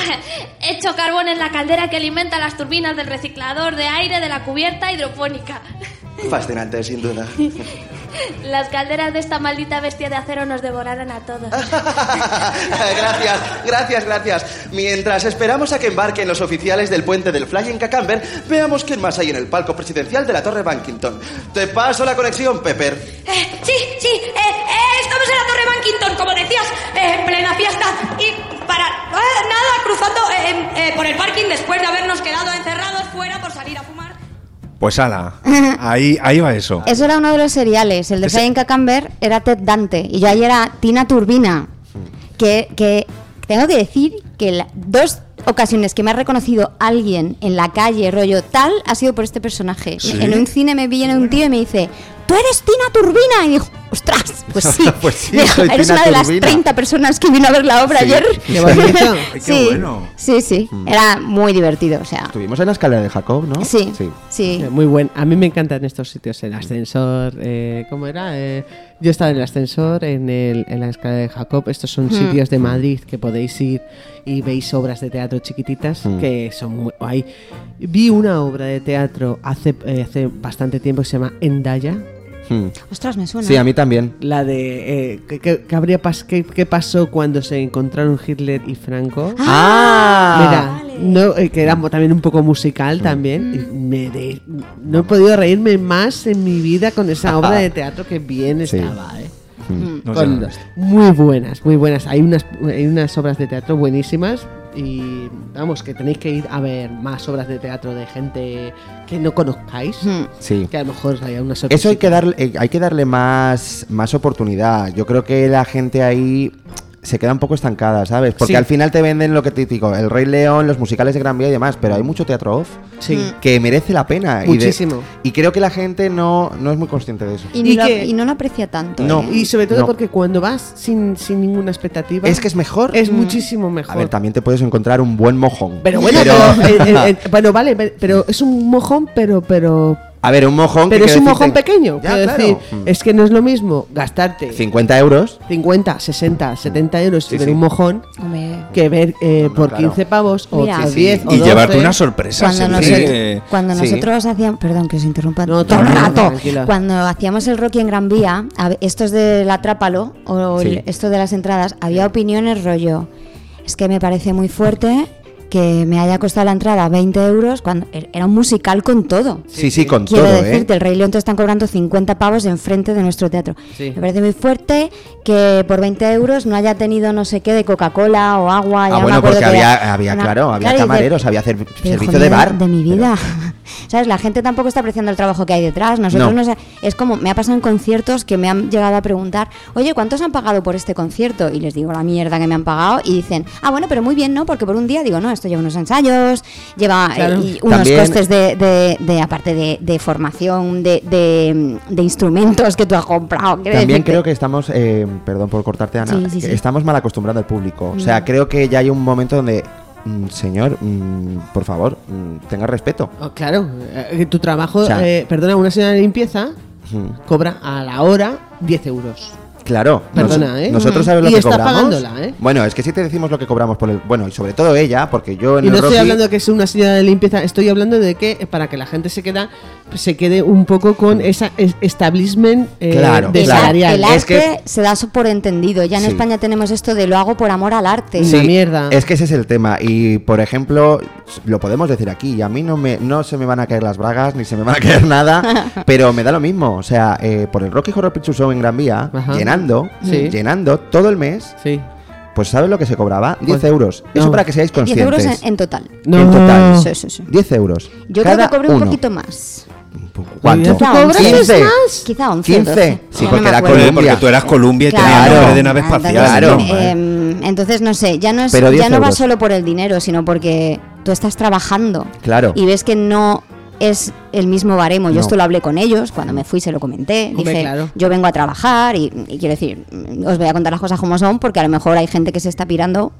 [SPEAKER 15] He Hecho carbón en la caldera que alimenta las turbinas del reciclador de aire de la cubierta hidropónica.
[SPEAKER 9] Fascinante, sin duda.
[SPEAKER 15] Las calderas de esta maldita bestia de acero nos devorarán a todos.
[SPEAKER 9] gracias, gracias, gracias. Mientras esperamos a que embarquen los oficiales del puente del Flying Cacamber, veamos quién más hay en el palco presidencial de la Torre Bankington. Te paso la conexión, Pepper.
[SPEAKER 16] Eh, sí, sí, eh, eh, estamos en la Torre Bankington, como decías, eh, en plena fiesta y para eh, nada cruzando eh, eh, por el parking después de habernos quedado encerrados fuera por salir a fumar.
[SPEAKER 3] Pues ala, ahí, ahí va eso.
[SPEAKER 12] Eso era uno de los seriales. El de
[SPEAKER 3] Ese-
[SPEAKER 12] Flying Cacamber era Ted Dante y yo ahí era Tina Turbina. Que, que tengo que decir que la- dos ocasiones que me ha reconocido alguien en la calle, rollo tal, ha sido por este personaje.
[SPEAKER 16] ¿Sí?
[SPEAKER 12] En un cine me vi en un tío y me dice, tú eres Tina Turbina. Y dijo, ostras, pues sí.
[SPEAKER 16] Pues sí,
[SPEAKER 12] Me-
[SPEAKER 16] soy
[SPEAKER 12] eres
[SPEAKER 16] Tina
[SPEAKER 12] una de las
[SPEAKER 16] Turbina".
[SPEAKER 12] 30 personas que vino a ver la obra
[SPEAKER 1] Sí.
[SPEAKER 12] ayer.
[SPEAKER 1] Qué bonito. Ay, qué
[SPEAKER 12] sí,
[SPEAKER 1] bueno.
[SPEAKER 12] sí, sí.
[SPEAKER 1] Mm.
[SPEAKER 12] Era muy divertido, o sea.
[SPEAKER 1] Estuvimos en la escalera de Jacob, ¿no?
[SPEAKER 12] Sí, sí.
[SPEAKER 4] Eh, Muy buen. A mí me encantan estos sitios. El ascensor, eh, ¿cómo era? Eh, yo estaba en el ascensor, en, el, en la escalera de Jacob. Estos son
[SPEAKER 12] Mm.
[SPEAKER 4] sitios de Madrid que podéis ir y veis obras de teatro chiquititas
[SPEAKER 1] Mm.
[SPEAKER 4] que son muy... Hay, vi una obra de teatro hace, eh, hace bastante tiempo que se llama Endaya.
[SPEAKER 1] Hmm.
[SPEAKER 12] Ostras, me suena.
[SPEAKER 1] Sí, a mí también.
[SPEAKER 4] La de... eh, ¿qué- ¿qué, qué habría pas- qué- qué pasó cuando se encontraron Hitler y Franco?
[SPEAKER 1] ¡Ah!
[SPEAKER 4] Mira, no, eh, que era mo- también un poco musical
[SPEAKER 1] Mm.
[SPEAKER 4] también. y
[SPEAKER 12] Mm.
[SPEAKER 4] me de- no he podido reírme más en mi vida con esa obra de teatro que bien
[SPEAKER 1] Sí.
[SPEAKER 4] estaba. ¿eh?
[SPEAKER 1] Mm.
[SPEAKER 4] Con los- muy buenas, muy buenas. Hay unas, hay unas obras de teatro buenísimas y vamos, que tenéis que ir a ver más obras de teatro de gente que no conozcáis.
[SPEAKER 1] Ah,
[SPEAKER 12] Mm.
[SPEAKER 1] Sí.
[SPEAKER 4] Que a lo mejor haya una sorpresa.
[SPEAKER 1] Eso hay que darle, eh, hay que darle más, más oportunidad. Yo creo que la gente ahí se queda un poco estancada, ¿sabes? Porque
[SPEAKER 4] Sí.
[SPEAKER 1] al final te venden lo que te digo, el Rey León, los musicales de Gran Vía y demás, pero hay mucho teatro off
[SPEAKER 4] Sí.
[SPEAKER 12] Mm.
[SPEAKER 1] que merece la pena. y de-
[SPEAKER 4] Muchísimo.
[SPEAKER 1] Y, creo que la gente no, no es muy consciente de eso.
[SPEAKER 12] Y, no
[SPEAKER 4] ¿Y
[SPEAKER 12] lo-
[SPEAKER 4] qué?
[SPEAKER 12] y no lo aprecia tanto.
[SPEAKER 1] No.
[SPEAKER 12] ¿eh?
[SPEAKER 4] Y sobre todo
[SPEAKER 1] No.
[SPEAKER 4] porque cuando vas sin, sin ninguna expectativa.
[SPEAKER 1] Es que es mejor. Mm.
[SPEAKER 4] Es muchísimo mejor.
[SPEAKER 1] A ver, también te puedes encontrar un buen mojón.
[SPEAKER 4] Pero bueno, pero, eh, eh, eh, bueno, vale, pe- pero es un mojón, pero pero
[SPEAKER 1] a ver, un mojón. que
[SPEAKER 4] eh, pero es
[SPEAKER 1] quiero
[SPEAKER 4] un mojón
[SPEAKER 1] decirte,
[SPEAKER 4] pequeño.
[SPEAKER 1] Ya,
[SPEAKER 4] quiero
[SPEAKER 1] claro.
[SPEAKER 4] decir,
[SPEAKER 1] Mm.
[SPEAKER 4] es que no es lo mismo gastarte
[SPEAKER 1] 50 euros.
[SPEAKER 4] 50, 60, 70 euros
[SPEAKER 1] Sí,
[SPEAKER 4] y ver
[SPEAKER 1] sí.
[SPEAKER 4] un mojón
[SPEAKER 12] Hombre.
[SPEAKER 4] que ver eh, por
[SPEAKER 1] claro.
[SPEAKER 4] 15 pavos o
[SPEAKER 12] Mira.
[SPEAKER 4] por
[SPEAKER 12] Sí, sí.
[SPEAKER 4] 10 o
[SPEAKER 3] Y llevarte
[SPEAKER 4] 12.
[SPEAKER 3] una sorpresa.
[SPEAKER 12] Cuando,
[SPEAKER 3] sí,
[SPEAKER 12] nosotros,
[SPEAKER 3] eh,
[SPEAKER 12] cuando
[SPEAKER 3] sí.
[SPEAKER 12] nosotros hacíamos, perdón que os interrumpa todo
[SPEAKER 4] no,
[SPEAKER 12] el
[SPEAKER 4] no,
[SPEAKER 12] rato,
[SPEAKER 4] tranquila.
[SPEAKER 12] cuando hacíamos el Rocky en Gran Vía, a ve- estos del Atrápalo o el-
[SPEAKER 1] Sí.
[SPEAKER 12] esto de las entradas, había opiniones rollo, es que me parece muy fuerte que me haya costado la entrada 20 euros, cuando er- era un musical con todo.
[SPEAKER 1] Sí, sí, con
[SPEAKER 12] Quiero
[SPEAKER 1] todo,
[SPEAKER 12] decirte,
[SPEAKER 1] ¿eh?
[SPEAKER 12] el Rey León te están cobrando 50 pavos enfrente de nuestro teatro.
[SPEAKER 1] Sí.
[SPEAKER 12] Me parece muy fuerte que por 20 euros no haya tenido no sé qué de Coca-Cola o agua. ya
[SPEAKER 1] Ah,
[SPEAKER 12] me
[SPEAKER 1] bueno,
[SPEAKER 12] acuerdo
[SPEAKER 1] porque
[SPEAKER 12] que era
[SPEAKER 1] había, había
[SPEAKER 12] una-
[SPEAKER 1] claro, había
[SPEAKER 12] y de-
[SPEAKER 1] camareros, había cer-
[SPEAKER 12] pero,
[SPEAKER 1] servicio
[SPEAKER 12] joder,
[SPEAKER 1] de bar.
[SPEAKER 12] De mi vida. ¿Sabes? La gente tampoco está apreciando el trabajo que hay detrás. Nosotros no
[SPEAKER 1] No.
[SPEAKER 12] sé- Es como, me ha pasado en conciertos que me han llegado a preguntar, oye, ¿cuántos han pagado por este concierto? Y les digo la mierda que me han pagado y dicen, ah, bueno, pero muy bien, ¿no? Porque por un día digo, no, esto lleva unos ensayos, lleva eh,
[SPEAKER 16] Claro.
[SPEAKER 12] y unos
[SPEAKER 1] También-
[SPEAKER 12] costes de, de- de- aparte de, de formación, de, de- de instrumentos que tú has comprado. quiero
[SPEAKER 1] También
[SPEAKER 12] decirte.
[SPEAKER 1] creo que estamos, eh, perdón por cortarte, Ana,
[SPEAKER 12] Sí, sí, sí.
[SPEAKER 1] estamos mal acostumbrando al público. O sea,
[SPEAKER 12] Mm.
[SPEAKER 1] creo que ya hay un momento donde, mm, señor, mm, por favor, mm, tenga respeto.
[SPEAKER 4] Oh, claro, eh, que tu trabajo,
[SPEAKER 1] O sea-
[SPEAKER 4] eh, perdona, una señora de limpieza
[SPEAKER 1] Mm,
[SPEAKER 4] cobra a la hora 10 euros.
[SPEAKER 1] Claro, nos-
[SPEAKER 4] Perdona, ¿eh?
[SPEAKER 1] nosotros
[SPEAKER 4] Mm.
[SPEAKER 1] sabemos lo
[SPEAKER 4] Y
[SPEAKER 1] que
[SPEAKER 4] está
[SPEAKER 1] cobramos.
[SPEAKER 4] pagándola, ¿eh?
[SPEAKER 1] Bueno, es que si te decimos lo que cobramos por el. Bueno, y sobre todo ella, porque yo en
[SPEAKER 4] Y
[SPEAKER 1] el
[SPEAKER 4] no estoy
[SPEAKER 1] Rocky-
[SPEAKER 4] hablando que sea una señora de limpieza, estoy hablando de que eh, para que la gente se queda pues se quede un poco con esa es- establishment eh,
[SPEAKER 1] Claro,
[SPEAKER 4] de
[SPEAKER 1] claro.
[SPEAKER 4] salarial.
[SPEAKER 12] El arte
[SPEAKER 1] Es que-
[SPEAKER 12] se da so- por entendido. Ya en
[SPEAKER 1] Sí.
[SPEAKER 12] España tenemos esto de lo hago por amor al arte.
[SPEAKER 4] Sí. Una mierda.
[SPEAKER 1] Es que ese es el tema. Y por ejemplo, lo podemos decir aquí, y a mí no, me, no se me van a caer las bragas, ni se me va a caer nada, pero me da lo mismo. O sea, eh, por el Rocky Horror Picture Show en Gran Vía,
[SPEAKER 4] Ajá.
[SPEAKER 1] llenando,
[SPEAKER 4] Sí.
[SPEAKER 1] llenando todo el mes, pues ¿sabes lo que se cobraba? 10
[SPEAKER 4] Pues,
[SPEAKER 1] euros. Eso
[SPEAKER 4] no.
[SPEAKER 1] para que seáis
[SPEAKER 12] 10
[SPEAKER 1] conscientes.
[SPEAKER 12] euros en, en total.
[SPEAKER 1] En total.
[SPEAKER 12] Sí, sí, sí.
[SPEAKER 1] 10 euros.
[SPEAKER 12] Yo creo
[SPEAKER 1] Cada
[SPEAKER 12] que cobré un
[SPEAKER 1] uno.
[SPEAKER 12] poquito más.
[SPEAKER 1] ¿Cuánto?
[SPEAKER 12] Quizá 11.
[SPEAKER 1] 15.
[SPEAKER 12] Quizá 11.
[SPEAKER 1] 15.
[SPEAKER 12] 12.
[SPEAKER 1] Sí,
[SPEAKER 12] Ya
[SPEAKER 1] porque
[SPEAKER 12] no me
[SPEAKER 1] era
[SPEAKER 12] acuerdo.
[SPEAKER 1] Colombia.
[SPEAKER 3] Porque tú eras Colombia y
[SPEAKER 12] Claro.
[SPEAKER 3] tenías nombre de nave espacial.
[SPEAKER 1] Claro.
[SPEAKER 3] ¿no?
[SPEAKER 12] Eh, entonces, no sé, ya no, es,
[SPEAKER 1] Pero 10
[SPEAKER 12] ya no va
[SPEAKER 1] euros.
[SPEAKER 12] solo por el dinero, sino porque tú estás trabajando
[SPEAKER 1] Claro.
[SPEAKER 12] y ves que no es el mismo baremo. Yo
[SPEAKER 1] No.
[SPEAKER 12] esto lo hablé con ellos, cuando me fui se lo comenté.
[SPEAKER 4] Hombre,
[SPEAKER 12] Dije,
[SPEAKER 4] claro.
[SPEAKER 12] yo vengo a trabajar y, y quiero decir, mm, os voy a contar las cosas como son, porque a lo mejor hay gente que se está pirando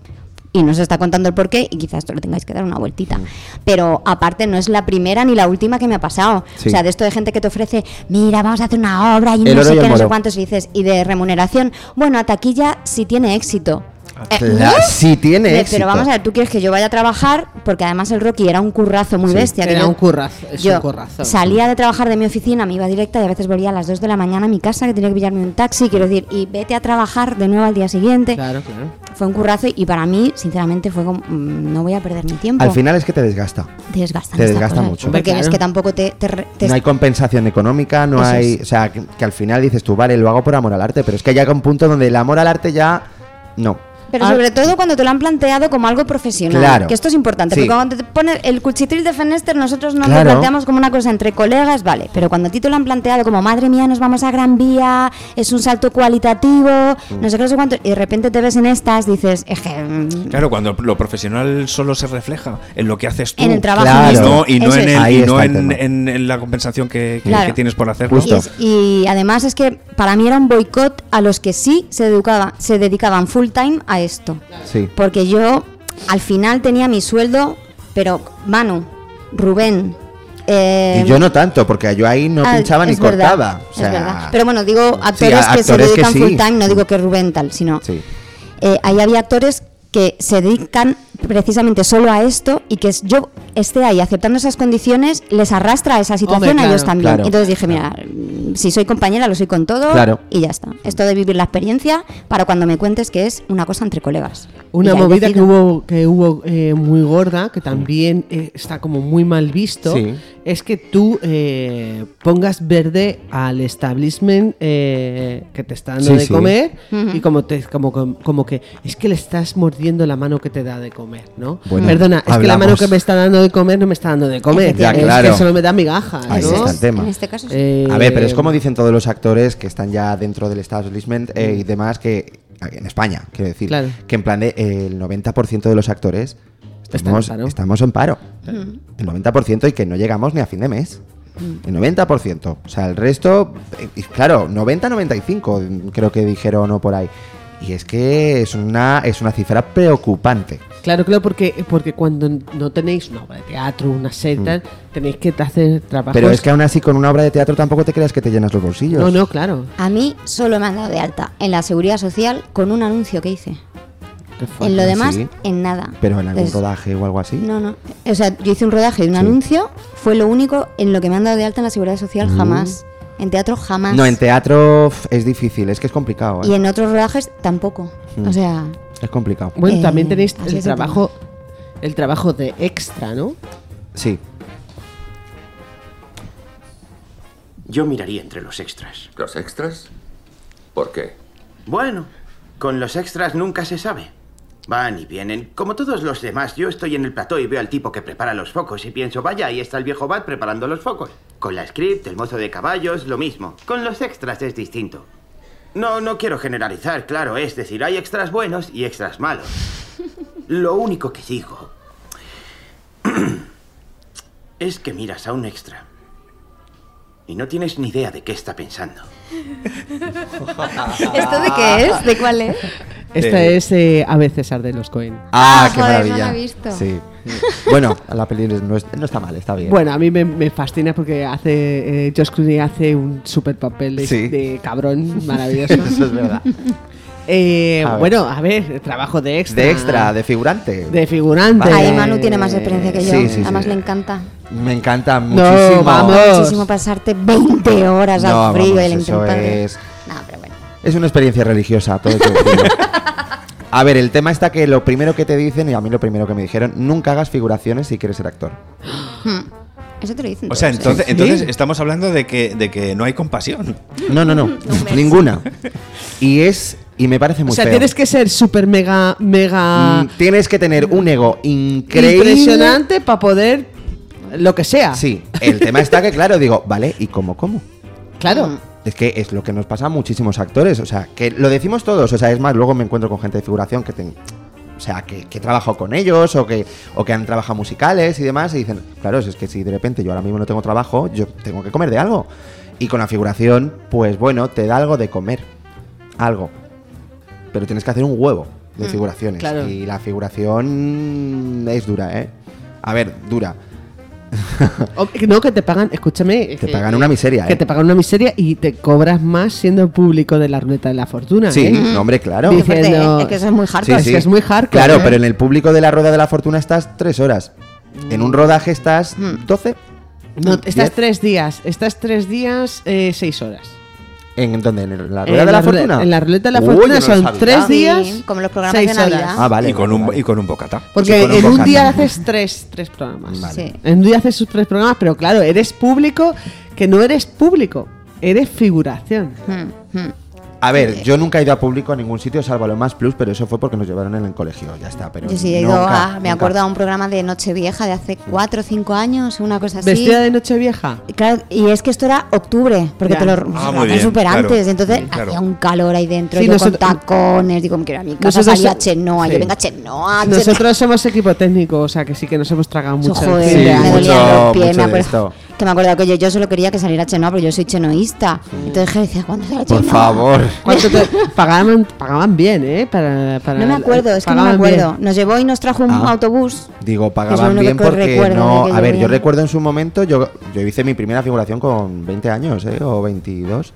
[SPEAKER 12] y no se está contando el porqué y quizás te lo tengáis que dar una vueltita. Pero aparte no es la primera ni la última que me ha pasado.
[SPEAKER 1] Sí.
[SPEAKER 12] O sea, de esto de gente que te ofrece, mira, vamos a hacer una obra y
[SPEAKER 1] El
[SPEAKER 12] no
[SPEAKER 1] oro
[SPEAKER 12] sé
[SPEAKER 1] y el
[SPEAKER 12] qué, no sé
[SPEAKER 1] moro.
[SPEAKER 12] cuántos Eh, y dices, y de remuneración, bueno, a taquilla si tiene éxito. Eh,
[SPEAKER 1] Ah, Claro,
[SPEAKER 12] ¿eh?
[SPEAKER 1] sí tiene
[SPEAKER 12] Ve,
[SPEAKER 1] éxito.
[SPEAKER 12] Pero vamos a ver, tú quieres que yo vaya a trabajar, porque además el Rocky era un currazo muy
[SPEAKER 4] Sí,
[SPEAKER 12] bestia. que
[SPEAKER 4] era
[SPEAKER 12] yo-
[SPEAKER 4] un currazo, es
[SPEAKER 12] yo
[SPEAKER 4] un currazo.
[SPEAKER 12] Salía de trabajar de mi oficina, me iba directa y a veces volvía a las 2 de la mañana a mi casa, que tenía que pillarme un taxi, quiero decir, y vete a trabajar de nuevo al día siguiente.
[SPEAKER 4] Claro, claro.
[SPEAKER 12] Fue un currazo y para mí, sinceramente, fue como, mm, no voy a perder mi tiempo.
[SPEAKER 1] Al final es que te desgasta.
[SPEAKER 12] Te desgastan
[SPEAKER 1] te
[SPEAKER 12] estas
[SPEAKER 1] desgasta
[SPEAKER 12] cosas,
[SPEAKER 1] mucho.
[SPEAKER 12] Porque
[SPEAKER 1] Hombre,
[SPEAKER 12] es
[SPEAKER 1] claro.
[SPEAKER 12] que tampoco te... te re- te-
[SPEAKER 1] No hay compensación económica, no
[SPEAKER 12] Eso
[SPEAKER 1] hay.
[SPEAKER 12] es.
[SPEAKER 1] O sea, que, que al final dices tú, vale, lo hago por amor al arte, pero es que llega un punto donde el amor al arte ya. No.
[SPEAKER 12] Pero
[SPEAKER 1] Ah,
[SPEAKER 12] sobre todo cuando te lo han planteado como algo profesional.
[SPEAKER 1] Claro.
[SPEAKER 12] Que esto es importante.
[SPEAKER 1] Sí.
[SPEAKER 12] Porque cuando te pone el cuchitril de Fenester, nosotros no
[SPEAKER 1] Claro.
[SPEAKER 12] lo planteamos como una cosa entre colegas, vale. Pero cuando a ti te lo han planteado como, madre mía, nos vamos a Gran Vía, es un salto cualitativo,
[SPEAKER 1] Mm.
[SPEAKER 12] no sé qué, no sé cuánto. Y de repente te ves en estas, dices, es que. mm,
[SPEAKER 3] Claro, cuando lo profesional solo se refleja en lo que haces tú.
[SPEAKER 12] En el trabajo
[SPEAKER 1] Claro.
[SPEAKER 3] Y
[SPEAKER 1] mismo.
[SPEAKER 3] no, y no
[SPEAKER 12] Eso
[SPEAKER 3] en,
[SPEAKER 12] es.
[SPEAKER 3] el-
[SPEAKER 1] Ahí
[SPEAKER 3] y no
[SPEAKER 1] está el
[SPEAKER 3] en-
[SPEAKER 1] tema.
[SPEAKER 3] en- en la compensación que, que-
[SPEAKER 12] Claro.
[SPEAKER 3] que tienes por hacerlo.
[SPEAKER 12] Y, es- y además es que para mí era un boicot a los que sí se, educaba, se dedicaban full time a esto.
[SPEAKER 1] Sí.
[SPEAKER 12] Porque yo al final tenía mi sueldo, pero Manu, Rubén. eh,
[SPEAKER 1] Y yo no tanto, porque yo ahí no
[SPEAKER 12] ah,
[SPEAKER 1] pinchaba ni
[SPEAKER 12] es verdad,
[SPEAKER 1] cortaba. O
[SPEAKER 12] es
[SPEAKER 1] sea,
[SPEAKER 12] verdad. Pero bueno, digo actores
[SPEAKER 1] a-
[SPEAKER 12] que se
[SPEAKER 1] actores que
[SPEAKER 12] dedican
[SPEAKER 1] sí.
[SPEAKER 12] full time, no digo que Rubén tal, sino.
[SPEAKER 1] Sí.
[SPEAKER 12] eh, ahí había actores que se dedican precisamente solo a esto y que es- yo esté ahí aceptando esas condiciones les arrastra a esa situación
[SPEAKER 4] Hombre,
[SPEAKER 12] a ellos
[SPEAKER 4] claro,
[SPEAKER 12] también.
[SPEAKER 1] claro.
[SPEAKER 12] Entonces dije, mira, mm, si soy compañera lo soy con todo
[SPEAKER 1] Claro.
[SPEAKER 12] y ya está. Esto de vivir la experiencia para cuando me cuentes que es una cosa entre colegas.
[SPEAKER 4] Una
[SPEAKER 12] Y ahí
[SPEAKER 4] movida que
[SPEAKER 12] decido.
[SPEAKER 4] hubo, que hubo eh, muy gorda, que también eh, está como muy mal visto,
[SPEAKER 1] Sí.
[SPEAKER 4] es que tú eh, pongas verde al establishment eh, que te está dando
[SPEAKER 1] Sí,
[SPEAKER 4] de
[SPEAKER 1] sí.
[SPEAKER 4] comer
[SPEAKER 12] Ujú.
[SPEAKER 4] y como, te, como, como, como que es que le estás mordiendo la mano que te da de comer, ¿no?
[SPEAKER 1] Bueno,
[SPEAKER 4] Perdona, es que la
[SPEAKER 1] hablamos.
[SPEAKER 4] mano que me está dando de comer no me está dando de comer,
[SPEAKER 1] Ya,
[SPEAKER 4] es
[SPEAKER 1] claro.
[SPEAKER 4] que solo me da migajas,
[SPEAKER 1] Ahí
[SPEAKER 4] ¿no?
[SPEAKER 1] está el tema.
[SPEAKER 12] En este caso sí.
[SPEAKER 4] Eh,
[SPEAKER 1] A ver, pero es como dicen todos los actores que están ya dentro del establishment eh, y demás que en España, quiero decir,
[SPEAKER 4] Mm. Claro.
[SPEAKER 1] que en plan de eh, el 90% de los actores
[SPEAKER 4] en
[SPEAKER 1] estamos,
[SPEAKER 4] paro.
[SPEAKER 1] estamos en paro. El 90% y que no llegamos ni a fin de mes.
[SPEAKER 4] Mm.
[SPEAKER 1] El 90%. O sea, el resto, eh, y claro, 90-95 creo que dijeron o por ahí. Y es que es una, es una cifra preocupante.
[SPEAKER 4] Claro, claro, porque, porque cuando no tenéis una obra de teatro, una serie, tal, tenéis que hacer trabajo.
[SPEAKER 1] Mm. Pero es que aún así con una obra de teatro tampoco te creas que te llenas los bolsillos.
[SPEAKER 4] No, no, claro.
[SPEAKER 12] A mí solo me han dado de alta en la seguridad social con un anuncio que hice.
[SPEAKER 1] Qué fuerte.
[SPEAKER 12] En lo demás,
[SPEAKER 1] Sí.
[SPEAKER 12] en nada.
[SPEAKER 1] Pero en algún
[SPEAKER 12] Entonces,
[SPEAKER 1] rodaje o algo así.
[SPEAKER 12] No, no. O sea, yo hice un rodaje de un
[SPEAKER 1] Sí.
[SPEAKER 12] anuncio, fue lo único en lo que me han dado de alta en la seguridad social
[SPEAKER 1] Mm.
[SPEAKER 12] jamás. En teatro jamás.
[SPEAKER 1] No, en teatro f- es difícil, es que es complicado. ¿eh?
[SPEAKER 12] Y en otros rodajes tampoco.
[SPEAKER 1] Mm.
[SPEAKER 12] O sea,
[SPEAKER 1] Es complicado.
[SPEAKER 4] Bueno,
[SPEAKER 12] Eh,
[SPEAKER 4] también tenéis
[SPEAKER 12] así
[SPEAKER 4] el
[SPEAKER 12] es el
[SPEAKER 4] trabajo, el trabajo de extra, ¿no?
[SPEAKER 1] Sí.
[SPEAKER 17] Yo miraría entre los extras.
[SPEAKER 18] ¿Los extras? ¿Por qué?
[SPEAKER 17] Bueno, con los extras nunca se sabe. Van y vienen. Como todos los demás, yo estoy en el plató y veo al tipo que prepara los focos y pienso, vaya, ahí está el viejo Bat preparando los focos. Con la script, el mozo de caballos, lo mismo. Con los extras es distinto. No, no quiero generalizar, claro, es decir, hay extras buenos y extras malos. Lo único que digo es que miras a un extra y no tienes ni idea de qué está pensando.
[SPEAKER 12] ¿esto de qué es? ¿De cuál es?
[SPEAKER 4] Esta
[SPEAKER 1] Eh.
[SPEAKER 4] es eh, A veces arde los Cohen.
[SPEAKER 1] Ah, qué
[SPEAKER 12] joder, no
[SPEAKER 1] maravilla.
[SPEAKER 12] la he visto.
[SPEAKER 1] Sí. bueno, la peli no, es- no está mal, está bien.
[SPEAKER 4] Bueno, a mí me, me fascina porque hace eh, Josh Clooney hace un super papel de,
[SPEAKER 1] Sí.
[SPEAKER 4] de cabrón maravilloso.
[SPEAKER 1] Eso es verdad.
[SPEAKER 4] Eh,
[SPEAKER 1] A ver.
[SPEAKER 4] bueno, a ver, trabajo de extra.
[SPEAKER 1] De extra, de figurante.
[SPEAKER 4] De figurante.
[SPEAKER 1] Vale.
[SPEAKER 12] Ahí Manu tiene más experiencia que yo.
[SPEAKER 1] Sí, sí, sí.
[SPEAKER 12] Además le encanta.
[SPEAKER 1] Me encanta muchísimo.
[SPEAKER 4] vamos.
[SPEAKER 12] Mola Muchísimo pasarte 20 horas
[SPEAKER 1] No,
[SPEAKER 12] al frío
[SPEAKER 1] vamos,
[SPEAKER 12] y le
[SPEAKER 1] eso
[SPEAKER 12] encanta.
[SPEAKER 1] es-
[SPEAKER 12] No, pero bueno.
[SPEAKER 1] Es una experiencia religiosa, todo hay que decirlo. A ver, el tema está que lo primero que te dicen, y a mí lo primero que me dijeron, nunca hagas figuraciones si quieres ser actor.
[SPEAKER 12] Eso te lo dicen.
[SPEAKER 3] O sea,
[SPEAKER 12] todos, ¿eh?
[SPEAKER 3] entonces, entonces estamos hablando de que, de que no hay compasión.
[SPEAKER 1] No, no, no. Ninguna. Y es. Y me parece muy
[SPEAKER 4] O sea,
[SPEAKER 1] feo.
[SPEAKER 4] tienes que ser súper mega, mega
[SPEAKER 1] Mm, tienes que tener un ego increíble.
[SPEAKER 4] Ah. impresionante para poder lo que sea.
[SPEAKER 1] Sí, el tema está que, claro, digo, vale, ¿y cómo, cómo?
[SPEAKER 12] Mm.
[SPEAKER 4] Claro.
[SPEAKER 1] Es que es lo que nos pasa a muchísimos actores, o sea, que lo decimos todos, o sea, es más, luego me encuentro con gente de figuración que ten- o sea, que, que he trabajado con ellos o que, o que han trabajado musicales y demás y dicen, claro, es que si de repente yo ahora mismo no tengo trabajo, yo tengo que comer de algo. Y con la figuración, pues bueno, te da algo de comer, algo. Pero tienes que hacer un huevo de
[SPEAKER 4] Mm,
[SPEAKER 1] figuraciones.
[SPEAKER 4] claro.
[SPEAKER 1] Y la figuración es dura, ¿eh? A ver, dura.
[SPEAKER 4] O- no, Oh, que te pagan, escúchame.
[SPEAKER 1] Te pagan una miseria,
[SPEAKER 4] Que
[SPEAKER 1] ¿eh?
[SPEAKER 4] te pagan una miseria y te cobras más siendo público de la ruleta de la fortuna.
[SPEAKER 1] Sí,
[SPEAKER 4] ¿eh?
[SPEAKER 1] no, hombre, claro.
[SPEAKER 4] Qué fuerte,
[SPEAKER 1] Diciendo-
[SPEAKER 4] ¿eh? Es que eso es muy hardcore. Es que es muy hardcore,
[SPEAKER 1] Claro,
[SPEAKER 4] ¿eh?
[SPEAKER 1] pero en el público de la Rueda de la Fortuna estás tres horas. En un rodaje estás 12.
[SPEAKER 4] Mm. No, estás
[SPEAKER 1] diez.
[SPEAKER 4] tres días, estás tres días, eh, seis horas.
[SPEAKER 1] ¿En dónde? ¿En la
[SPEAKER 4] En
[SPEAKER 1] Rueda de la,
[SPEAKER 4] la rule-
[SPEAKER 1] Fortuna?
[SPEAKER 4] en la Ruleta de la
[SPEAKER 1] Uy,
[SPEAKER 4] Fortuna
[SPEAKER 1] yo no lo
[SPEAKER 4] son
[SPEAKER 1] sabía.
[SPEAKER 4] tres
[SPEAKER 12] Sí,
[SPEAKER 4] días,
[SPEAKER 12] como los programas
[SPEAKER 4] seis
[SPEAKER 12] de Navidad.
[SPEAKER 4] horas.
[SPEAKER 1] Ah, vale.
[SPEAKER 3] Y con, un, y con un bocata.
[SPEAKER 4] Porque
[SPEAKER 1] Sí, con un
[SPEAKER 4] en un
[SPEAKER 1] bocata.
[SPEAKER 4] día haces tres, tres programas.
[SPEAKER 12] Vale. Sí.
[SPEAKER 4] En un día haces sus tres programas, pero claro, eres público que no eres público, eres figuración.
[SPEAKER 12] Hmm.
[SPEAKER 1] A ver, yo nunca he ido a público a ningún sitio salvo a lo más plus, pero eso fue porque nos llevaron en el colegio, ya está. Pero
[SPEAKER 12] Yo sí he ido
[SPEAKER 1] nunca,
[SPEAKER 12] a, me
[SPEAKER 1] nunca.
[SPEAKER 12] acuerdo a un programa de Nochevieja de hace 4 o 5 años, una cosa así.
[SPEAKER 4] Vestida de Nochevieja.
[SPEAKER 12] Y Claro, y es que esto era octubre, porque
[SPEAKER 4] Ya.
[SPEAKER 12] te lo
[SPEAKER 4] Ah,
[SPEAKER 12] lo
[SPEAKER 4] muy
[SPEAKER 12] hacían
[SPEAKER 4] bien,
[SPEAKER 12] súper
[SPEAKER 4] claro.
[SPEAKER 12] antes, entonces
[SPEAKER 4] Sí, claro.
[SPEAKER 12] hacía un calor ahí dentro,
[SPEAKER 4] Sí,
[SPEAKER 12] yo
[SPEAKER 4] nosotros-
[SPEAKER 12] con tacones, digo, me quiero ir a mi casa,
[SPEAKER 4] Nosotros-
[SPEAKER 12] salía Chenoa,
[SPEAKER 4] sí.
[SPEAKER 12] yo venga Chenoa, Chenoa".
[SPEAKER 4] Nosotros somos equipo técnico, o sea que sí que nos hemos tragado mucho.
[SPEAKER 12] joder,
[SPEAKER 4] Sí,
[SPEAKER 12] me
[SPEAKER 4] mucho.
[SPEAKER 12] dolía los pies,
[SPEAKER 4] mucho
[SPEAKER 12] me
[SPEAKER 4] de
[SPEAKER 12] acuerdo. Que me acuerdo que yo, yo solo quería que saliera Chenoa, pero yo soy chenoísta. Entonces decía, ¿cuándo será Chenoa?
[SPEAKER 4] ¿Cuánto te- pagaban, pagaban bien, ¿eh? Para, para-
[SPEAKER 12] No me acuerdo, es que no me
[SPEAKER 4] pagaban
[SPEAKER 12] acuerdo.
[SPEAKER 4] bien.
[SPEAKER 12] Nos llevó y nos trajo un
[SPEAKER 1] Ah.
[SPEAKER 12] autobús.
[SPEAKER 1] Digo,
[SPEAKER 12] Es lo
[SPEAKER 1] pagaban
[SPEAKER 12] único
[SPEAKER 1] bien
[SPEAKER 12] que
[SPEAKER 1] porque
[SPEAKER 12] recuerdo
[SPEAKER 1] no.
[SPEAKER 12] de que
[SPEAKER 1] A ver,
[SPEAKER 12] yo
[SPEAKER 1] yo
[SPEAKER 12] vi.
[SPEAKER 1] recuerdo en su momento, yo, yo hice mi primera figuración con 20 años, ¿eh? O 22,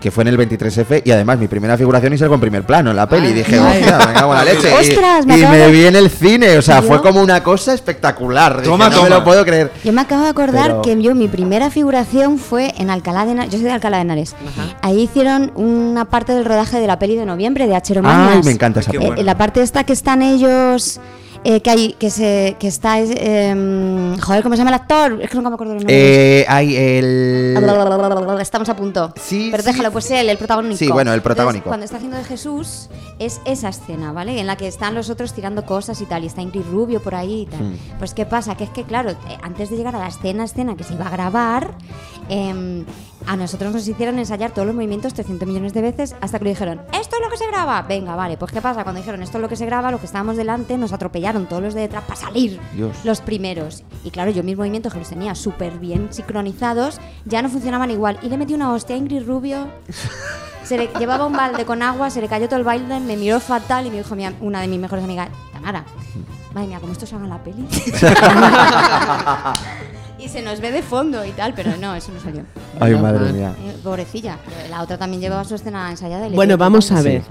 [SPEAKER 1] que fue en el 23F, y además mi primera figuración hice con primer plano en la peli. y dije,
[SPEAKER 12] ay.
[SPEAKER 1] hostia, venga, buena leche. Y-
[SPEAKER 12] Ostras, me
[SPEAKER 1] y,
[SPEAKER 12] acabo
[SPEAKER 1] me
[SPEAKER 12] de-
[SPEAKER 1] vi en el cine, o sea,
[SPEAKER 12] ¿Yo?
[SPEAKER 1] fue como una cosa espectacular. Dije,
[SPEAKER 3] Toma,
[SPEAKER 1] no me
[SPEAKER 3] toma.
[SPEAKER 1] lo puedo creer.
[SPEAKER 12] Yo me acabo de acordar
[SPEAKER 1] Pero-
[SPEAKER 12] que yo mi primera figuración fue en Alcalá de Henares. Yo soy de Alcalá de Henares. Ahí hicieron una parte del rodaje de la peli de noviembre de Acheromanias.
[SPEAKER 1] Ay, me encanta esa Ay, qué peli.
[SPEAKER 12] Eh,
[SPEAKER 1] buena.
[SPEAKER 12] la parte esta que están ellos. eh, que hay, que se, que está, es, em, joder, ¿cómo se llama el actor? Es que nunca me acuerdo los nombres.
[SPEAKER 1] Eh, hay el.
[SPEAKER 12] Estamos a punto.
[SPEAKER 1] Sí,
[SPEAKER 12] Pero
[SPEAKER 1] sí.
[SPEAKER 12] déjalo, pues él, el protagónico.
[SPEAKER 1] Sí, bueno, el
[SPEAKER 12] Entonces,
[SPEAKER 1] protagónico.
[SPEAKER 12] cuando está haciendo de Jesús, es esa escena, ¿vale? En la que están los otros tirando cosas y tal, y está Ingrid Rubio por ahí y tal.
[SPEAKER 19] Hmm.
[SPEAKER 12] Pues qué pasa, que es que claro, eh, antes de llegar a la escena, escena que se iba a grabar, em, a nosotros nos hicieron ensayar todos los movimientos 300 millones de veces hasta que le dijeron, esto es lo que se graba. Venga, vale, pues qué pasa, cuando dijeron, esto es lo que se graba, los que estábamos delante nos atropellaron todos los de detrás para salir
[SPEAKER 19] Dios.
[SPEAKER 12] los primeros. Y claro, yo mis movimientos que los tenía súper bien sincronizados, ya no funcionaban igual. Y le metí una hostia a Ingrid Rubio. Se le llevaba un balde con agua, se le cayó todo el baile, me miró fatal y me dijo mi am- una de mis mejores amigas, Tamara, madre mía, como esto se haga en la peli. y se nos ve de fondo y tal, pero no, eso no salió.
[SPEAKER 1] Ay, madre mía.
[SPEAKER 12] Eh, Pobrecilla, la otra también llevaba su escena ensayada. y le
[SPEAKER 4] Bueno,
[SPEAKER 12] dio-
[SPEAKER 4] vamos a ver.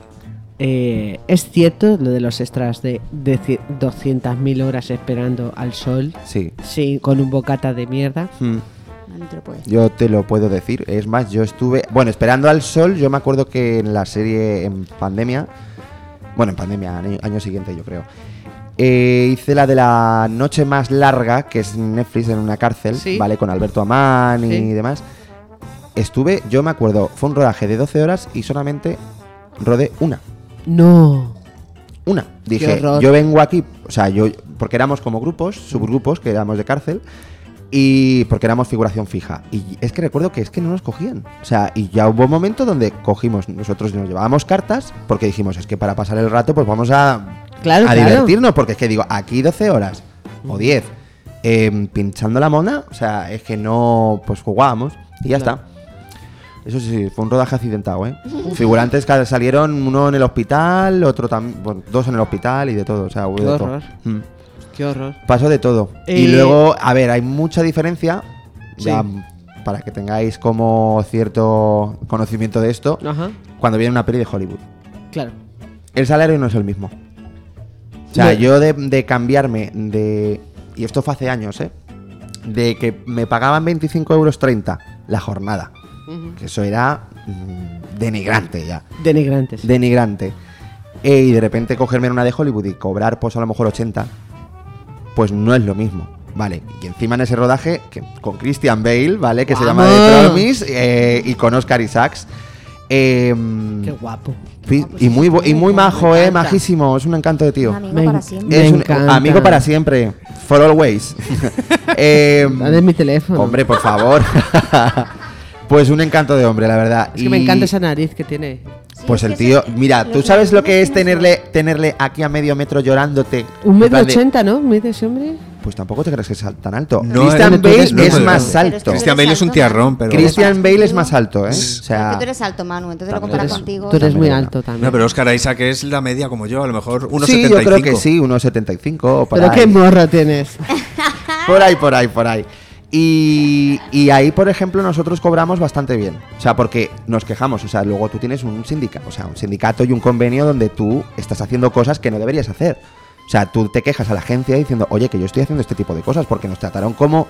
[SPEAKER 4] Eh, es cierto lo de los extras de, de cie- 200.000 horas esperando al sol.
[SPEAKER 1] Sí.
[SPEAKER 4] Sí, con un bocata de mierda.
[SPEAKER 1] Mm.
[SPEAKER 12] No te lo puedo decir.
[SPEAKER 1] Yo te lo puedo decir. Es más, yo estuve. Bueno, esperando al sol, yo me acuerdo que en la serie en pandemia. Bueno, en pandemia, año, año siguiente, yo creo. eh, hice la de la noche más larga, que es Netflix en una cárcel,
[SPEAKER 4] Sí.
[SPEAKER 1] ¿vale? Con Alberto Amán y
[SPEAKER 4] Sí.
[SPEAKER 1] demás. Estuve, yo me acuerdo, fue un rodaje de 12 horas y solamente rodé una.
[SPEAKER 4] No.
[SPEAKER 1] Una.
[SPEAKER 4] Qué
[SPEAKER 1] Dije,
[SPEAKER 4] horror. Mm.
[SPEAKER 1] yo vengo aquí, o sea, yo, porque éramos como grupos, subgrupos, que éramos de cárcel, y porque éramos figuración fija. Y es que recuerdo que es que no nos cogían. O sea, y ya hubo un momento donde cogimos, nosotros nos llevábamos cartas, porque dijimos, es que para pasar el rato, pues vamos a,
[SPEAKER 4] Claro,
[SPEAKER 1] a
[SPEAKER 4] claro. Mm.
[SPEAKER 1] divertirnos, porque es que digo, aquí 12 horas o 10, eh, pinchando la mona, o sea, es que no, pues jugábamos y ya
[SPEAKER 4] Claro.
[SPEAKER 1] está. Eso sí, fue un rodaje accidentado, ¿eh? Figurantes que salieron uno en el hospital, otro también, dos en el hospital y de todo, o sea, hubo
[SPEAKER 4] Qué
[SPEAKER 1] de todo.
[SPEAKER 4] horror.
[SPEAKER 1] Mm.
[SPEAKER 4] Qué horror.
[SPEAKER 1] Pasó de todo.
[SPEAKER 4] Eh,
[SPEAKER 1] Y luego, a ver, hay mucha diferencia,
[SPEAKER 4] Sí.
[SPEAKER 1] ya para que tengáis como cierto conocimiento de esto,
[SPEAKER 4] Ajá.
[SPEAKER 1] cuando viene una peli de Hollywood.
[SPEAKER 4] Claro.
[SPEAKER 1] El salario no es el mismo. O sea,
[SPEAKER 4] No.
[SPEAKER 1] yo de, de cambiarme de... Y esto fue hace años, ¿eh? De que me pagaban 25 euros 30 la jornada. Que eso era mm, denigrante ya.
[SPEAKER 4] Denigrantes.
[SPEAKER 1] Denigrante. eh, y de repente cogerme en una de Hollywood y cobrar pues a lo mejor 80, pues no es lo mismo. Vale, y encima en ese rodaje que- con Christian Bale, ¿vale? Que se llama The
[SPEAKER 4] ¡Vamos!
[SPEAKER 1] Promise eh, y con Oscar Isaacs. Em,
[SPEAKER 4] Qué guapo.
[SPEAKER 1] Sí,
[SPEAKER 4] pues
[SPEAKER 1] y muy, bo- y muy majo, eh, majísimo. Es un encanto de tío.
[SPEAKER 4] amigo Me para en- siempre.
[SPEAKER 1] Es
[SPEAKER 4] me
[SPEAKER 1] un
[SPEAKER 4] encanta.
[SPEAKER 1] amigo para siempre. For always. eh,
[SPEAKER 3] Em,
[SPEAKER 4] Dale mi teléfono.
[SPEAKER 1] hombre, por favor. pues un encanto de hombre, la verdad.
[SPEAKER 4] Es que me
[SPEAKER 1] Y,
[SPEAKER 4] encanta esa nariz que tiene.
[SPEAKER 1] Pues el tío, mira, tú
[SPEAKER 4] los
[SPEAKER 1] sabes lo que es tenerle, tenerle aquí a medio metro llorándote.
[SPEAKER 4] Un
[SPEAKER 1] En
[SPEAKER 4] metro
[SPEAKER 1] plan de,
[SPEAKER 4] ochenta, ¿no? ¿Mide ese hombre?
[SPEAKER 1] Pues tampoco te crees que es al- tan alto.
[SPEAKER 3] No,
[SPEAKER 1] Christian
[SPEAKER 3] eh,
[SPEAKER 1] Bale
[SPEAKER 3] no, tú eres
[SPEAKER 1] es
[SPEAKER 3] muy
[SPEAKER 1] más
[SPEAKER 3] alto.
[SPEAKER 1] alto.
[SPEAKER 3] Christian Bale es un tiarrón, pero-
[SPEAKER 1] Christian Bale es más alto, ¿eh? O sea,
[SPEAKER 12] Porque tú eres alto, Manu, entonces lo
[SPEAKER 1] También
[SPEAKER 12] comparas
[SPEAKER 1] eres-
[SPEAKER 12] contigo.
[SPEAKER 1] tú eres muy
[SPEAKER 12] También.
[SPEAKER 1] alto también.
[SPEAKER 3] No, pero Oscar Isaac es la media como yo, a lo mejor 1,75.
[SPEAKER 1] sí, yo creo que sí, 1,75. o por
[SPEAKER 4] Pero
[SPEAKER 1] ahí.
[SPEAKER 4] qué morro tienes.
[SPEAKER 1] Por ahí, por ahí, por ahí. Y, y ahí, por ejemplo, nosotros cobramos bastante bien. O sea, porque nos quejamos. O sea, luego tú tienes un sindicato, o sea, un sindicato y un convenio donde tú estás haciendo cosas que no deberías hacer. O sea, tú te quejas a la agencia diciendo, oye, que yo estoy haciendo este tipo de cosas porque nos trataron como.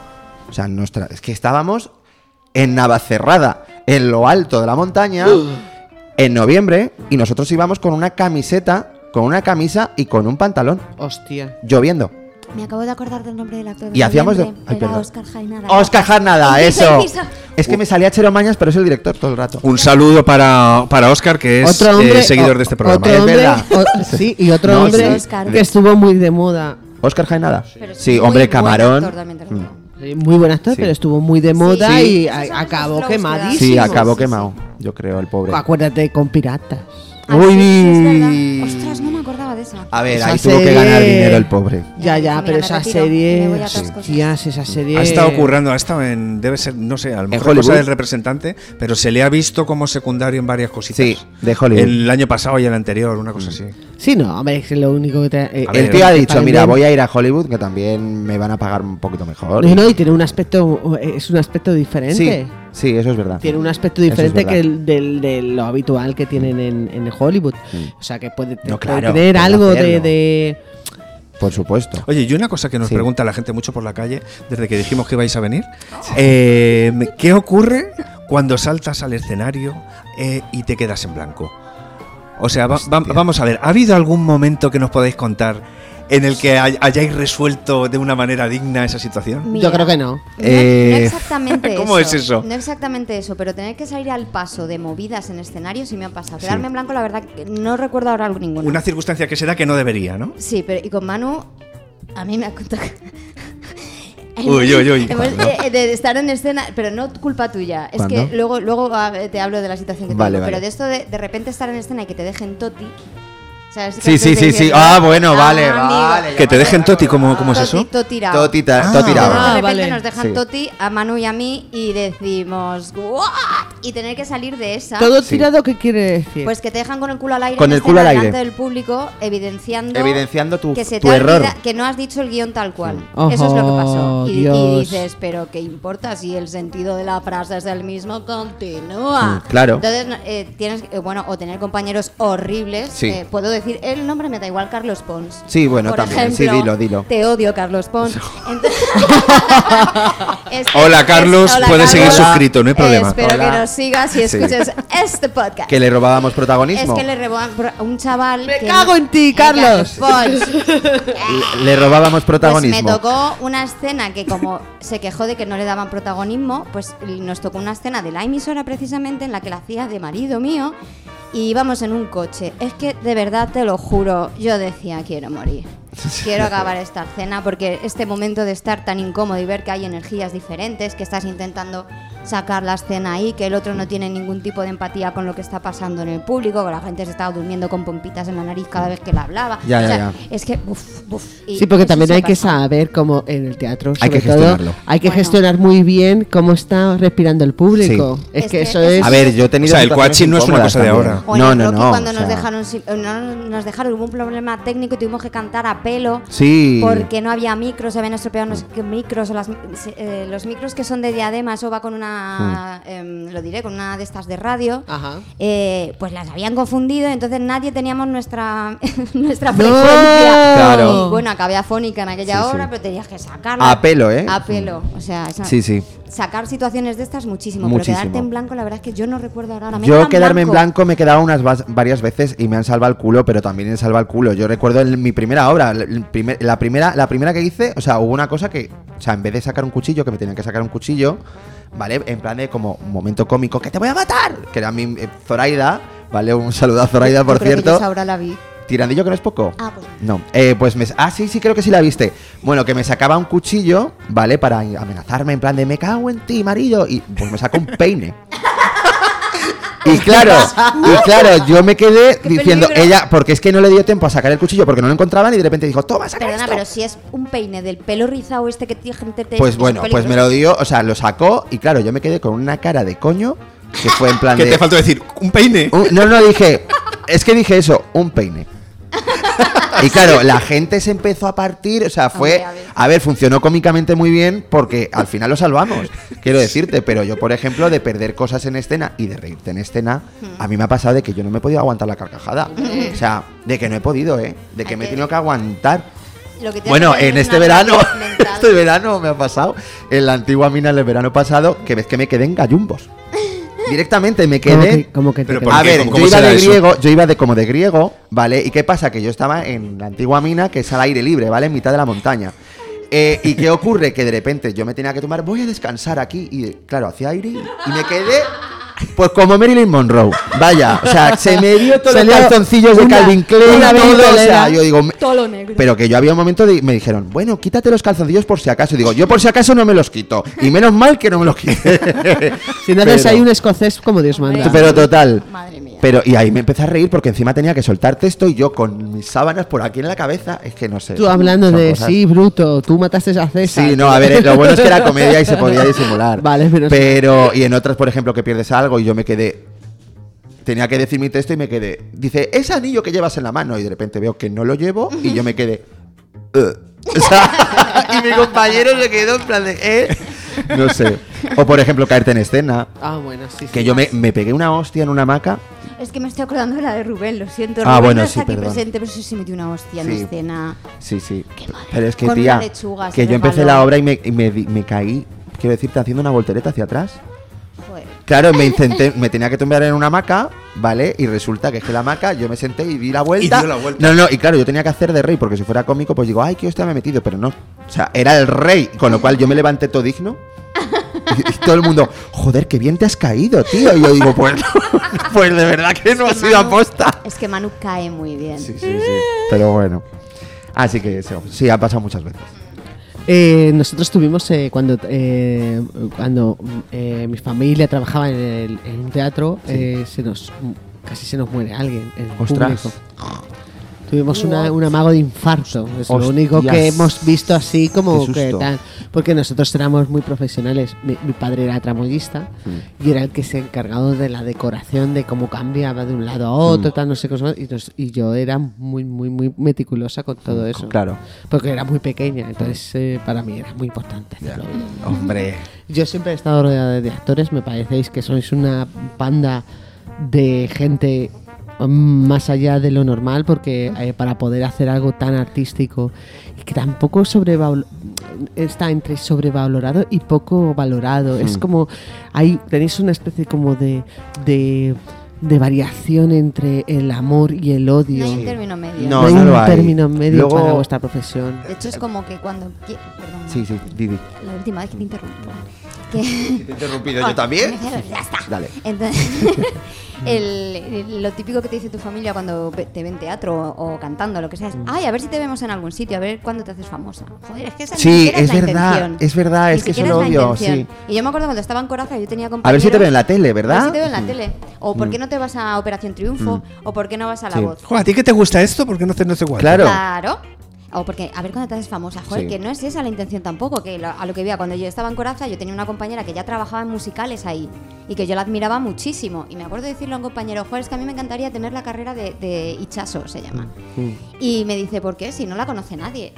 [SPEAKER 1] O sea, nos tra- es que estábamos en Navacerrada, en lo alto de la montaña, en noviembre, y nosotros íbamos con una camiseta, con una camisa y con un pantalón,
[SPEAKER 4] Hostia.
[SPEAKER 1] lloviendo.
[SPEAKER 12] Me acabo de acordar del nombre del actor. de
[SPEAKER 1] Y hacíamos de-
[SPEAKER 12] noviembre,
[SPEAKER 1] Ay,
[SPEAKER 12] Era
[SPEAKER 1] perdón.
[SPEAKER 12] Oscar Jainada.
[SPEAKER 1] Oscar Jarnada,
[SPEAKER 12] Empieza,
[SPEAKER 1] eso.
[SPEAKER 12] empieza.
[SPEAKER 1] Es que me salía Chero Mañas, pero es el director todo el rato.
[SPEAKER 3] Un saludo para, para Oscar, que es
[SPEAKER 4] Otro hombre,
[SPEAKER 3] eh, seguidor
[SPEAKER 4] o-
[SPEAKER 3] de este programa.
[SPEAKER 4] Otro hombre, o- sí, y otro
[SPEAKER 1] No,
[SPEAKER 4] hombre
[SPEAKER 1] sí.
[SPEAKER 4] que estuvo muy de moda.
[SPEAKER 1] Oscar Jainada.
[SPEAKER 4] Pero es
[SPEAKER 1] Sí,
[SPEAKER 4] muy
[SPEAKER 1] hombre
[SPEAKER 4] buen
[SPEAKER 1] camarón.
[SPEAKER 4] actor, también
[SPEAKER 1] Mm.
[SPEAKER 4] Sí, Eh, Muy buen actor,
[SPEAKER 1] Sí.
[SPEAKER 4] pero estuvo muy de moda
[SPEAKER 12] Sí.
[SPEAKER 4] y
[SPEAKER 12] Esos son
[SPEAKER 4] a- acabó
[SPEAKER 12] los
[SPEAKER 4] quemadísimo.
[SPEAKER 1] Sí, acabó quemado, yo creo, el pobre.
[SPEAKER 4] Acuérdate con piratas.
[SPEAKER 1] Uy.
[SPEAKER 12] Ostras, no me acordaba de esa.
[SPEAKER 1] A ver,
[SPEAKER 4] Esa
[SPEAKER 1] ahí tuvo que
[SPEAKER 4] serie-
[SPEAKER 1] ganar dinero el pobre.
[SPEAKER 4] Ya, ya, pero
[SPEAKER 12] pues
[SPEAKER 4] esa
[SPEAKER 12] me retiro, me voy
[SPEAKER 4] serie.
[SPEAKER 12] a otras
[SPEAKER 4] Sí. Hostias, esa serie.
[SPEAKER 3] Ha estado currando, ha estado en, debe ser, no sé, a lo mejor
[SPEAKER 1] Hollywood?
[SPEAKER 3] cosa del representante, pero se le ha visto como secundario en varias cositas. Sí,
[SPEAKER 1] de Hollywood.
[SPEAKER 3] El año pasado y el anterior, una cosa así.
[SPEAKER 4] Sí, no, hombre, es lo único que te. eh,
[SPEAKER 1] El tío ha dicho,
[SPEAKER 4] también-
[SPEAKER 1] mira, voy a ir a Hollywood, que también me van a pagar un poquito mejor.
[SPEAKER 4] No, no, y tiene un aspecto. Es un aspecto diferente.
[SPEAKER 1] Sí, sí, eso es verdad.
[SPEAKER 4] Tiene un aspecto
[SPEAKER 1] Eso es
[SPEAKER 4] diferente
[SPEAKER 1] verdad.
[SPEAKER 4] que el del, de lo habitual que tienen en, en Hollywood. O sea, que puede,
[SPEAKER 1] Mm. No,
[SPEAKER 4] puede
[SPEAKER 1] claro,
[SPEAKER 4] tener
[SPEAKER 1] puede
[SPEAKER 4] algo de,
[SPEAKER 1] hacerlo.
[SPEAKER 4] de-
[SPEAKER 1] Por supuesto.
[SPEAKER 3] Oye, y una cosa que nos
[SPEAKER 1] Sí.
[SPEAKER 3] pregunta la gente mucho por la calle, desde que dijimos que vais a venir, eh, ¿qué ocurre cuando saltas al escenario eh, y te quedas en blanco? O sea, va- va- vamos a ver, ¿ha habido algún momento que nos podáis contar en el que hay- hayáis resuelto de una manera digna esa situación?
[SPEAKER 12] Mira, Yo creo que
[SPEAKER 4] no.
[SPEAKER 12] No
[SPEAKER 1] Eh,
[SPEAKER 12] exactamente
[SPEAKER 3] ¿Cómo es eso?
[SPEAKER 12] No exactamente eso, pero tener que salir al paso de movidas en escenario sí me ha pasado.
[SPEAKER 3] Sí.
[SPEAKER 12] Quedarme en blanco, la verdad, que no recuerdo ahora ninguna.
[SPEAKER 3] Una circunstancia que se da que no debería, ¿no?
[SPEAKER 12] Sí, pero y con Manu, a mí me ha contado.
[SPEAKER 3] Uy, uy, uy.
[SPEAKER 12] Hemos- de, de estar en escena, pero no culpa tuya. Es
[SPEAKER 1] ¿Cuándo?
[SPEAKER 12] que luego, luego ah, te hablo de la situación que
[SPEAKER 1] Vale,
[SPEAKER 12] tengo,
[SPEAKER 1] vale.
[SPEAKER 12] pero de esto de de repente estar en escena y que te dejen toti. ¿sabes? Que
[SPEAKER 1] Sí, sí,
[SPEAKER 12] estés
[SPEAKER 1] sí, sí.
[SPEAKER 12] diciendo,
[SPEAKER 1] Ah, bueno, vale,
[SPEAKER 12] "Ah, amigo".
[SPEAKER 1] vale.
[SPEAKER 3] Que te dejen toti, ¿cómo, cómo es
[SPEAKER 12] Toti,
[SPEAKER 3] eso?
[SPEAKER 12] toti rao.
[SPEAKER 1] Ah, Toti ta-
[SPEAKER 3] Ah.
[SPEAKER 1] toti rao.
[SPEAKER 12] Entonces, de
[SPEAKER 1] Ah,
[SPEAKER 12] repente
[SPEAKER 1] vale.
[SPEAKER 12] nos dejan
[SPEAKER 1] Sí.
[SPEAKER 12] Toti a Manu y a mí y decimos "What?" y tener que salir de esa.
[SPEAKER 4] Todo tirado, ¿qué quiere decir?
[SPEAKER 12] Pues que te dejan con el culo al aire,
[SPEAKER 1] Con
[SPEAKER 12] en
[SPEAKER 1] el
[SPEAKER 12] escena
[SPEAKER 1] culo al aire.
[SPEAKER 12] delante del público, evidenciando,
[SPEAKER 1] Evidenciando tu-
[SPEAKER 12] que se
[SPEAKER 1] tu
[SPEAKER 12] te
[SPEAKER 1] error.
[SPEAKER 12] olvida- que no has dicho el guión
[SPEAKER 1] Eh,
[SPEAKER 12] tal cual. Eso es lo que
[SPEAKER 4] Oh,
[SPEAKER 12] pasó. Y, y
[SPEAKER 1] Dios.
[SPEAKER 12] dices, pero ¿qué importa si el sentido de la frase es el mismo? Continúa.
[SPEAKER 1] Mm, claro.
[SPEAKER 12] Entonces no, eh, tienes, eh, bueno, o tener compañeros horribles.
[SPEAKER 1] Sí.
[SPEAKER 12] eh, puedo decir, el nombre me da igual, Carlos Pons.
[SPEAKER 1] Sí, bueno,
[SPEAKER 12] Por
[SPEAKER 1] también, sí,
[SPEAKER 12] ejemplo,
[SPEAKER 1] dilo, dilo.
[SPEAKER 12] Te odio, Carlos Pons. Entonces- Es que-
[SPEAKER 3] Hola, Carlos, puedes seguir
[SPEAKER 12] Carlos.
[SPEAKER 3] suscrito, no hay problema.
[SPEAKER 12] Espero
[SPEAKER 1] Hola.
[SPEAKER 12] que nos sigas y
[SPEAKER 1] Sí.
[SPEAKER 12] escuches este podcast.
[SPEAKER 1] Que le robábamos
[SPEAKER 12] Es
[SPEAKER 1] protagonismo.
[SPEAKER 12] que le robó a un chaval. ¡Me
[SPEAKER 4] cago en ti, Carlos!
[SPEAKER 1] Le- Le robábamos
[SPEAKER 12] Pues me
[SPEAKER 1] protagonismo.
[SPEAKER 12] Pues tocó una escena que como se quejó de que no le daban protagonismo, pues nos tocó una escena de la emisora precisamente en la que la hacía de marido mío y íbamos en un coche. Es que de verdad te lo juro, yo decía quiero morir. Quiero acabar esta escena porque este momento de estar tan incómodo y ver que hay energías diferentes, que estás intentando sacar la escena ahí, que el otro no tiene ningún tipo de empatía con lo que está pasando en el público, que la gente se estaba durmiendo con pompitas en la nariz cada vez que la hablaba.
[SPEAKER 1] Ya, ya,
[SPEAKER 12] ya. Es que... uf, uf, y
[SPEAKER 4] Sí, porque
[SPEAKER 12] eso
[SPEAKER 4] también
[SPEAKER 12] se
[SPEAKER 4] hay que
[SPEAKER 12] pasó.
[SPEAKER 4] saber cómo en el teatro, sobre
[SPEAKER 1] Hay que
[SPEAKER 4] todo,
[SPEAKER 1] gestionarlo.
[SPEAKER 4] hay que gestionar muy bien cómo está respirando el público.
[SPEAKER 1] Sí.
[SPEAKER 4] Es, que eso es.
[SPEAKER 1] A ver, yo he tenido.
[SPEAKER 3] O sea, el
[SPEAKER 1] situaciones
[SPEAKER 3] coaching no es una
[SPEAKER 1] incómodas
[SPEAKER 3] cosa de
[SPEAKER 1] también.
[SPEAKER 3] ahora.
[SPEAKER 12] O en
[SPEAKER 1] No,
[SPEAKER 12] el
[SPEAKER 1] no,
[SPEAKER 12] Rocky
[SPEAKER 1] no.
[SPEAKER 12] cuando
[SPEAKER 1] o
[SPEAKER 12] nos
[SPEAKER 1] sea,
[SPEAKER 12] dejaron sin- eh, no nos dejaron hubo un problema técnico y tuvimos que cantar a pelo
[SPEAKER 1] Sí.
[SPEAKER 12] porque no había micros, se habían estropeado no sé qué micros o las, se- eh, los micros que son de diadema, eso va con
[SPEAKER 1] Hmm.
[SPEAKER 12] una em, lo diré, con una de estas de radio. eh, pues las habían confundido, entonces nadie teníamos nuestra nuestra
[SPEAKER 4] No.
[SPEAKER 12] frecuencia.
[SPEAKER 1] Claro.
[SPEAKER 12] Y bueno, acabé afónica en aquella
[SPEAKER 1] Sí, sí.
[SPEAKER 12] hora, pero tenías que sacarla.
[SPEAKER 1] A pelo, ¿eh?
[SPEAKER 12] A pelo, o sea, esa-
[SPEAKER 1] Ah, Sí, sí.
[SPEAKER 12] sacar situaciones de estas muchísimo,
[SPEAKER 1] Muchísimo.
[SPEAKER 12] pero quedarte en blanco, la verdad es que yo no recuerdo ahora. me
[SPEAKER 1] Yo
[SPEAKER 12] quedan
[SPEAKER 1] quedarme en blanco me he quedado unas vas- varias veces y me han salvado el culo, pero también he salvado el culo. Yo recuerdo en mi primera obra, el- el primer- la, primera, la primera que hice, o sea, hubo una cosa que, o sea, en vez de sacar un cuchillo, que me tenían que sacar un cuchillo, ¿vale? En plan de como un momento cómico, que te voy a matar, que era mi eh, Zoraida, ¿vale? Un saludo a Zoraida,
[SPEAKER 12] Yo
[SPEAKER 1] por
[SPEAKER 12] creo que yo
[SPEAKER 1] cierto.
[SPEAKER 12] esa obra la vi.
[SPEAKER 1] Tirandillo que no es poco.
[SPEAKER 12] Ah, pues.
[SPEAKER 1] No, eh, pues me. Ah, sí, sí, creo que sí la viste. Bueno, que me sacaba un cuchillo, ¿vale? Para amenazarme, en plan de me cago en ti, amarillo. Y pues me sacó un peine. Y claro, y claro, yo me quedé diciendo,
[SPEAKER 12] peligro.
[SPEAKER 1] ella, porque es que no le dio tiempo a sacar el cuchillo porque no lo encontraban y de repente dijo, toma, saca
[SPEAKER 12] Perdona,
[SPEAKER 1] esto".
[SPEAKER 12] pero si es un peine del pelo rizado este que tiene gente... te-
[SPEAKER 1] Pues
[SPEAKER 12] es
[SPEAKER 1] bueno, pues
[SPEAKER 12] peligroso.
[SPEAKER 1] me lo dio, o sea, lo sacó y claro, yo me quedé con una cara de coño que fue en plan
[SPEAKER 3] ¿Qué
[SPEAKER 1] de.
[SPEAKER 3] te faltó decir? ¿Un peine?
[SPEAKER 1] Un- no, no, dije. Es que dije eso, un peine. Y claro, la gente se empezó a partir, o sea, fue...
[SPEAKER 12] Hombre, a ver.
[SPEAKER 1] a ver, funcionó cómicamente muy bien porque al final lo salvamos, quiero decirte, pero yo, por ejemplo, de perder cosas en escena y de reírte en escena, a mí me ha pasado de que yo no me he podido aguantar la carcajada. O sea, de que no he podido, ¿eh? De que me he tenido que aguantar.
[SPEAKER 12] Lo que te
[SPEAKER 1] Bueno,
[SPEAKER 12] hace
[SPEAKER 1] en
[SPEAKER 12] es
[SPEAKER 1] este
[SPEAKER 12] una
[SPEAKER 1] verano,
[SPEAKER 12] mental.
[SPEAKER 1] este verano me ha pasado, en la antigua mina del verano pasado, que ves que me quedé en gallumbos. Directamente me quedé.
[SPEAKER 4] Como que- como que te
[SPEAKER 1] Pero
[SPEAKER 4] quedas.
[SPEAKER 1] a
[SPEAKER 4] ¿por qué?
[SPEAKER 1] ver,
[SPEAKER 4] ¿Cómo-
[SPEAKER 1] yo
[SPEAKER 4] cómo
[SPEAKER 1] iba
[SPEAKER 4] será
[SPEAKER 1] de
[SPEAKER 4] eso?
[SPEAKER 1] griego, yo iba de como de griego, ¿vale? ¿Y qué pasa? Que yo estaba en la antigua mina, que es al aire libre, ¿vale? En mitad de la montaña. Eh, ¿Y qué ocurre? Que de repente yo me tenía que tomar, voy a descansar aquí, y claro, hacía aire y me quedé. Pues como Marilyn Monroe, vaya, o sea, se me dio todos los
[SPEAKER 4] Salió
[SPEAKER 1] calzoncillos de
[SPEAKER 4] una-
[SPEAKER 1] Calvin Klein,
[SPEAKER 4] una
[SPEAKER 1] todo, o sea,
[SPEAKER 4] ventolera.
[SPEAKER 1] yo digo, me-
[SPEAKER 4] Todo lo negro.
[SPEAKER 1] pero que yo había un momento de, me dijeron, bueno, quítate los calzoncillos por si acaso. Y digo, yo por si acaso no me los quito. Y menos mal que no me los quité.
[SPEAKER 4] Si no haces
[SPEAKER 1] Pero-
[SPEAKER 4] ahí un escocés como Dios manda.
[SPEAKER 1] Pero total. Pero, y ahí me empecé a reír porque encima tenía que soltar texto y yo con mis sábanas por aquí en la cabeza. Es que no sé.
[SPEAKER 4] Tú hablando
[SPEAKER 1] son
[SPEAKER 4] de
[SPEAKER 1] cosas-
[SPEAKER 4] sí, bruto, tú mataste a César.
[SPEAKER 1] Sí, no, a ver, eh, lo bueno es que era comedia y se podía disimular.
[SPEAKER 4] Vale, pero.
[SPEAKER 1] Pero, y en otras, por ejemplo, que pierdes algo y yo me quedé. Tenía que decir mi texto y me quedé. Dice, ese anillo que llevas en la mano. Y de repente veo que no lo llevo y yo me quedé. "Eh". O sea, y mi compañero se quedó en plan de. "Eh". No sé. O por ejemplo, caerte en escena.
[SPEAKER 4] Ah, bueno, sí. sí.
[SPEAKER 1] Que yo me, me pegué una hostia en una hamaca.
[SPEAKER 12] Es que me estoy acordando de la de Rubén, lo siento.
[SPEAKER 1] Ah,
[SPEAKER 12] Rubén
[SPEAKER 1] bueno,
[SPEAKER 12] no está
[SPEAKER 1] sí,
[SPEAKER 12] aquí
[SPEAKER 1] perdón.
[SPEAKER 12] presente, pero sí se metió una hostia en
[SPEAKER 1] Sí.
[SPEAKER 12] escena.
[SPEAKER 1] Sí, sí. Pero es que,
[SPEAKER 12] Con
[SPEAKER 1] tía,
[SPEAKER 12] una lechuga, se
[SPEAKER 1] que yo empecé
[SPEAKER 12] resbaló.
[SPEAKER 1] la obra y me, y me di- me caí, quiero decirte, haciendo una voltereta hacia atrás.
[SPEAKER 12] Joder.
[SPEAKER 1] Claro, me intenté, me tenía que tumbar en una hamaca, ¿vale? Y resulta que es que la hamaca, yo me senté y di la vuelta.
[SPEAKER 3] dio la vuelta.
[SPEAKER 1] No, no, y claro, yo tenía que hacer de rey, porque si fuera cómico, pues digo, ay, qué hostia me he metido, pero no. O sea, era el rey, con lo cual yo me levanté todo digno. Y, y todo el mundo, joder, qué bien te has caído, tío. Y yo digo, pues, no, pues de verdad que no ha sido aposta.
[SPEAKER 12] Es que Manu cae muy bien.
[SPEAKER 1] Sí, sí, sí. Pero bueno. Así que eso, sí, ha pasado muchas veces.
[SPEAKER 4] Eh, nosotros tuvimos eh, cuando eh, cuando eh, mi familia trabajaba en, el- en un teatro eh, se nos casi se nos muere alguien en
[SPEAKER 1] Ostras.
[SPEAKER 4] público. Tuvimos una, un amago de infarto. Es lo
[SPEAKER 1] Hostias.
[SPEAKER 4] único que hemos visto así como
[SPEAKER 1] Qué
[SPEAKER 4] que
[SPEAKER 1] susto.
[SPEAKER 4] tal. Porque nosotros éramos muy profesionales. Mi, mi padre era tramoyista
[SPEAKER 1] Mm.
[SPEAKER 4] y era el que se encargado de la decoración, de cómo cambiaba de un lado a otro,
[SPEAKER 1] Mm.
[SPEAKER 4] tal, no sé qué. cosa, Y, nos- y yo era muy, muy, muy meticulosa con todo eso.
[SPEAKER 1] Mm, claro.
[SPEAKER 4] Porque era muy pequeña, entonces eh, para mí era muy importante. hacerlo bien.
[SPEAKER 1] Hombre.
[SPEAKER 4] Yo siempre he estado rodeada de actores, me parecéis que sois una panda de gente mm, más allá de lo normal, porque eh, para poder hacer algo tan artístico y que tampoco sobrevalo- está entre sobrevalorado y poco valorado. Es
[SPEAKER 1] Hmm.
[SPEAKER 4] como, hay, tenéis una especie como de... de de variación entre el amor y el odio.
[SPEAKER 12] No hay un término medio.
[SPEAKER 1] No,
[SPEAKER 4] hay
[SPEAKER 1] no
[SPEAKER 4] un
[SPEAKER 1] lo hay.
[SPEAKER 4] término medio
[SPEAKER 1] Luego-
[SPEAKER 4] para vuestra profesión.
[SPEAKER 12] De hecho, es como que cuando. qui- Perdón.
[SPEAKER 1] Sí, sí, Didi.
[SPEAKER 12] La última vez que te interrumpo. Que...
[SPEAKER 1] Te he interrumpido yo también.
[SPEAKER 12] Ya está.
[SPEAKER 1] Dale.
[SPEAKER 12] Entonces, el- el- lo típico que te dice tu familia cuando ve- te ven teatro o, o cantando, lo que sea,
[SPEAKER 1] Hmm.
[SPEAKER 12] es, ay, a ver si te vemos en algún sitio, a ver cuándo te haces famosa. Joder, es que esa ni
[SPEAKER 1] Sí,
[SPEAKER 12] siquiera
[SPEAKER 1] es
[SPEAKER 12] la
[SPEAKER 1] verdad,
[SPEAKER 12] intención.
[SPEAKER 1] es verdad,
[SPEAKER 12] Ni
[SPEAKER 1] es que eso
[SPEAKER 12] siquiera
[SPEAKER 1] lo
[SPEAKER 12] la
[SPEAKER 1] odio,
[SPEAKER 12] intención.
[SPEAKER 1] sí.
[SPEAKER 12] Y yo me acuerdo cuando estaba en Coraza, yo tenía compañeros...
[SPEAKER 1] A ver si te veo en la tele,
[SPEAKER 12] A ver
[SPEAKER 1] ¿verdad?
[SPEAKER 12] si te veo en la
[SPEAKER 1] Mm.
[SPEAKER 12] tele. O ¿por qué
[SPEAKER 1] Mm.
[SPEAKER 12] no te vas a Operación Triunfo?
[SPEAKER 1] Mm.
[SPEAKER 12] O ¿por qué no vas a La
[SPEAKER 1] Sí.
[SPEAKER 12] Voz?
[SPEAKER 3] Joder, ¿a ti que te gusta esto? ¿Por qué no haces no sé cuál?
[SPEAKER 12] Claro. O porque, a ver, cuando te haces famosa, joder,
[SPEAKER 3] Sí.
[SPEAKER 12] que no es esa la intención tampoco, que lo- a lo que veía, cuando yo estaba en Coraza, yo tenía una compañera que ya trabajaba en musicales ahí y que yo la admiraba muchísimo. Y me acuerdo de decirle a un compañero, joder, es que a mí me encantaría tener la carrera de, de Ichazo, se llama. Y me dice, ¿por qué? Si no la conoce nadie.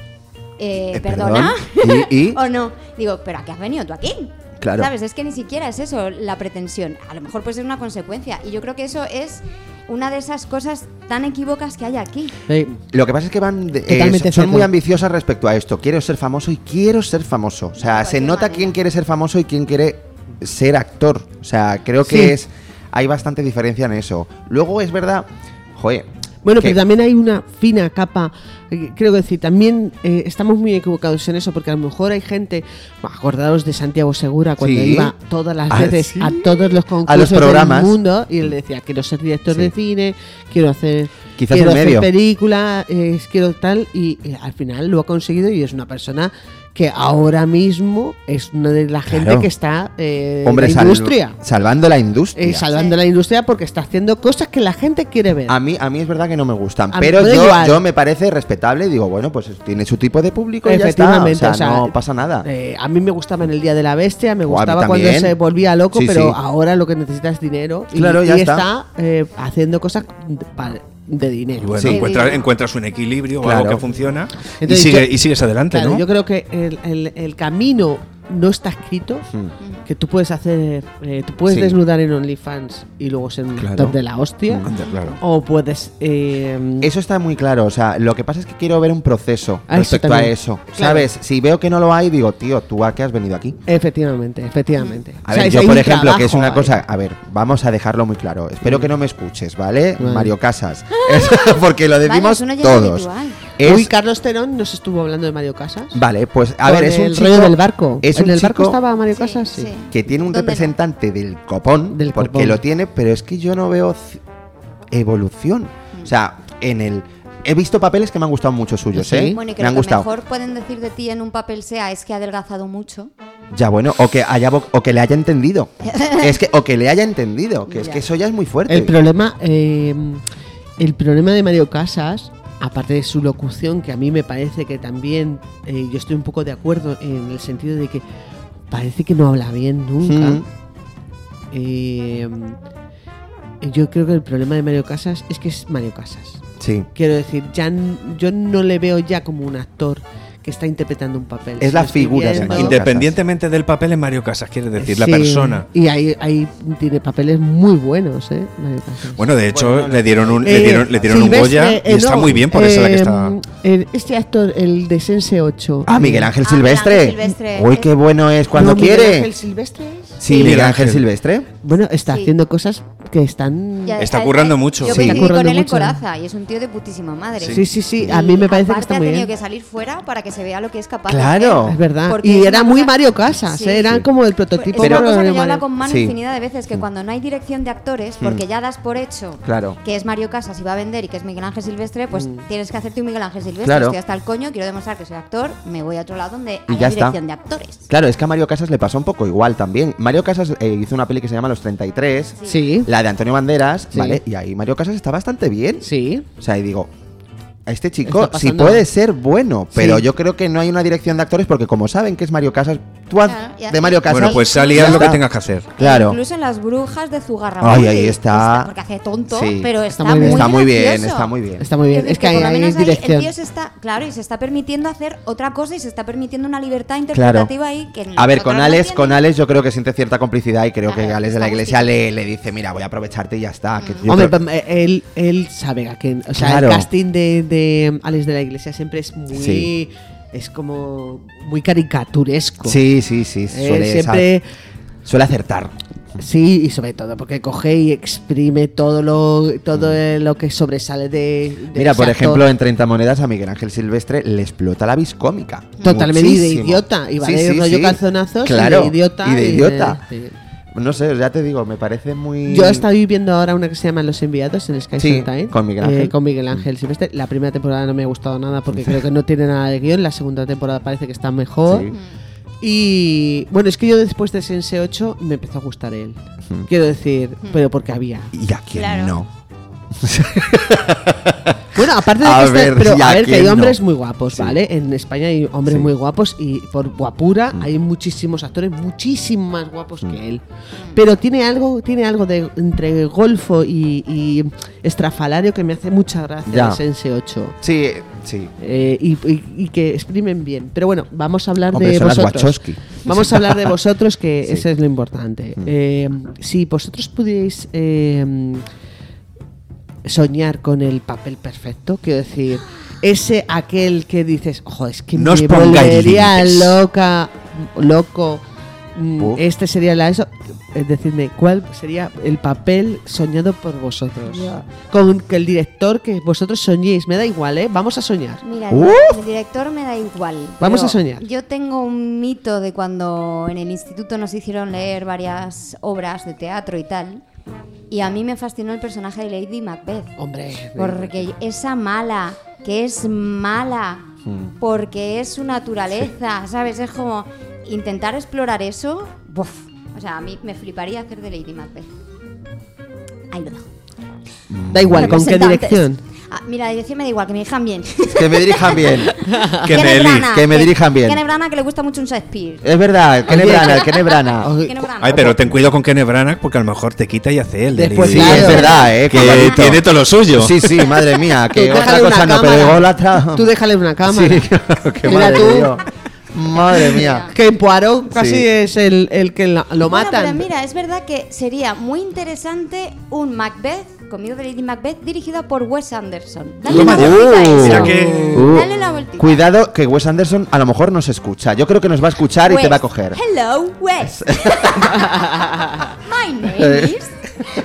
[SPEAKER 12] Eh,
[SPEAKER 1] Mm. Eh,
[SPEAKER 12] ¿Perdona?
[SPEAKER 1] perdón, ¿y- y?
[SPEAKER 12] ¿O no? Digo, ¿pero a qué has venido tú aquí?
[SPEAKER 1] Claro.
[SPEAKER 12] ¿Sabes? Es que ni siquiera es eso la pretensión. A lo mejor puede ser una consecuencia. Y yo creo que eso es una de esas cosas tan equívocas que hay aquí.
[SPEAKER 1] eh, Lo que pasa es que van de-
[SPEAKER 4] Totalmente
[SPEAKER 1] eh, son
[SPEAKER 4] cierto.
[SPEAKER 1] muy ambiciosas respecto a esto. Quiero ser famoso y quiero ser famoso. O sea, se nota quién quiere ser famoso y quién quiere ser actor. O sea, creo que
[SPEAKER 4] Sí.
[SPEAKER 1] es hay bastante diferencia en eso. Luego es verdad, joder.
[SPEAKER 4] Bueno,
[SPEAKER 1] que-
[SPEAKER 4] pero también hay una fina capa, eh, creo que decir, también eh, estamos muy equivocados en eso, porque a lo mejor hay gente, acordados de Santiago Segura, cuando
[SPEAKER 1] Sí.
[SPEAKER 4] iba todas las
[SPEAKER 1] Ah,
[SPEAKER 4] veces
[SPEAKER 1] sí.
[SPEAKER 4] a todos los concursos
[SPEAKER 1] programas.
[SPEAKER 4] del mundo, y él decía, quiero ser director
[SPEAKER 1] Sí.
[SPEAKER 4] de cine, quiero hacer,
[SPEAKER 1] Quizás
[SPEAKER 4] quiero
[SPEAKER 1] en
[SPEAKER 4] hacer
[SPEAKER 1] medio.
[SPEAKER 4] película, eh, quiero tal, y, y al final lo ha conseguido y es una persona que ahora mismo es una de la gente
[SPEAKER 1] Claro.
[SPEAKER 4] que está eh,
[SPEAKER 1] hombre,
[SPEAKER 4] en la
[SPEAKER 1] sal-
[SPEAKER 4] industria.
[SPEAKER 1] salvando la industria.
[SPEAKER 4] eh, salvando la industria porque está haciendo cosas que la gente quiere ver.
[SPEAKER 1] A mí, a mí es verdad que no me gustan,
[SPEAKER 4] A mí
[SPEAKER 1] pero
[SPEAKER 4] me da
[SPEAKER 1] yo,
[SPEAKER 4] igual.
[SPEAKER 1] yo me parece respetable y digo, bueno, pues tiene su tipo de público y ya está. O
[SPEAKER 4] Efectivamente,
[SPEAKER 1] sea,
[SPEAKER 4] o sea,
[SPEAKER 1] no pasa nada.
[SPEAKER 4] Eh, a mí me gustaba en el Día de la Bestia, me
[SPEAKER 1] Guau, a mí
[SPEAKER 4] gustaba cuando
[SPEAKER 1] también.
[SPEAKER 4] se volvía loco,
[SPEAKER 1] Sí,
[SPEAKER 4] pero
[SPEAKER 1] sí.
[SPEAKER 4] ahora lo que necesita es dinero. Y,
[SPEAKER 1] Claro, ya
[SPEAKER 4] y
[SPEAKER 1] está.
[SPEAKER 4] eh, haciendo cosas de, pa- de dinero.
[SPEAKER 3] Y bueno, encuentras, encuentras un equilibrio o
[SPEAKER 1] Claro.
[SPEAKER 3] algo que funciona y,
[SPEAKER 4] Entonces,
[SPEAKER 3] sigue-
[SPEAKER 4] yo-
[SPEAKER 3] y sigues adelante,
[SPEAKER 4] Claro,
[SPEAKER 3] ¿no?
[SPEAKER 4] Yo creo que el, el- el camino no está escrito,
[SPEAKER 1] Hmm.
[SPEAKER 4] que tú puedes hacer, eh, tú puedes
[SPEAKER 3] Sí.
[SPEAKER 4] desnudar en OnlyFans y luego ser un
[SPEAKER 1] Claro. Mm,
[SPEAKER 4] top de la hostia.
[SPEAKER 1] Anda, claro.
[SPEAKER 4] O puedes... eh,
[SPEAKER 1] Eso está muy claro, o sea, lo que pasa es que quiero ver un proceso
[SPEAKER 4] Ah, eso
[SPEAKER 1] respecto a
[SPEAKER 4] también.
[SPEAKER 1] eso.
[SPEAKER 4] Claro.
[SPEAKER 1] ¿Sabes? Si veo que no lo hay, digo, tío, ¿tú a qué has venido aquí?
[SPEAKER 4] efectivamente, efectivamente.
[SPEAKER 1] A
[SPEAKER 4] O sea,
[SPEAKER 1] ver,
[SPEAKER 4] es-
[SPEAKER 1] yo,
[SPEAKER 4] hay
[SPEAKER 1] por
[SPEAKER 4] un
[SPEAKER 1] ejemplo, que es
[SPEAKER 4] trabajo ¿eh?
[SPEAKER 1] una
[SPEAKER 4] ahí.
[SPEAKER 1] cosa. A ver, vamos a dejarlo muy claro. Espero que no me escuches, ¿vale?
[SPEAKER 4] Vale.
[SPEAKER 1] Mario Casas. Es- porque lo decimos
[SPEAKER 4] eso no llega
[SPEAKER 1] todos.
[SPEAKER 4] habitual.
[SPEAKER 1] Es-
[SPEAKER 4] Uy, Carlos Terón nos estuvo hablando de Mario Casas.
[SPEAKER 1] vale, pues a
[SPEAKER 4] Con
[SPEAKER 1] ver, es un
[SPEAKER 4] el
[SPEAKER 1] chico.
[SPEAKER 4] rollo del barco.
[SPEAKER 1] Es
[SPEAKER 4] ¿En
[SPEAKER 1] un
[SPEAKER 4] el barco
[SPEAKER 1] chico
[SPEAKER 4] estaba Mario Casas? Sí.
[SPEAKER 1] que tiene un
[SPEAKER 4] ¿Dónde
[SPEAKER 1] representante del copón, porque
[SPEAKER 4] copón.
[SPEAKER 1] lo tiene, pero es que yo no veo c- evolución. O sea, en el. He visto papeles que me han gustado mucho suyos,
[SPEAKER 4] Sí.
[SPEAKER 1] ¿eh?
[SPEAKER 12] Bueno, y que
[SPEAKER 1] me han
[SPEAKER 12] lo que
[SPEAKER 1] gustado.
[SPEAKER 12] mejor pueden decir de ti en un papel sea es que ha adelgazado mucho.
[SPEAKER 1] Ya, bueno, o que, haya vo- o que le haya entendido. es que, o que le haya entendido, que es
[SPEAKER 12] Ya.
[SPEAKER 1] que eso ya es muy fuerte.
[SPEAKER 4] El problema, eh, el problema de Mario Casas, aparte de su locución, que a mí me parece que también eh, yo estoy un poco de acuerdo en el sentido de que parece que no habla bien nunca.
[SPEAKER 1] Sí.
[SPEAKER 4] Eh, yo creo que el problema de Mario Casas es que es Mario Casas.
[SPEAKER 1] Sí.
[SPEAKER 4] Quiero decir, ya n- yo no le veo ya como un actor que está interpretando un papel.
[SPEAKER 1] Es la
[SPEAKER 4] sino estoy
[SPEAKER 1] figura de
[SPEAKER 4] viendo-
[SPEAKER 1] Mario
[SPEAKER 3] Independientemente del papel en Mario Casas, quiere decir, la
[SPEAKER 4] Sí,
[SPEAKER 3] persona.
[SPEAKER 4] Y ahí, ahí tiene papeles muy buenos, ¿eh? Mario Casas.
[SPEAKER 3] Bueno, de hecho, le dieron un,
[SPEAKER 4] Eh,
[SPEAKER 3] le dieron, le dieron un
[SPEAKER 4] Silvestre,
[SPEAKER 3] Goya y
[SPEAKER 4] eh,
[SPEAKER 3] está
[SPEAKER 4] no,
[SPEAKER 3] muy bien por eso la que
[SPEAKER 4] eh,
[SPEAKER 3] está.
[SPEAKER 4] el- este actor, el de Sense 8.
[SPEAKER 1] Ah, Miguel Ángel Silvestre. Uy, qué bueno es cuando
[SPEAKER 4] No, Miguel
[SPEAKER 1] quiere.
[SPEAKER 4] Ángel Silvestre es-
[SPEAKER 1] Sí, Miguel Ángel Silvestre.
[SPEAKER 4] Bueno, está
[SPEAKER 12] Sí.
[SPEAKER 4] haciendo cosas que están.
[SPEAKER 12] Ya, eh, eh, Yo
[SPEAKER 4] Sí.
[SPEAKER 12] coincidí
[SPEAKER 4] Está currando
[SPEAKER 12] con él
[SPEAKER 4] mucho.
[SPEAKER 12] en Coraza y es un tío de putísima madre.
[SPEAKER 4] Sí, sí, sí, a mí me parece que
[SPEAKER 12] aparte
[SPEAKER 4] está
[SPEAKER 12] ha
[SPEAKER 4] muy
[SPEAKER 12] tenido
[SPEAKER 4] bien.
[SPEAKER 12] que salir fuera para que se vea lo que es capaz. de
[SPEAKER 1] Claro.
[SPEAKER 12] hacer.
[SPEAKER 4] Es verdad.
[SPEAKER 12] Porque
[SPEAKER 4] Y
[SPEAKER 12] es
[SPEAKER 4] era
[SPEAKER 12] una
[SPEAKER 4] muy
[SPEAKER 12] cosa-
[SPEAKER 4] Mario Casas,
[SPEAKER 12] Sí.
[SPEAKER 4] eh, era como el prototipo.
[SPEAKER 12] Es una
[SPEAKER 4] de
[SPEAKER 12] cosa que
[SPEAKER 4] Mario
[SPEAKER 12] yo he
[SPEAKER 4] Mario-
[SPEAKER 12] hablado con Manu
[SPEAKER 1] Sí.
[SPEAKER 12] infinidad de veces, que cuando no hay dirección de actores, porque
[SPEAKER 1] Mm.
[SPEAKER 12] ya das por hecho
[SPEAKER 1] Claro.
[SPEAKER 12] que es Mario Casas y va a vender y que es Miguel Ángel Silvestre, pues tienes que hacerte un Miguel Ángel Silvestre.
[SPEAKER 1] Claro.
[SPEAKER 12] Estoy hasta el coño, quiero demostrar que soy actor, me voy a otro lado donde
[SPEAKER 1] Y
[SPEAKER 12] hay
[SPEAKER 1] ya está.
[SPEAKER 12] dirección de actores.
[SPEAKER 1] Claro, es que a Mario Casas le pasó un poco igual también. Mario Casas eh, hizo una peli que se llama Los 33,
[SPEAKER 4] Sí.
[SPEAKER 1] la de Antonio Banderas,
[SPEAKER 4] Sí.
[SPEAKER 1] ¿vale? Y ahí Mario Casas está bastante bien.
[SPEAKER 4] Sí.
[SPEAKER 1] O sea, y digo, a este chico
[SPEAKER 4] Está
[SPEAKER 1] sí
[SPEAKER 4] pasando.
[SPEAKER 1] puede ser bueno, pero
[SPEAKER 4] Sí.
[SPEAKER 1] yo creo que no hay una dirección de actores porque como saben que es Mario Casas, tú haz
[SPEAKER 12] Claro, ya-
[SPEAKER 1] de Mario Casas.
[SPEAKER 3] Bueno, pues sal y
[SPEAKER 1] ya
[SPEAKER 3] haz lo que
[SPEAKER 1] está.
[SPEAKER 3] tengas que hacer.
[SPEAKER 1] Claro.
[SPEAKER 12] Incluso en las brujas de Zugarramurdi.
[SPEAKER 1] Ay, ahí está.
[SPEAKER 12] Porque hace tonto,
[SPEAKER 1] Sí.
[SPEAKER 12] pero está,
[SPEAKER 1] muy bien. Está muy bien,
[SPEAKER 12] gracioso.
[SPEAKER 1] está muy bien.
[SPEAKER 4] Está muy bien,
[SPEAKER 12] Quiero
[SPEAKER 4] es que
[SPEAKER 12] decir
[SPEAKER 4] hay,
[SPEAKER 12] por lo
[SPEAKER 4] hay
[SPEAKER 12] menos ahí
[SPEAKER 4] dirección.
[SPEAKER 12] El tío se está, claro, y se está permitiendo hacer otra cosa y se está permitiendo una libertad interpretativa ahí que
[SPEAKER 1] A ver,
[SPEAKER 12] nosotros
[SPEAKER 1] con
[SPEAKER 12] no
[SPEAKER 1] Alex,
[SPEAKER 12] tiene.
[SPEAKER 1] con Alex yo creo que siente cierta complicidad y creo que Alex de la
[SPEAKER 12] está
[SPEAKER 1] Iglesia le, le dice, mira, voy a aprovecharte y ya está. que yo
[SPEAKER 4] Hombre,
[SPEAKER 1] creo-
[SPEAKER 4] pam, eh, él, él sabe a quién. O sea,
[SPEAKER 1] Claro.
[SPEAKER 4] el casting de, de Alex de la Iglesia siempre es muy.
[SPEAKER 1] Sí.
[SPEAKER 4] Es como. Muy caricaturesco.
[SPEAKER 1] sí, sí, sí,
[SPEAKER 4] Eh,
[SPEAKER 1] suele,
[SPEAKER 4] siempre.
[SPEAKER 1] suele acertar.
[SPEAKER 4] Sí, y sobre todo porque coge y exprime todo lo, todo eh, lo que sobresale de. de
[SPEAKER 1] Mm. Mira,
[SPEAKER 4] ese
[SPEAKER 1] por
[SPEAKER 4] actor.
[SPEAKER 1] ejemplo, en 30 monedas a Miguel Ángel Silvestre le explota la viscómica.
[SPEAKER 4] Totalmente
[SPEAKER 1] Muchísimo.
[SPEAKER 4] de idiota. Y va
[SPEAKER 1] Sí,
[SPEAKER 4] de
[SPEAKER 1] sí,
[SPEAKER 4] rollo
[SPEAKER 1] sí.
[SPEAKER 4] calzonazos
[SPEAKER 1] Claro,
[SPEAKER 4] y de idiota.
[SPEAKER 1] Y de idiota.
[SPEAKER 4] sí.
[SPEAKER 1] No sé, ya te digo, me parece muy...
[SPEAKER 4] Yo estaba viviendo ahora una que se llama Los Enviados en Sky
[SPEAKER 1] Sí,
[SPEAKER 4] Showtime, eh,
[SPEAKER 1] con Miguel Ángel.
[SPEAKER 4] con Miguel Ángel Silvestre. La primera temporada no me ha gustado nada porque creo que no tiene nada de guión. La segunda temporada parece que está mejor.
[SPEAKER 1] Sí.
[SPEAKER 4] Y bueno, es que yo después de Sense 8 me empezó a gustar él.
[SPEAKER 1] Mm.
[SPEAKER 4] Quiero decir, pero porque había.
[SPEAKER 1] ¿Y a quién no?
[SPEAKER 4] Bueno, aparte de
[SPEAKER 1] A
[SPEAKER 4] que este-
[SPEAKER 1] ver,
[SPEAKER 4] pero
[SPEAKER 1] ¿y a
[SPEAKER 4] a ver que
[SPEAKER 1] quién
[SPEAKER 4] hay
[SPEAKER 1] no?
[SPEAKER 4] hombres muy guapos, ¿vale? En España hay hombres muy guapos y por guapura
[SPEAKER 1] Mm.
[SPEAKER 4] hay muchísimos actores muchísimo más guapos que él. Pero tiene algo, tiene algo de entre golfo y, y estrafalario que me hace mucha gracia
[SPEAKER 1] Ya.
[SPEAKER 4] de Sense 8.
[SPEAKER 1] Sí, sí.
[SPEAKER 4] Eh, y, y- y que exprimen bien. Pero bueno, vamos a hablar
[SPEAKER 1] Hombre,
[SPEAKER 4] de
[SPEAKER 1] son las
[SPEAKER 4] vosotros.
[SPEAKER 1] Wachowski.
[SPEAKER 4] Vamos a hablar de vosotros, que
[SPEAKER 1] Sí.
[SPEAKER 4] eso
[SPEAKER 3] Mm.
[SPEAKER 4] es lo importante. Eh, si vosotros pudierais eh, soñar con el papel perfecto, quiero decir, ese aquel que dices, ojo, es que
[SPEAKER 3] No os
[SPEAKER 4] me
[SPEAKER 3] pongáis
[SPEAKER 4] volvería
[SPEAKER 3] límites".
[SPEAKER 4] loca, loco, mm,
[SPEAKER 3] Oh.
[SPEAKER 4] este sería la eso. Es decirme, ¿cuál sería el papel soñado por vosotros?
[SPEAKER 12] Ya.
[SPEAKER 4] Con que el director que vosotros soñéis, me da igual, ¿eh? Vamos a soñar.
[SPEAKER 12] Mira,
[SPEAKER 4] ¡Uh!
[SPEAKER 12] el director me da igual.
[SPEAKER 4] Vamos
[SPEAKER 12] pero
[SPEAKER 4] a soñar.
[SPEAKER 12] Yo tengo un mito de cuando en el instituto nos hicieron leer varias obras de teatro y tal. Y a mí me fascinó el personaje de Lady Macbeth.
[SPEAKER 4] Hombre.
[SPEAKER 12] Porque esa mala, que es mala,
[SPEAKER 4] Hmm.
[SPEAKER 12] porque es su naturaleza, ¿sabes? Es como intentar explorar eso. ¡buf! O sea, a mí me fliparía hacer de Lady Macbeth. Ahí lo dejo.
[SPEAKER 4] Da igual, ¿con qué
[SPEAKER 12] Representantes.
[SPEAKER 4] dirección?
[SPEAKER 12] Ah, mira, la dirección me da igual, que me dirijan bien.
[SPEAKER 1] Que me dirijan bien. Ah. Que me
[SPEAKER 12] Kenneth
[SPEAKER 1] eli-
[SPEAKER 12] Branagh,
[SPEAKER 1] que me dirijan bien.
[SPEAKER 12] Kenneth Branagh, que le gusta mucho un Shakespeare.
[SPEAKER 1] Es verdad, el
[SPEAKER 3] Oye.
[SPEAKER 1] Kenebrana, el Kenebrana.
[SPEAKER 12] Branagh.
[SPEAKER 3] Ay, pero ten cuidado con Kenneth Branagh porque a lo mejor te quita y hace él.
[SPEAKER 1] Después, Sí, Pues claro. es verdad, eh,
[SPEAKER 3] Que
[SPEAKER 1] Carlito.
[SPEAKER 3] tiene todo lo suyo.
[SPEAKER 1] Sí, sí, madre mía, que
[SPEAKER 4] Tú
[SPEAKER 1] otra
[SPEAKER 4] déjale una
[SPEAKER 1] cosa no, pero
[SPEAKER 4] cámara.
[SPEAKER 1] igual otra.
[SPEAKER 4] Tú déjale una cámara.
[SPEAKER 1] Sí, claro, que
[SPEAKER 4] Ah, Mira
[SPEAKER 1] madre
[SPEAKER 4] tú.
[SPEAKER 1] de Dios. Madre mía.
[SPEAKER 4] Que Poirot casi
[SPEAKER 1] Sí.
[SPEAKER 4] es el, el que la- lo
[SPEAKER 12] Bueno,
[SPEAKER 4] matan.
[SPEAKER 12] pero mira, es verdad que sería muy interesante un Macbeth, conmigo de Lady Macbeth, dirigida por Wes Anderson. Dale una
[SPEAKER 1] Uh,
[SPEAKER 12] vueltita a eso.
[SPEAKER 1] mira
[SPEAKER 12] que- Dale la vueltita.
[SPEAKER 1] Cuidado que Wes Anderson a lo mejor nos escucha. Yo creo que nos va a escuchar y te
[SPEAKER 12] Wes.
[SPEAKER 1] va a coger.
[SPEAKER 12] Hello, Wes. my name
[SPEAKER 1] Eh.
[SPEAKER 12] is.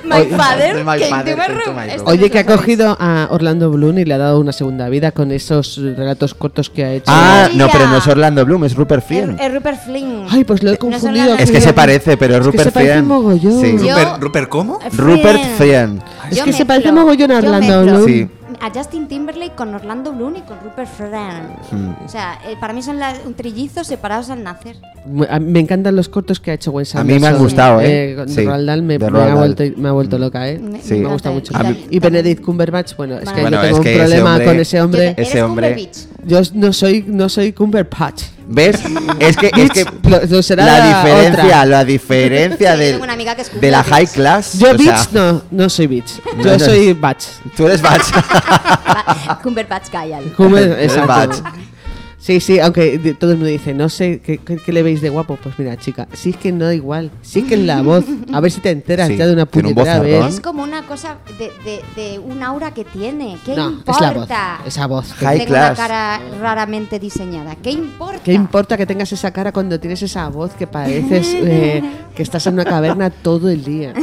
[SPEAKER 12] My
[SPEAKER 1] Oye,
[SPEAKER 12] father
[SPEAKER 1] my
[SPEAKER 12] came
[SPEAKER 1] father
[SPEAKER 12] to my
[SPEAKER 1] came to
[SPEAKER 12] room.
[SPEAKER 1] my room.
[SPEAKER 12] Esto
[SPEAKER 4] Oye,
[SPEAKER 12] no
[SPEAKER 4] que ha
[SPEAKER 12] sabes.
[SPEAKER 4] cogido a Orlando Bloom y le ha dado una segunda vida con esos relatos cortos que ha hecho.
[SPEAKER 1] Ah, no, pero no es Orlando Bloom, es Rupert Friend.
[SPEAKER 12] Es es Rupert Flynn.
[SPEAKER 4] Ay, pues lo he
[SPEAKER 12] No son
[SPEAKER 4] confundido.
[SPEAKER 12] las-
[SPEAKER 1] Es que se parece, pero es
[SPEAKER 4] Es que
[SPEAKER 1] Rupert
[SPEAKER 4] se parece
[SPEAKER 1] Friend.
[SPEAKER 4] mogollón.
[SPEAKER 1] Sí.
[SPEAKER 12] Yo- Rupert-
[SPEAKER 3] cómo?
[SPEAKER 1] Rupert
[SPEAKER 12] Friend.
[SPEAKER 1] Friend.
[SPEAKER 4] Es
[SPEAKER 12] Yo
[SPEAKER 4] que se
[SPEAKER 12] mezclo,
[SPEAKER 4] parece mogollón a
[SPEAKER 12] yo
[SPEAKER 4] Orlando
[SPEAKER 12] mezclo
[SPEAKER 4] Bloom.
[SPEAKER 1] Sí.
[SPEAKER 12] A Justin Timberlake con Orlando Bloom y con Rupert Friend.
[SPEAKER 1] Mm.
[SPEAKER 12] O sea, eh, para mí son la- un trillizos separados al nacer.
[SPEAKER 4] Mu- a- Me encantan los cortos que ha hecho Wes
[SPEAKER 1] A mí me han
[SPEAKER 4] Anderson.
[SPEAKER 1] gustado, ¿eh?
[SPEAKER 4] con
[SPEAKER 1] Sí,
[SPEAKER 4] Roald Dahl me,
[SPEAKER 1] de Mm.
[SPEAKER 4] me
[SPEAKER 1] Roald
[SPEAKER 4] ha
[SPEAKER 1] Dahl.
[SPEAKER 4] vuelto, me ha vuelto loca, ¿eh?
[SPEAKER 12] Me-
[SPEAKER 1] Sí.
[SPEAKER 4] Me gusta mucho.
[SPEAKER 1] A mí-
[SPEAKER 4] Y Benedict Cumberbatch, bueno, es que
[SPEAKER 1] Bueno,
[SPEAKER 4] yo tengo
[SPEAKER 1] es
[SPEAKER 4] un
[SPEAKER 1] que ese
[SPEAKER 4] problema
[SPEAKER 1] hombre-
[SPEAKER 4] con ese hombre.
[SPEAKER 1] Yo- ese hombre-
[SPEAKER 12] Cumberbatch.
[SPEAKER 4] Yo no soy, no soy Cumberbatch.
[SPEAKER 1] ¿Ves? Es que, es que
[SPEAKER 4] Lo- lo será
[SPEAKER 1] la diferencia,
[SPEAKER 4] otra.
[SPEAKER 1] la diferencia
[SPEAKER 12] Sí,
[SPEAKER 1] del-
[SPEAKER 12] tengo una amiga que es
[SPEAKER 1] de la
[SPEAKER 12] Cumberbatch.
[SPEAKER 1] high class.
[SPEAKER 4] Yo
[SPEAKER 1] o sea,
[SPEAKER 4] bitch no, no soy bitch.
[SPEAKER 1] No,
[SPEAKER 4] Yo
[SPEAKER 1] no.
[SPEAKER 4] soy batch.
[SPEAKER 1] Tú eres Batch.
[SPEAKER 12] Va- Cumberbatch Gallal.
[SPEAKER 1] Tú
[SPEAKER 4] Cumber,
[SPEAKER 1] eres
[SPEAKER 4] exacto.
[SPEAKER 1] batch.
[SPEAKER 4] Sí, sí, aunque de- todo el mundo dice, no sé, ¿qué, qué, qué le veis de guapo? Pues mira, chica, sí es que no da igual. Sí es que es la voz. A ver si te enteras
[SPEAKER 1] Sí,
[SPEAKER 4] ya de una
[SPEAKER 1] tiene un
[SPEAKER 4] puñetera
[SPEAKER 1] vozarrón.
[SPEAKER 4] vez.
[SPEAKER 12] Es como una cosa de, de, de un aura que tiene. ¿Qué
[SPEAKER 4] No, es la voz.
[SPEAKER 12] importa?
[SPEAKER 4] Esa voz.
[SPEAKER 12] Que
[SPEAKER 1] High
[SPEAKER 12] tenga
[SPEAKER 1] class.
[SPEAKER 12] una cara raramente diseñada. ¿Qué importa?
[SPEAKER 4] ¿Qué importa que tengas esa cara cuando tienes esa voz que pareces eh, que estás en una caverna todo el día?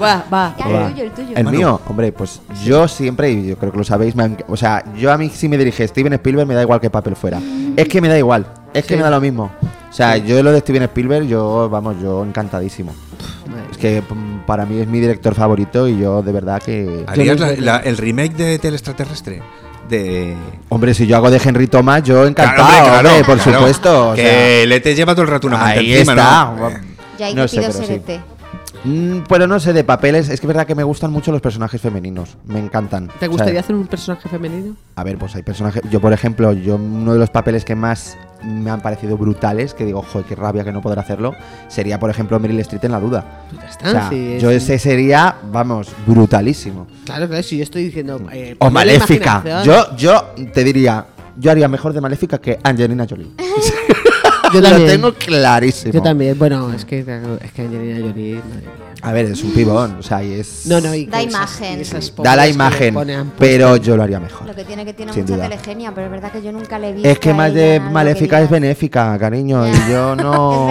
[SPEAKER 4] va, va.
[SPEAKER 12] Ya,
[SPEAKER 1] Ah.
[SPEAKER 12] el tuyo, el tuyo.
[SPEAKER 1] El mío, hombre, pues yo siempre, y yo creo que lo sabéis, me han- o sea, yo a mí si me dirige Steven Spielberg me da igual qué papel fuera.
[SPEAKER 12] Mm.
[SPEAKER 1] Es que me da igual, es que
[SPEAKER 4] Sí.
[SPEAKER 1] me da lo mismo. O sea, yo lo de Steven Spielberg, yo, vamos, yo encantadísimo. Es que mm, para mí es mi director favorito y yo de verdad que...
[SPEAKER 3] ¿Harías la- la- el remake de Tele Extraterrestre? De...
[SPEAKER 1] Hombre, si yo hago de Henry Thomas, yo encantado,
[SPEAKER 3] Claro, hombre, claro,
[SPEAKER 1] hombre, por
[SPEAKER 3] claro.
[SPEAKER 1] supuesto. o sea,
[SPEAKER 3] Que le te lleva todo el rato una manta
[SPEAKER 1] ahí
[SPEAKER 3] encima,
[SPEAKER 1] está.
[SPEAKER 3] ¿no? Eh,
[SPEAKER 12] Ya ahí
[SPEAKER 1] No
[SPEAKER 12] te
[SPEAKER 1] sé,
[SPEAKER 12] pido
[SPEAKER 1] pero sí.
[SPEAKER 12] serete.
[SPEAKER 1] Mm, pero no sé, de papeles, es que es verdad que me gustan mucho los personajes femeninos, me encantan.
[SPEAKER 4] ¿Te
[SPEAKER 1] O sea,
[SPEAKER 4] gustaría hacer un personaje femenino?
[SPEAKER 1] A ver, pues hay personajes. Yo, por ejemplo, yo uno de los papeles que más me han parecido brutales, que digo, joder, qué rabia que no poder hacerlo, sería, por ejemplo, Meryl Streep en La Duda.
[SPEAKER 4] Pues Ya
[SPEAKER 1] O sea,
[SPEAKER 4] sí, es-
[SPEAKER 1] yo ese sería, vamos, brutalísimo.
[SPEAKER 4] Claro, claro, si yo estoy diciendo. eh, poner
[SPEAKER 1] O Oh, Maléfica.
[SPEAKER 4] imaginación.
[SPEAKER 1] Yo, yo te diría, yo haría mejor de Maléfica que Angelina Jolie.
[SPEAKER 4] Yo
[SPEAKER 1] Lo
[SPEAKER 4] también.
[SPEAKER 1] tengo clarísimo.
[SPEAKER 4] Yo también. Bueno, es que, es que Angelina Jolie. madre mía.
[SPEAKER 1] A ver, es un pibón, o sea, y es.
[SPEAKER 4] No, no, y
[SPEAKER 12] Da
[SPEAKER 4] que esas-
[SPEAKER 12] imagen.
[SPEAKER 4] y esas poses
[SPEAKER 1] Da la
[SPEAKER 4] que le
[SPEAKER 1] imagen,
[SPEAKER 4] ponen-
[SPEAKER 1] pero yo lo haría mejor.
[SPEAKER 12] Lo que tiene que tiene
[SPEAKER 1] Sin
[SPEAKER 12] mucha
[SPEAKER 1] duda.
[SPEAKER 12] telegenia, pero es verdad que yo nunca le vi.
[SPEAKER 1] Es que más de maléfica es benéfica, cariño, y yo no.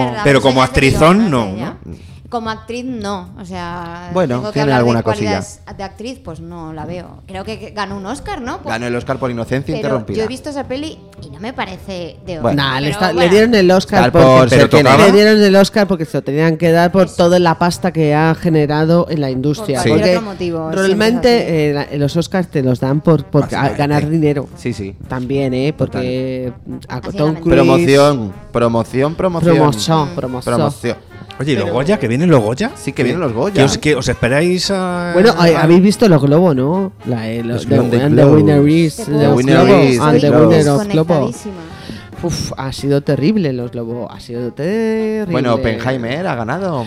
[SPEAKER 12] Es verdad,
[SPEAKER 3] Pero
[SPEAKER 12] eso ya
[SPEAKER 3] como
[SPEAKER 12] es de
[SPEAKER 3] actrizón,
[SPEAKER 12] Dios,
[SPEAKER 3] no,
[SPEAKER 12] ya.
[SPEAKER 3] ¿no?
[SPEAKER 12] Como actriz, no. O sea,
[SPEAKER 1] Bueno,
[SPEAKER 12] tengo que
[SPEAKER 1] tiene
[SPEAKER 12] hablar de
[SPEAKER 1] alguna
[SPEAKER 12] cualidades De actriz, pues no la veo. Creo que que ganó un Oscar, ¿no? Por-
[SPEAKER 1] Ganó el Oscar por Inocencia
[SPEAKER 12] pero
[SPEAKER 1] Interrumpida.
[SPEAKER 12] Yo he visto esa peli y no me parece de
[SPEAKER 1] Bueno.
[SPEAKER 4] Nah, le,
[SPEAKER 12] pero
[SPEAKER 4] está- le
[SPEAKER 12] bueno.
[SPEAKER 4] dieron el Oscar
[SPEAKER 1] Tal por
[SPEAKER 4] porque,
[SPEAKER 1] ser
[SPEAKER 3] Pero
[SPEAKER 1] quien
[SPEAKER 3] tocaba.
[SPEAKER 1] era.
[SPEAKER 4] le dieron el Oscar porque se lo tenían que dar por toda la pasta que ha generado en la industria.
[SPEAKER 12] Por
[SPEAKER 4] Porque
[SPEAKER 12] cualquier otro motivo, siempre
[SPEAKER 4] realmente eh, la- los Oscars te los dan por, por ga-
[SPEAKER 3] Básicamente.
[SPEAKER 4] ganar dinero.
[SPEAKER 1] Sí, sí.
[SPEAKER 4] También, ¿eh? Porque a
[SPEAKER 12] Básicamente. Mm.
[SPEAKER 4] Tom Cruise.
[SPEAKER 1] Promoción, promoción, promoción.
[SPEAKER 4] Promoción, promoción.
[SPEAKER 1] Promoción.
[SPEAKER 3] Oye, ¿y los Goya? ¿Que vienen los Goya?
[SPEAKER 1] Sí, que vienen los Goya.
[SPEAKER 3] ¿Que os, que os esperáis a...?
[SPEAKER 4] Bueno,
[SPEAKER 3] a-
[SPEAKER 4] eh, habéis visto los globos, ¿no? La, eh, los,
[SPEAKER 1] Los
[SPEAKER 4] the,
[SPEAKER 1] Globos.
[SPEAKER 4] and the winner is.
[SPEAKER 12] Te
[SPEAKER 4] los
[SPEAKER 12] puedo
[SPEAKER 1] The
[SPEAKER 12] decir
[SPEAKER 1] winner
[SPEAKER 4] globos,
[SPEAKER 12] que
[SPEAKER 1] is
[SPEAKER 4] and
[SPEAKER 12] estoy
[SPEAKER 4] the
[SPEAKER 1] the globos.
[SPEAKER 4] winner of globos.
[SPEAKER 12] desconectadísima.
[SPEAKER 4] Uf, ha sido terrible los globos. Ha sido terrible.
[SPEAKER 1] Bueno, Oppenheimer ha ganado.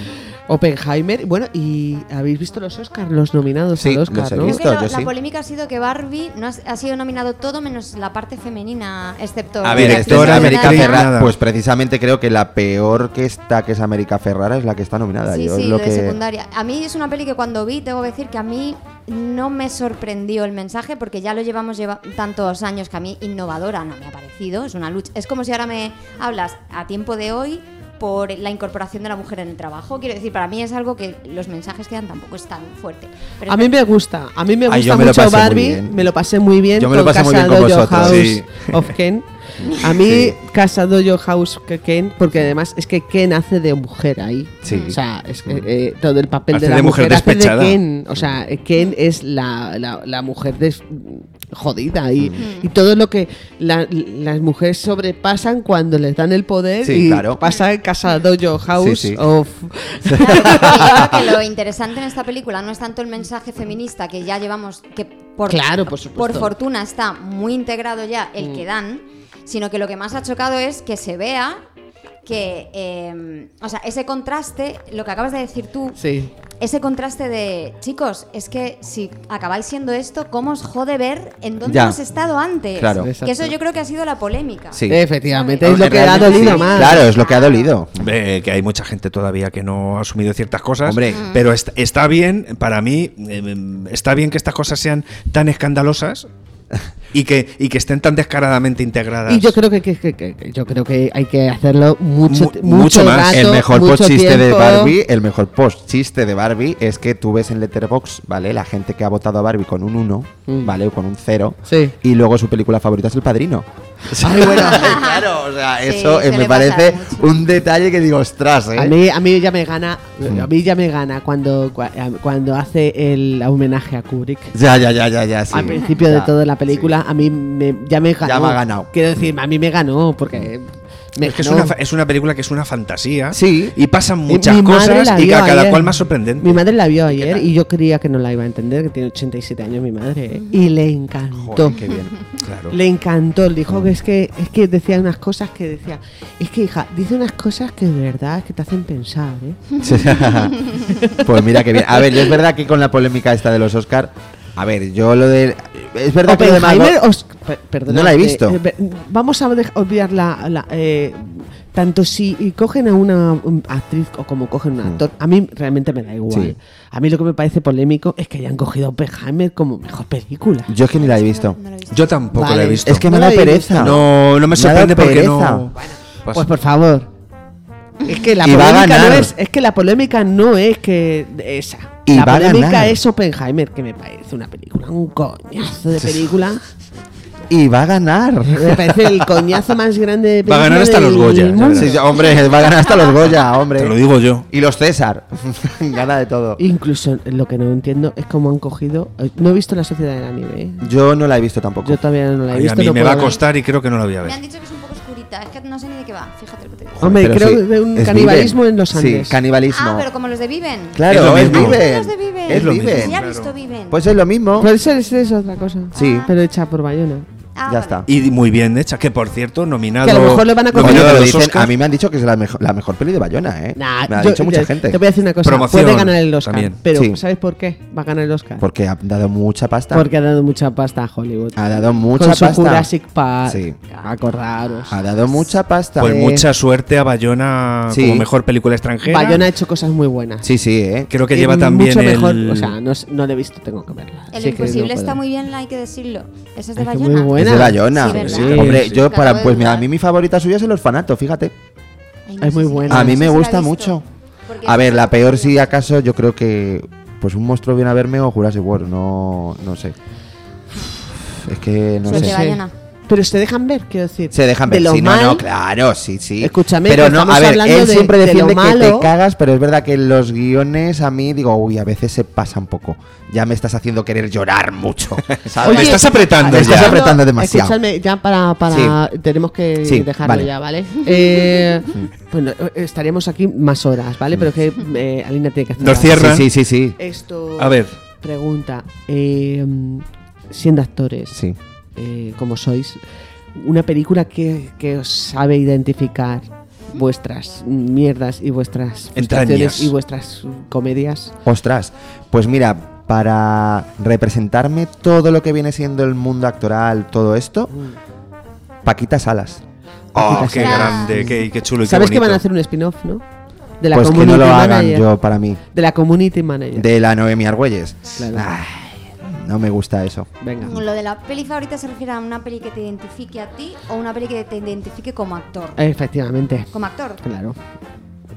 [SPEAKER 4] Oppenheimer. Bueno, y habéis visto los Oscars, los nominados
[SPEAKER 1] Sí,
[SPEAKER 4] al Oscar,
[SPEAKER 1] los he
[SPEAKER 4] ¿no?
[SPEAKER 12] Creo que
[SPEAKER 1] Esto,
[SPEAKER 12] lo-
[SPEAKER 1] yo
[SPEAKER 12] la
[SPEAKER 1] sí.
[SPEAKER 12] polémica ha sido que Barbie no ha, ha sido nominado todo menos la parte femenina, excepto.
[SPEAKER 1] A ver, esto es
[SPEAKER 12] actriz
[SPEAKER 1] América
[SPEAKER 12] nominada.
[SPEAKER 1] Ferrara. Pues precisamente creo que la peor que está, que es América Ferrara, es la que está nominada.
[SPEAKER 12] Sí,
[SPEAKER 1] Yo
[SPEAKER 12] sí,
[SPEAKER 1] es lo
[SPEAKER 12] de
[SPEAKER 1] que...
[SPEAKER 12] secundaria. A mí es una peli que cuando vi, tengo que decir que a mí no me sorprendió el mensaje porque ya lo llevamos lleva tantos años que a mí innovadora no me ha parecido. Es una lucha. Es como si ahora me hablas a tiempo de hoy por la incorporación de la mujer en el trabajo. Quiero decir, para mí es algo que los mensajes que dan tampoco es tan fuerte. Pero
[SPEAKER 4] A mí me gusta, a mí me
[SPEAKER 1] Ay,
[SPEAKER 4] gusta
[SPEAKER 1] yo me lo
[SPEAKER 4] mucho
[SPEAKER 1] pasé muy
[SPEAKER 4] Barbie,
[SPEAKER 1] bien.
[SPEAKER 4] me lo pasé muy bien
[SPEAKER 1] Yo me lo
[SPEAKER 4] con
[SPEAKER 1] pasé muy bien
[SPEAKER 4] Casa
[SPEAKER 1] con
[SPEAKER 4] Dojo
[SPEAKER 1] vosotros.
[SPEAKER 4] House
[SPEAKER 1] Sí.
[SPEAKER 4] of Ken. A mí Casa Dojo House que Ken, porque además es que Ken hace de mujer ahí.
[SPEAKER 1] Sí.
[SPEAKER 4] O sea, es que, eh, todo el papel
[SPEAKER 3] Hace
[SPEAKER 4] de la
[SPEAKER 3] de mujer
[SPEAKER 4] mujer, hace
[SPEAKER 3] despechada.
[SPEAKER 4] de Ken. O sea, eh, Ken es la, la- la mujer des- jodida y, y todo lo que la- las mujeres sobrepasan cuando les dan el poder y
[SPEAKER 1] Sí, claro.
[SPEAKER 4] pasa en Casa Dojo House
[SPEAKER 1] Sí, sí.
[SPEAKER 4] of...
[SPEAKER 12] Creo que lo interesante en esta película no es tanto el mensaje feminista que ya llevamos, que por,
[SPEAKER 4] Claro, por supuesto.
[SPEAKER 12] por fortuna está muy integrado ya el
[SPEAKER 4] Mm.
[SPEAKER 12] que dan, sino que lo que más ha chocado es que se vea que, eh, o sea, ese contraste, lo que acabas de decir tú,
[SPEAKER 4] Sí.
[SPEAKER 12] ese contraste de, chicos, es que si acabáis siendo esto, ¿cómo os jode ver en dónde
[SPEAKER 1] Ya.
[SPEAKER 12] hemos estado antes?
[SPEAKER 1] Claro.
[SPEAKER 12] Que eso yo creo que ha sido la polémica.
[SPEAKER 1] Sí.
[SPEAKER 4] Efectivamente, es lo que ha
[SPEAKER 1] Realmente
[SPEAKER 4] dolido
[SPEAKER 1] sí.
[SPEAKER 4] más.
[SPEAKER 1] Claro, es lo que ha dolido.
[SPEAKER 3] Ve que hay mucha gente todavía que no ha asumido ciertas cosas.
[SPEAKER 1] Hombre.
[SPEAKER 4] Mm.
[SPEAKER 3] Pero est- está bien, para mí, eh, está bien que estas cosas sean tan escandalosas y que, y que estén tan descaradamente integradas.
[SPEAKER 4] Y yo creo que, que- que- que- yo creo que hay que hacerlo mucho,
[SPEAKER 3] Mu-
[SPEAKER 4] ti-
[SPEAKER 3] mucho
[SPEAKER 4] mucho,
[SPEAKER 3] más.
[SPEAKER 4] rato,
[SPEAKER 1] el mejor
[SPEAKER 4] mucho
[SPEAKER 1] post chiste de
[SPEAKER 4] tiempo.
[SPEAKER 1] Barbie, el mejor post chiste de Barbie es que tú ves en Letterbox, ¿vale? La gente que ha votado a Barbie con un 1,
[SPEAKER 4] Mm.
[SPEAKER 1] ¿vale? O con un 0.
[SPEAKER 4] Sí.
[SPEAKER 1] Y luego su película favorita es El Padrino.
[SPEAKER 4] Ay, bueno.
[SPEAKER 1] claro, o sea,
[SPEAKER 12] Sí,
[SPEAKER 1] eso eh,
[SPEAKER 12] suele
[SPEAKER 1] me
[SPEAKER 12] pasar
[SPEAKER 1] parece
[SPEAKER 12] mucho.
[SPEAKER 1] un detalle que digo, ostras, ¿eh?
[SPEAKER 4] A mí, a mí ya me gana,
[SPEAKER 1] Mm.
[SPEAKER 4] a mí ya me gana cuando, cua- cuando hace el homenaje a Kubrick.
[SPEAKER 1] Ya, ya, ya, ya, ya. sí.
[SPEAKER 4] Al principio
[SPEAKER 1] Ya.
[SPEAKER 4] de toda la película, a mí me- ya me ganó.
[SPEAKER 1] Ya me ha ganado. Mm.
[SPEAKER 4] Quiero decir, a mí me ganó porque me
[SPEAKER 3] Es que es
[SPEAKER 4] ganó.
[SPEAKER 3] una, fa- es una película que es una fantasía
[SPEAKER 1] Sí.
[SPEAKER 3] y pasan
[SPEAKER 4] Eh,
[SPEAKER 3] muchas
[SPEAKER 4] mi madre
[SPEAKER 3] cosas
[SPEAKER 4] la
[SPEAKER 3] y
[SPEAKER 4] vio
[SPEAKER 3] ca- cada
[SPEAKER 4] ayer.
[SPEAKER 3] cual más sorprendente.
[SPEAKER 4] Mi madre la vio ayer y yo creía que no la iba a entender, que tiene 87 años mi madre, ¿eh? y le encantó.
[SPEAKER 1] Joder, Mm. qué bien.
[SPEAKER 3] Claro.
[SPEAKER 4] Le encantó, le
[SPEAKER 1] Mm.
[SPEAKER 4] dijo que es que es que decía unas cosas que decía, es que hija, dice unas cosas que de verdad que te hacen pensar, ¿eh?
[SPEAKER 1] pues mira que bien. A ver, yo es verdad que con la polémica esta de los Oscar, a ver, yo lo de es verdad que lo de Margot-
[SPEAKER 4] Oppenheimer, os- per- perdonad,
[SPEAKER 1] No la he
[SPEAKER 4] eh,
[SPEAKER 1] visto.
[SPEAKER 4] eh, per- vamos a dej- olvidar la, la, eh, tanto si y cogen a una um, actriz o como cogen a un actor, a mí realmente me da igual.
[SPEAKER 1] Mm. Sí.
[SPEAKER 4] A mí lo que me parece polémico es que hayan cogido a Oppenheimer como mejor película.
[SPEAKER 1] yo es que ni la he visto.
[SPEAKER 3] Yo tampoco la he
[SPEAKER 4] Vale.
[SPEAKER 3] visto.
[SPEAKER 1] Es que me
[SPEAKER 4] No
[SPEAKER 1] da
[SPEAKER 4] la he
[SPEAKER 1] pereza.
[SPEAKER 3] no, no me
[SPEAKER 1] ha dado
[SPEAKER 3] sorprende porque
[SPEAKER 1] pereza.
[SPEAKER 3] no. Pasa.
[SPEAKER 4] Pues por favor. Es que la
[SPEAKER 1] Y va a
[SPEAKER 4] polémica no
[SPEAKER 1] ganar.
[SPEAKER 4] es, es que la polémica no es que esa.
[SPEAKER 1] Y
[SPEAKER 4] la
[SPEAKER 1] va a
[SPEAKER 4] polémica
[SPEAKER 1] ganar.
[SPEAKER 4] es Oppenheimer, que me parece una película, un coñazo de película.
[SPEAKER 1] Y va a ganar.
[SPEAKER 4] Me parece el coñazo más grande de
[SPEAKER 3] Va a ganar
[SPEAKER 4] película
[SPEAKER 3] hasta los
[SPEAKER 4] del
[SPEAKER 3] Goya, ya
[SPEAKER 4] mundo.
[SPEAKER 3] verás.
[SPEAKER 1] Sí, sí, hombre, va a ganar hasta los Goya, hombre.
[SPEAKER 3] Te lo digo yo.
[SPEAKER 1] Y los César. Gana de todo.
[SPEAKER 4] Incluso lo que no entiendo es cómo han cogido. eh, No he visto la sociedad de la nieve. ¿eh?
[SPEAKER 1] Yo no la he visto tampoco.
[SPEAKER 4] Yo todavía no la he
[SPEAKER 3] Ay,
[SPEAKER 4] visto.
[SPEAKER 3] a mí
[SPEAKER 4] no
[SPEAKER 3] me
[SPEAKER 4] puedo
[SPEAKER 3] va a
[SPEAKER 4] hablar.
[SPEAKER 3] costar y creo que no la voy a
[SPEAKER 1] Pues
[SPEAKER 12] Me
[SPEAKER 3] ver.
[SPEAKER 12] han dicho que es un poco oscurita, es que no sé ni de qué va, fíjate lo que te digo.
[SPEAKER 4] Hombre,
[SPEAKER 1] Pero
[SPEAKER 4] creo
[SPEAKER 1] sí,
[SPEAKER 4] de un
[SPEAKER 1] es
[SPEAKER 4] canibalismo
[SPEAKER 1] Viven.
[SPEAKER 4] en los Andes.
[SPEAKER 1] Sí, canibalismo.
[SPEAKER 12] Ah, pero como los de Viven.
[SPEAKER 1] Claro,
[SPEAKER 3] Es lo
[SPEAKER 1] es,
[SPEAKER 3] mismo.
[SPEAKER 1] Viven.
[SPEAKER 12] Los de Viven.
[SPEAKER 1] Es lo
[SPEAKER 3] Sí,
[SPEAKER 12] Sí,
[SPEAKER 1] Viven.
[SPEAKER 12] ya he
[SPEAKER 3] claro.
[SPEAKER 12] visto Viven.
[SPEAKER 1] Pues es lo mismo.
[SPEAKER 4] Pero eso es, es otra cosa.
[SPEAKER 1] Sí.
[SPEAKER 4] Pero hecha por Bayona.
[SPEAKER 12] Ah,
[SPEAKER 1] ya
[SPEAKER 12] vale.
[SPEAKER 1] está.
[SPEAKER 3] Y muy bien hecha, que por cierto, nominado.
[SPEAKER 4] Que a lo mejor le van a coger-
[SPEAKER 1] Oye,
[SPEAKER 3] nominado
[SPEAKER 1] pero
[SPEAKER 3] a los
[SPEAKER 1] dicen-
[SPEAKER 3] Oscars.
[SPEAKER 1] a mí me han dicho que es la mejor, la mejor peli de Bayona, ¿eh?
[SPEAKER 4] Nah,
[SPEAKER 1] me ha
[SPEAKER 4] yo-
[SPEAKER 1] dicho mucha
[SPEAKER 4] yo-
[SPEAKER 1] gente.
[SPEAKER 4] Te voy a decir una cosa.
[SPEAKER 3] Promoción
[SPEAKER 4] Puede ganar el Oscar.
[SPEAKER 3] también.
[SPEAKER 4] Pero
[SPEAKER 1] Sí.
[SPEAKER 4] ¿sabes por qué va a ganar el Oscar?
[SPEAKER 1] Porque ha dado mucha pasta.
[SPEAKER 4] Porque ha dado mucha pasta a Hollywood.
[SPEAKER 1] Ha dado mucha
[SPEAKER 4] Con su
[SPEAKER 1] pasta.
[SPEAKER 4] Jurassic Park.
[SPEAKER 1] Sí.
[SPEAKER 4] Acordaros.
[SPEAKER 1] Ha dado mucha pasta.
[SPEAKER 3] Pues
[SPEAKER 1] Eh,
[SPEAKER 3] mucha suerte a Bayona
[SPEAKER 1] Sí.
[SPEAKER 3] como mejor película extranjera.
[SPEAKER 4] Bayona ha hecho cosas muy buenas.
[SPEAKER 1] Sí, sí, ¿eh?
[SPEAKER 3] Creo que
[SPEAKER 4] Y
[SPEAKER 3] lleva también
[SPEAKER 4] mucho mejor,
[SPEAKER 3] el-
[SPEAKER 4] o sea, no, s- no lo he visto, tengo que verla.
[SPEAKER 12] El
[SPEAKER 4] Así que no
[SPEAKER 12] imposible está
[SPEAKER 4] puedo.
[SPEAKER 12] muy bien, hay que decirlo. Esa es
[SPEAKER 4] Ay,
[SPEAKER 12] de
[SPEAKER 4] qué
[SPEAKER 12] Bayona.
[SPEAKER 4] muy buena.
[SPEAKER 1] Es de Bayona.
[SPEAKER 12] Sí, ¿verdad?
[SPEAKER 1] Sí, Hombre,
[SPEAKER 3] Sí,
[SPEAKER 1] yo
[SPEAKER 12] sí. Acabo
[SPEAKER 1] para
[SPEAKER 12] de
[SPEAKER 1] pues mira, a
[SPEAKER 12] dudar.
[SPEAKER 1] mí mi favorita suya es el orfanato, fíjate.
[SPEAKER 12] Ay,
[SPEAKER 4] Es muy
[SPEAKER 12] sé si-
[SPEAKER 4] buena.
[SPEAKER 12] no
[SPEAKER 1] A mí
[SPEAKER 12] sé
[SPEAKER 1] me
[SPEAKER 12] si la he
[SPEAKER 1] gusta
[SPEAKER 12] visto.
[SPEAKER 1] mucho.
[SPEAKER 12] Porque
[SPEAKER 1] A
[SPEAKER 12] es
[SPEAKER 1] ver,
[SPEAKER 12] una
[SPEAKER 1] la peor si
[SPEAKER 12] película.
[SPEAKER 1] acaso yo creo que pues un monstruo viene a verme o Jurassic World, no no sé. Es que no
[SPEAKER 12] Suerte,
[SPEAKER 1] sé.
[SPEAKER 4] Sí.
[SPEAKER 12] Bayona.
[SPEAKER 4] Pero se dejan ver, quiero decir.
[SPEAKER 1] Se dejan ver,
[SPEAKER 4] De lo
[SPEAKER 1] sí,
[SPEAKER 4] mal,
[SPEAKER 1] no, no, claro, sí, sí.
[SPEAKER 4] Escúchame,
[SPEAKER 1] pero
[SPEAKER 4] que
[SPEAKER 1] no, a
[SPEAKER 4] estamos
[SPEAKER 1] ver,
[SPEAKER 4] hablando
[SPEAKER 1] él
[SPEAKER 4] de-
[SPEAKER 1] siempre
[SPEAKER 4] de lo
[SPEAKER 1] defiende que te
[SPEAKER 4] malo.
[SPEAKER 1] cagas, pero es verdad que los guiones a mí digo, uy, a veces se pasa un poco. Ya me estás haciendo querer llorar mucho. ¿sabes?
[SPEAKER 3] Oye, Me estás apretando
[SPEAKER 1] Me estás
[SPEAKER 3] ya.
[SPEAKER 1] apretando demasiado.
[SPEAKER 4] Escuchadme, ya para. para Tenemos que
[SPEAKER 1] Sí,
[SPEAKER 4] dejarlo
[SPEAKER 1] vale.
[SPEAKER 4] ya, ¿vale? Eh, bueno, estaríamos aquí más horas, ¿vale? Pero que eh, Alina tiene que hacer.
[SPEAKER 3] Nos
[SPEAKER 4] algo.
[SPEAKER 3] cierran.
[SPEAKER 1] Sí, sí, sí, sí.
[SPEAKER 4] Esto.
[SPEAKER 3] A ver.
[SPEAKER 4] Pregunta. eh, siendo actores,
[SPEAKER 1] Sí.
[SPEAKER 4] eh, como sois, una película que, que os sabe identificar. vuestras mierdas y vuestras
[SPEAKER 1] Entrañas.
[SPEAKER 4] frustraciones y vuestras comedias.
[SPEAKER 1] Ostras, pues mira, para representarme todo lo que viene siendo el mundo actoral, todo esto,
[SPEAKER 4] Mm.
[SPEAKER 1] Paquita Salas.
[SPEAKER 3] Oh, qué grande, qué, qué chulo y qué
[SPEAKER 4] Sabes que van a
[SPEAKER 3] bonito.
[SPEAKER 4] hacer un spin-off, ¿no? De la
[SPEAKER 1] pues que no
[SPEAKER 4] community
[SPEAKER 1] lo hagan
[SPEAKER 4] manager.
[SPEAKER 1] yo para mí.
[SPEAKER 4] De la community manager.
[SPEAKER 1] De la Noemi Argüelles.
[SPEAKER 4] Claro.
[SPEAKER 1] Ay, no me gusta eso.
[SPEAKER 4] Venga.
[SPEAKER 12] Lo de la peli favorita se refiere a una peli que te identifique a ti o una peli que te identifique como actor.
[SPEAKER 4] Efectivamente.
[SPEAKER 12] Como actor.
[SPEAKER 4] Claro.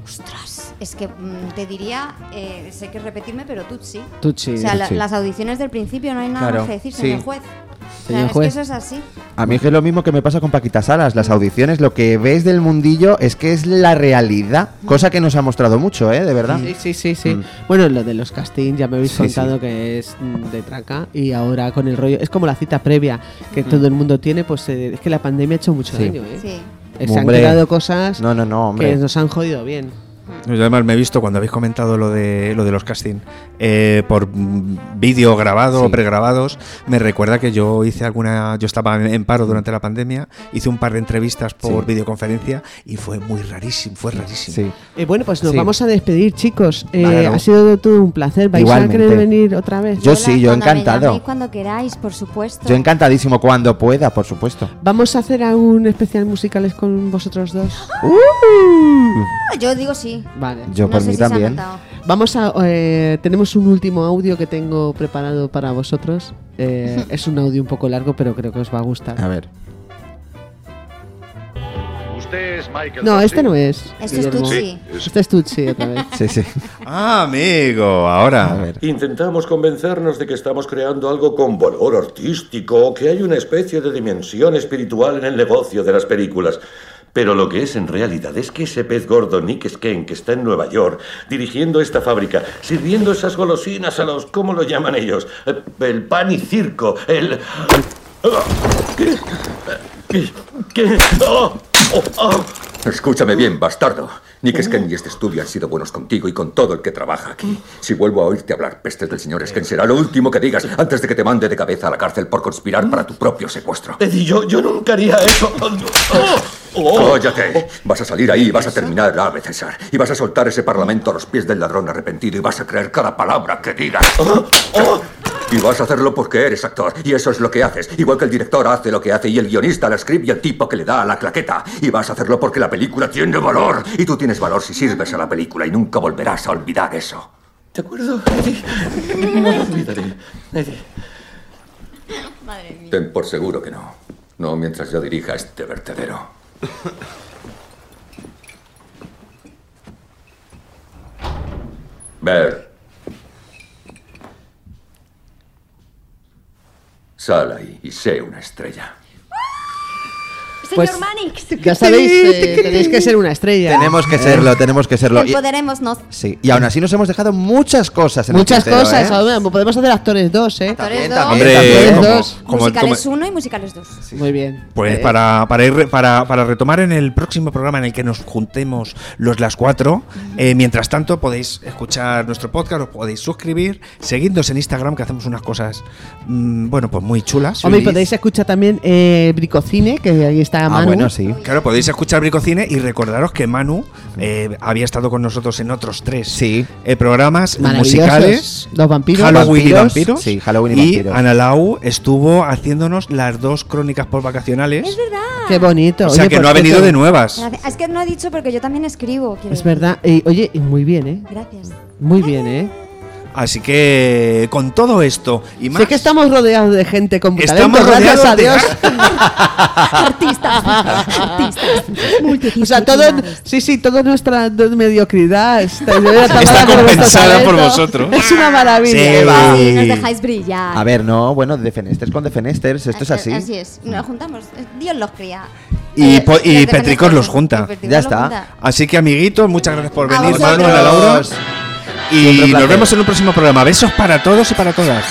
[SPEAKER 12] Ostras, es que mm, te diría, eh, sé que repetirme, pero Tutsi.
[SPEAKER 4] Tutsi,
[SPEAKER 12] O sea, la-
[SPEAKER 1] Tutsi.
[SPEAKER 12] las audiciones del principio no hay nada
[SPEAKER 1] Claro,
[SPEAKER 12] más que decir,
[SPEAKER 1] sí.
[SPEAKER 12] señor juez. O sea,
[SPEAKER 1] Señor
[SPEAKER 12] es
[SPEAKER 1] juez.
[SPEAKER 12] que eso es así.
[SPEAKER 1] A mí es que es lo mismo que me pasa con Paquita Salas. Las audiciones, lo que ves del mundillo es que es la realidad. Cosa que nos ha mostrado mucho, ¿eh? De verdad. Mm.
[SPEAKER 4] Sí, sí, sí, sí. Bueno, lo de los castings ya me habéis
[SPEAKER 1] Sí,
[SPEAKER 4] contado que es mm, de traca y ahora con el rollo es como la cita previa que todo el mundo tiene, pues eh, es que la pandemia ha hecho mucho
[SPEAKER 1] Mm. Sí.
[SPEAKER 4] daño, ¿eh?
[SPEAKER 12] Sí.
[SPEAKER 4] Eh, Se han
[SPEAKER 1] Hombre.
[SPEAKER 4] creado cosas
[SPEAKER 1] No, no, no, hombre.
[SPEAKER 4] que nos han jodido bien.
[SPEAKER 3] Yo además me he visto cuando habéis comentado lo de lo de los casting eh, por mm, vídeo grabado o
[SPEAKER 1] Sí.
[SPEAKER 3] pregrabados. Me recuerda que yo hice alguna, yo estaba en- en paro durante la pandemia, hice un par de entrevistas por
[SPEAKER 1] Sí.
[SPEAKER 3] videoconferencia y fue muy rarísimo, fue rarísimo.
[SPEAKER 1] Sí.
[SPEAKER 4] Eh, bueno, pues nos
[SPEAKER 3] Sí.
[SPEAKER 4] vamos a despedir, chicos. Eh,
[SPEAKER 3] Claro.
[SPEAKER 4] Ha sido todo un placer. ¿Vais
[SPEAKER 1] Igualmente.
[SPEAKER 4] a querer venir otra
[SPEAKER 12] Pues
[SPEAKER 4] vez?
[SPEAKER 1] Yo sí, yo
[SPEAKER 12] Cuando me
[SPEAKER 1] encantado.
[SPEAKER 12] llaméis cuando queráis, por supuesto.
[SPEAKER 1] Yo encantadísimo cuando pueda, por supuesto.
[SPEAKER 4] Vamos a hacer algún especial musicales con vosotros dos.
[SPEAKER 12] Ah, yo digo sí.
[SPEAKER 4] Vale.
[SPEAKER 1] Yo por
[SPEAKER 12] sé
[SPEAKER 1] mí
[SPEAKER 12] si se ha
[SPEAKER 1] también.
[SPEAKER 12] notado.
[SPEAKER 4] Vamos a. eh, tenemos un último audio que tengo preparado para vosotros. Eh, es un audio un poco largo, pero creo que os va a gustar.
[SPEAKER 1] A ver.
[SPEAKER 5] Usted es Michael.
[SPEAKER 4] No,
[SPEAKER 5] Tutsi.
[SPEAKER 4] este no es. Guillermo. Este es Tutsi otra vez.
[SPEAKER 1] Sí, sí.
[SPEAKER 3] Ah, amigo, ahora.
[SPEAKER 19] Intentamos convencernos de que estamos creando algo con valor artístico o que hay una especie de dimensión espiritual en el negocio de las películas. Pero lo que es en realidad es que ese pez gordo Nick Skene, que está en Nueva York, dirigiendo esta fábrica, sirviendo esas golosinas a los, ¿cómo lo llaman ellos? Eh, El pan y circo, el... Ah, ¿Qué? ¿Qué? ¿Qué? ¡Oh! ¡Oh! ¡Oh!
[SPEAKER 18] Escúchame bien, bastardo. Nick Sken y este estudio han sido buenos contigo y con todo el que trabaja aquí. Si vuelvo a oírte hablar pestes del señor Sken, será lo último que digas antes de que te mande de cabeza a la cárcel por conspirar para tu propio secuestro.
[SPEAKER 19] Eddie, yo, yo nunca haría eso. Oh.
[SPEAKER 18] ¡Cóllate! Vas a salir ahí, vas a terminar el ave César. Y vas a soltar ese parlamento a los pies del ladrón arrepentido y vas a creer cada palabra que digas.
[SPEAKER 19] Oh.
[SPEAKER 18] Y vas a hacerlo porque eres actor. Y eso es lo que haces. Igual que el director hace lo que hace y el guionista, el script y el tipo que le da a la claqueta. Y vas a hacerlo porque la película tiene valor. Y tú tienes valor si sirves a la película y nunca volverás a olvidar eso.
[SPEAKER 19] ¿De acuerdo, Eddie? No lo olvidaré. Eddie.
[SPEAKER 18] Ten por seguro que no. No mientras yo dirija este vertedero. Ver. Sal ahí y sé una estrella.
[SPEAKER 4] Pues,
[SPEAKER 12] Manix.
[SPEAKER 4] ya sabéis, eh, tenéis que ser una estrella.
[SPEAKER 1] Tenemos que serlo, tenemos que serlo. Y,
[SPEAKER 12] Empoderémonos.
[SPEAKER 1] sí. y aún así nos hemos dejado muchas cosas en el
[SPEAKER 4] Muchas
[SPEAKER 1] tintero,
[SPEAKER 4] cosas.
[SPEAKER 1] ¿eh?
[SPEAKER 4] ahora Podemos hacer actores dos, ¿eh?
[SPEAKER 3] Ah,
[SPEAKER 12] Actores
[SPEAKER 1] dos.
[SPEAKER 12] dos.
[SPEAKER 1] Hombre,
[SPEAKER 4] Actores
[SPEAKER 1] como-
[SPEAKER 4] pues, dos.
[SPEAKER 3] como-
[SPEAKER 12] musicales 1 y musicales 2.
[SPEAKER 4] Muy bien.
[SPEAKER 3] Pues
[SPEAKER 4] Eh,
[SPEAKER 3] para, para, ir re- para, para retomar en el próximo programa en el que nos juntemos los las cuatro, eh, mientras tanto podéis escuchar nuestro podcast, os podéis suscribir, seguidnos en Instagram que hacemos unas cosas, mm, bueno, pues muy chulas.
[SPEAKER 4] Hombre, y
[SPEAKER 3] Sí.
[SPEAKER 4] podéis escuchar también eh, Bricocine, que ahí
[SPEAKER 1] Ah,
[SPEAKER 3] Ah,
[SPEAKER 4] está Manu.
[SPEAKER 3] Claro, podéis escuchar Bricocine y recordaros que Manu eh, había estado con nosotros en otros tres eh, programas
[SPEAKER 4] Maravillosos.
[SPEAKER 3] musicales.
[SPEAKER 4] Los vampiros.
[SPEAKER 3] Halloween y
[SPEAKER 4] Vampiros.
[SPEAKER 3] vampiros.
[SPEAKER 1] Sí, Halloween y vampiros.
[SPEAKER 3] Ana Lau estuvo haciéndonos las dos crónicas por vacacionales. Es verdad.
[SPEAKER 4] Qué bonito.
[SPEAKER 3] O sea
[SPEAKER 4] Oye,
[SPEAKER 3] que
[SPEAKER 4] por
[SPEAKER 3] no ha venido
[SPEAKER 4] cierto,
[SPEAKER 3] de nuevas.
[SPEAKER 12] Gracias. Es que no he dicho porque yo también escribo. quiero
[SPEAKER 4] Es
[SPEAKER 12] decir.
[SPEAKER 4] verdad. Eh, oye, y muy bien, ¿eh?
[SPEAKER 12] Gracias.
[SPEAKER 4] Muy bien, ¿eh?
[SPEAKER 3] Así que con todo esto y más.
[SPEAKER 4] Sé que estamos rodeados de gente con
[SPEAKER 3] Estamos
[SPEAKER 4] talento, gracias a Dios.
[SPEAKER 3] rodeados
[SPEAKER 12] Artistas. Artistas.
[SPEAKER 4] O sea, todo, sí, sí, toda nuestra mediocridad está, está
[SPEAKER 3] Está
[SPEAKER 4] vuestro
[SPEAKER 3] compensada por
[SPEAKER 4] talento.
[SPEAKER 3] vosotros.
[SPEAKER 4] Es una maravilla.
[SPEAKER 1] Sí, va.
[SPEAKER 12] Sí, nos dejáis brillar.
[SPEAKER 1] A ver, no, bueno, de fenesters con de fenesters, esto es así.
[SPEAKER 12] Así es. Nos juntamos. Dios los cría.
[SPEAKER 3] Y,
[SPEAKER 12] Eh,
[SPEAKER 3] po- y
[SPEAKER 12] los de
[SPEAKER 3] Petricor los
[SPEAKER 12] Fenesters.
[SPEAKER 3] junta.
[SPEAKER 12] Y Petricor los junta.
[SPEAKER 3] Así que amiguitos, muchas gracias por
[SPEAKER 12] A
[SPEAKER 3] venir,
[SPEAKER 12] vosotros.
[SPEAKER 3] Manuel, a Laura.
[SPEAKER 1] Adiós.
[SPEAKER 3] Y
[SPEAKER 1] un
[SPEAKER 3] nos
[SPEAKER 1] placer.
[SPEAKER 3] vemos en un próximo programa. Besos para todos y para todas.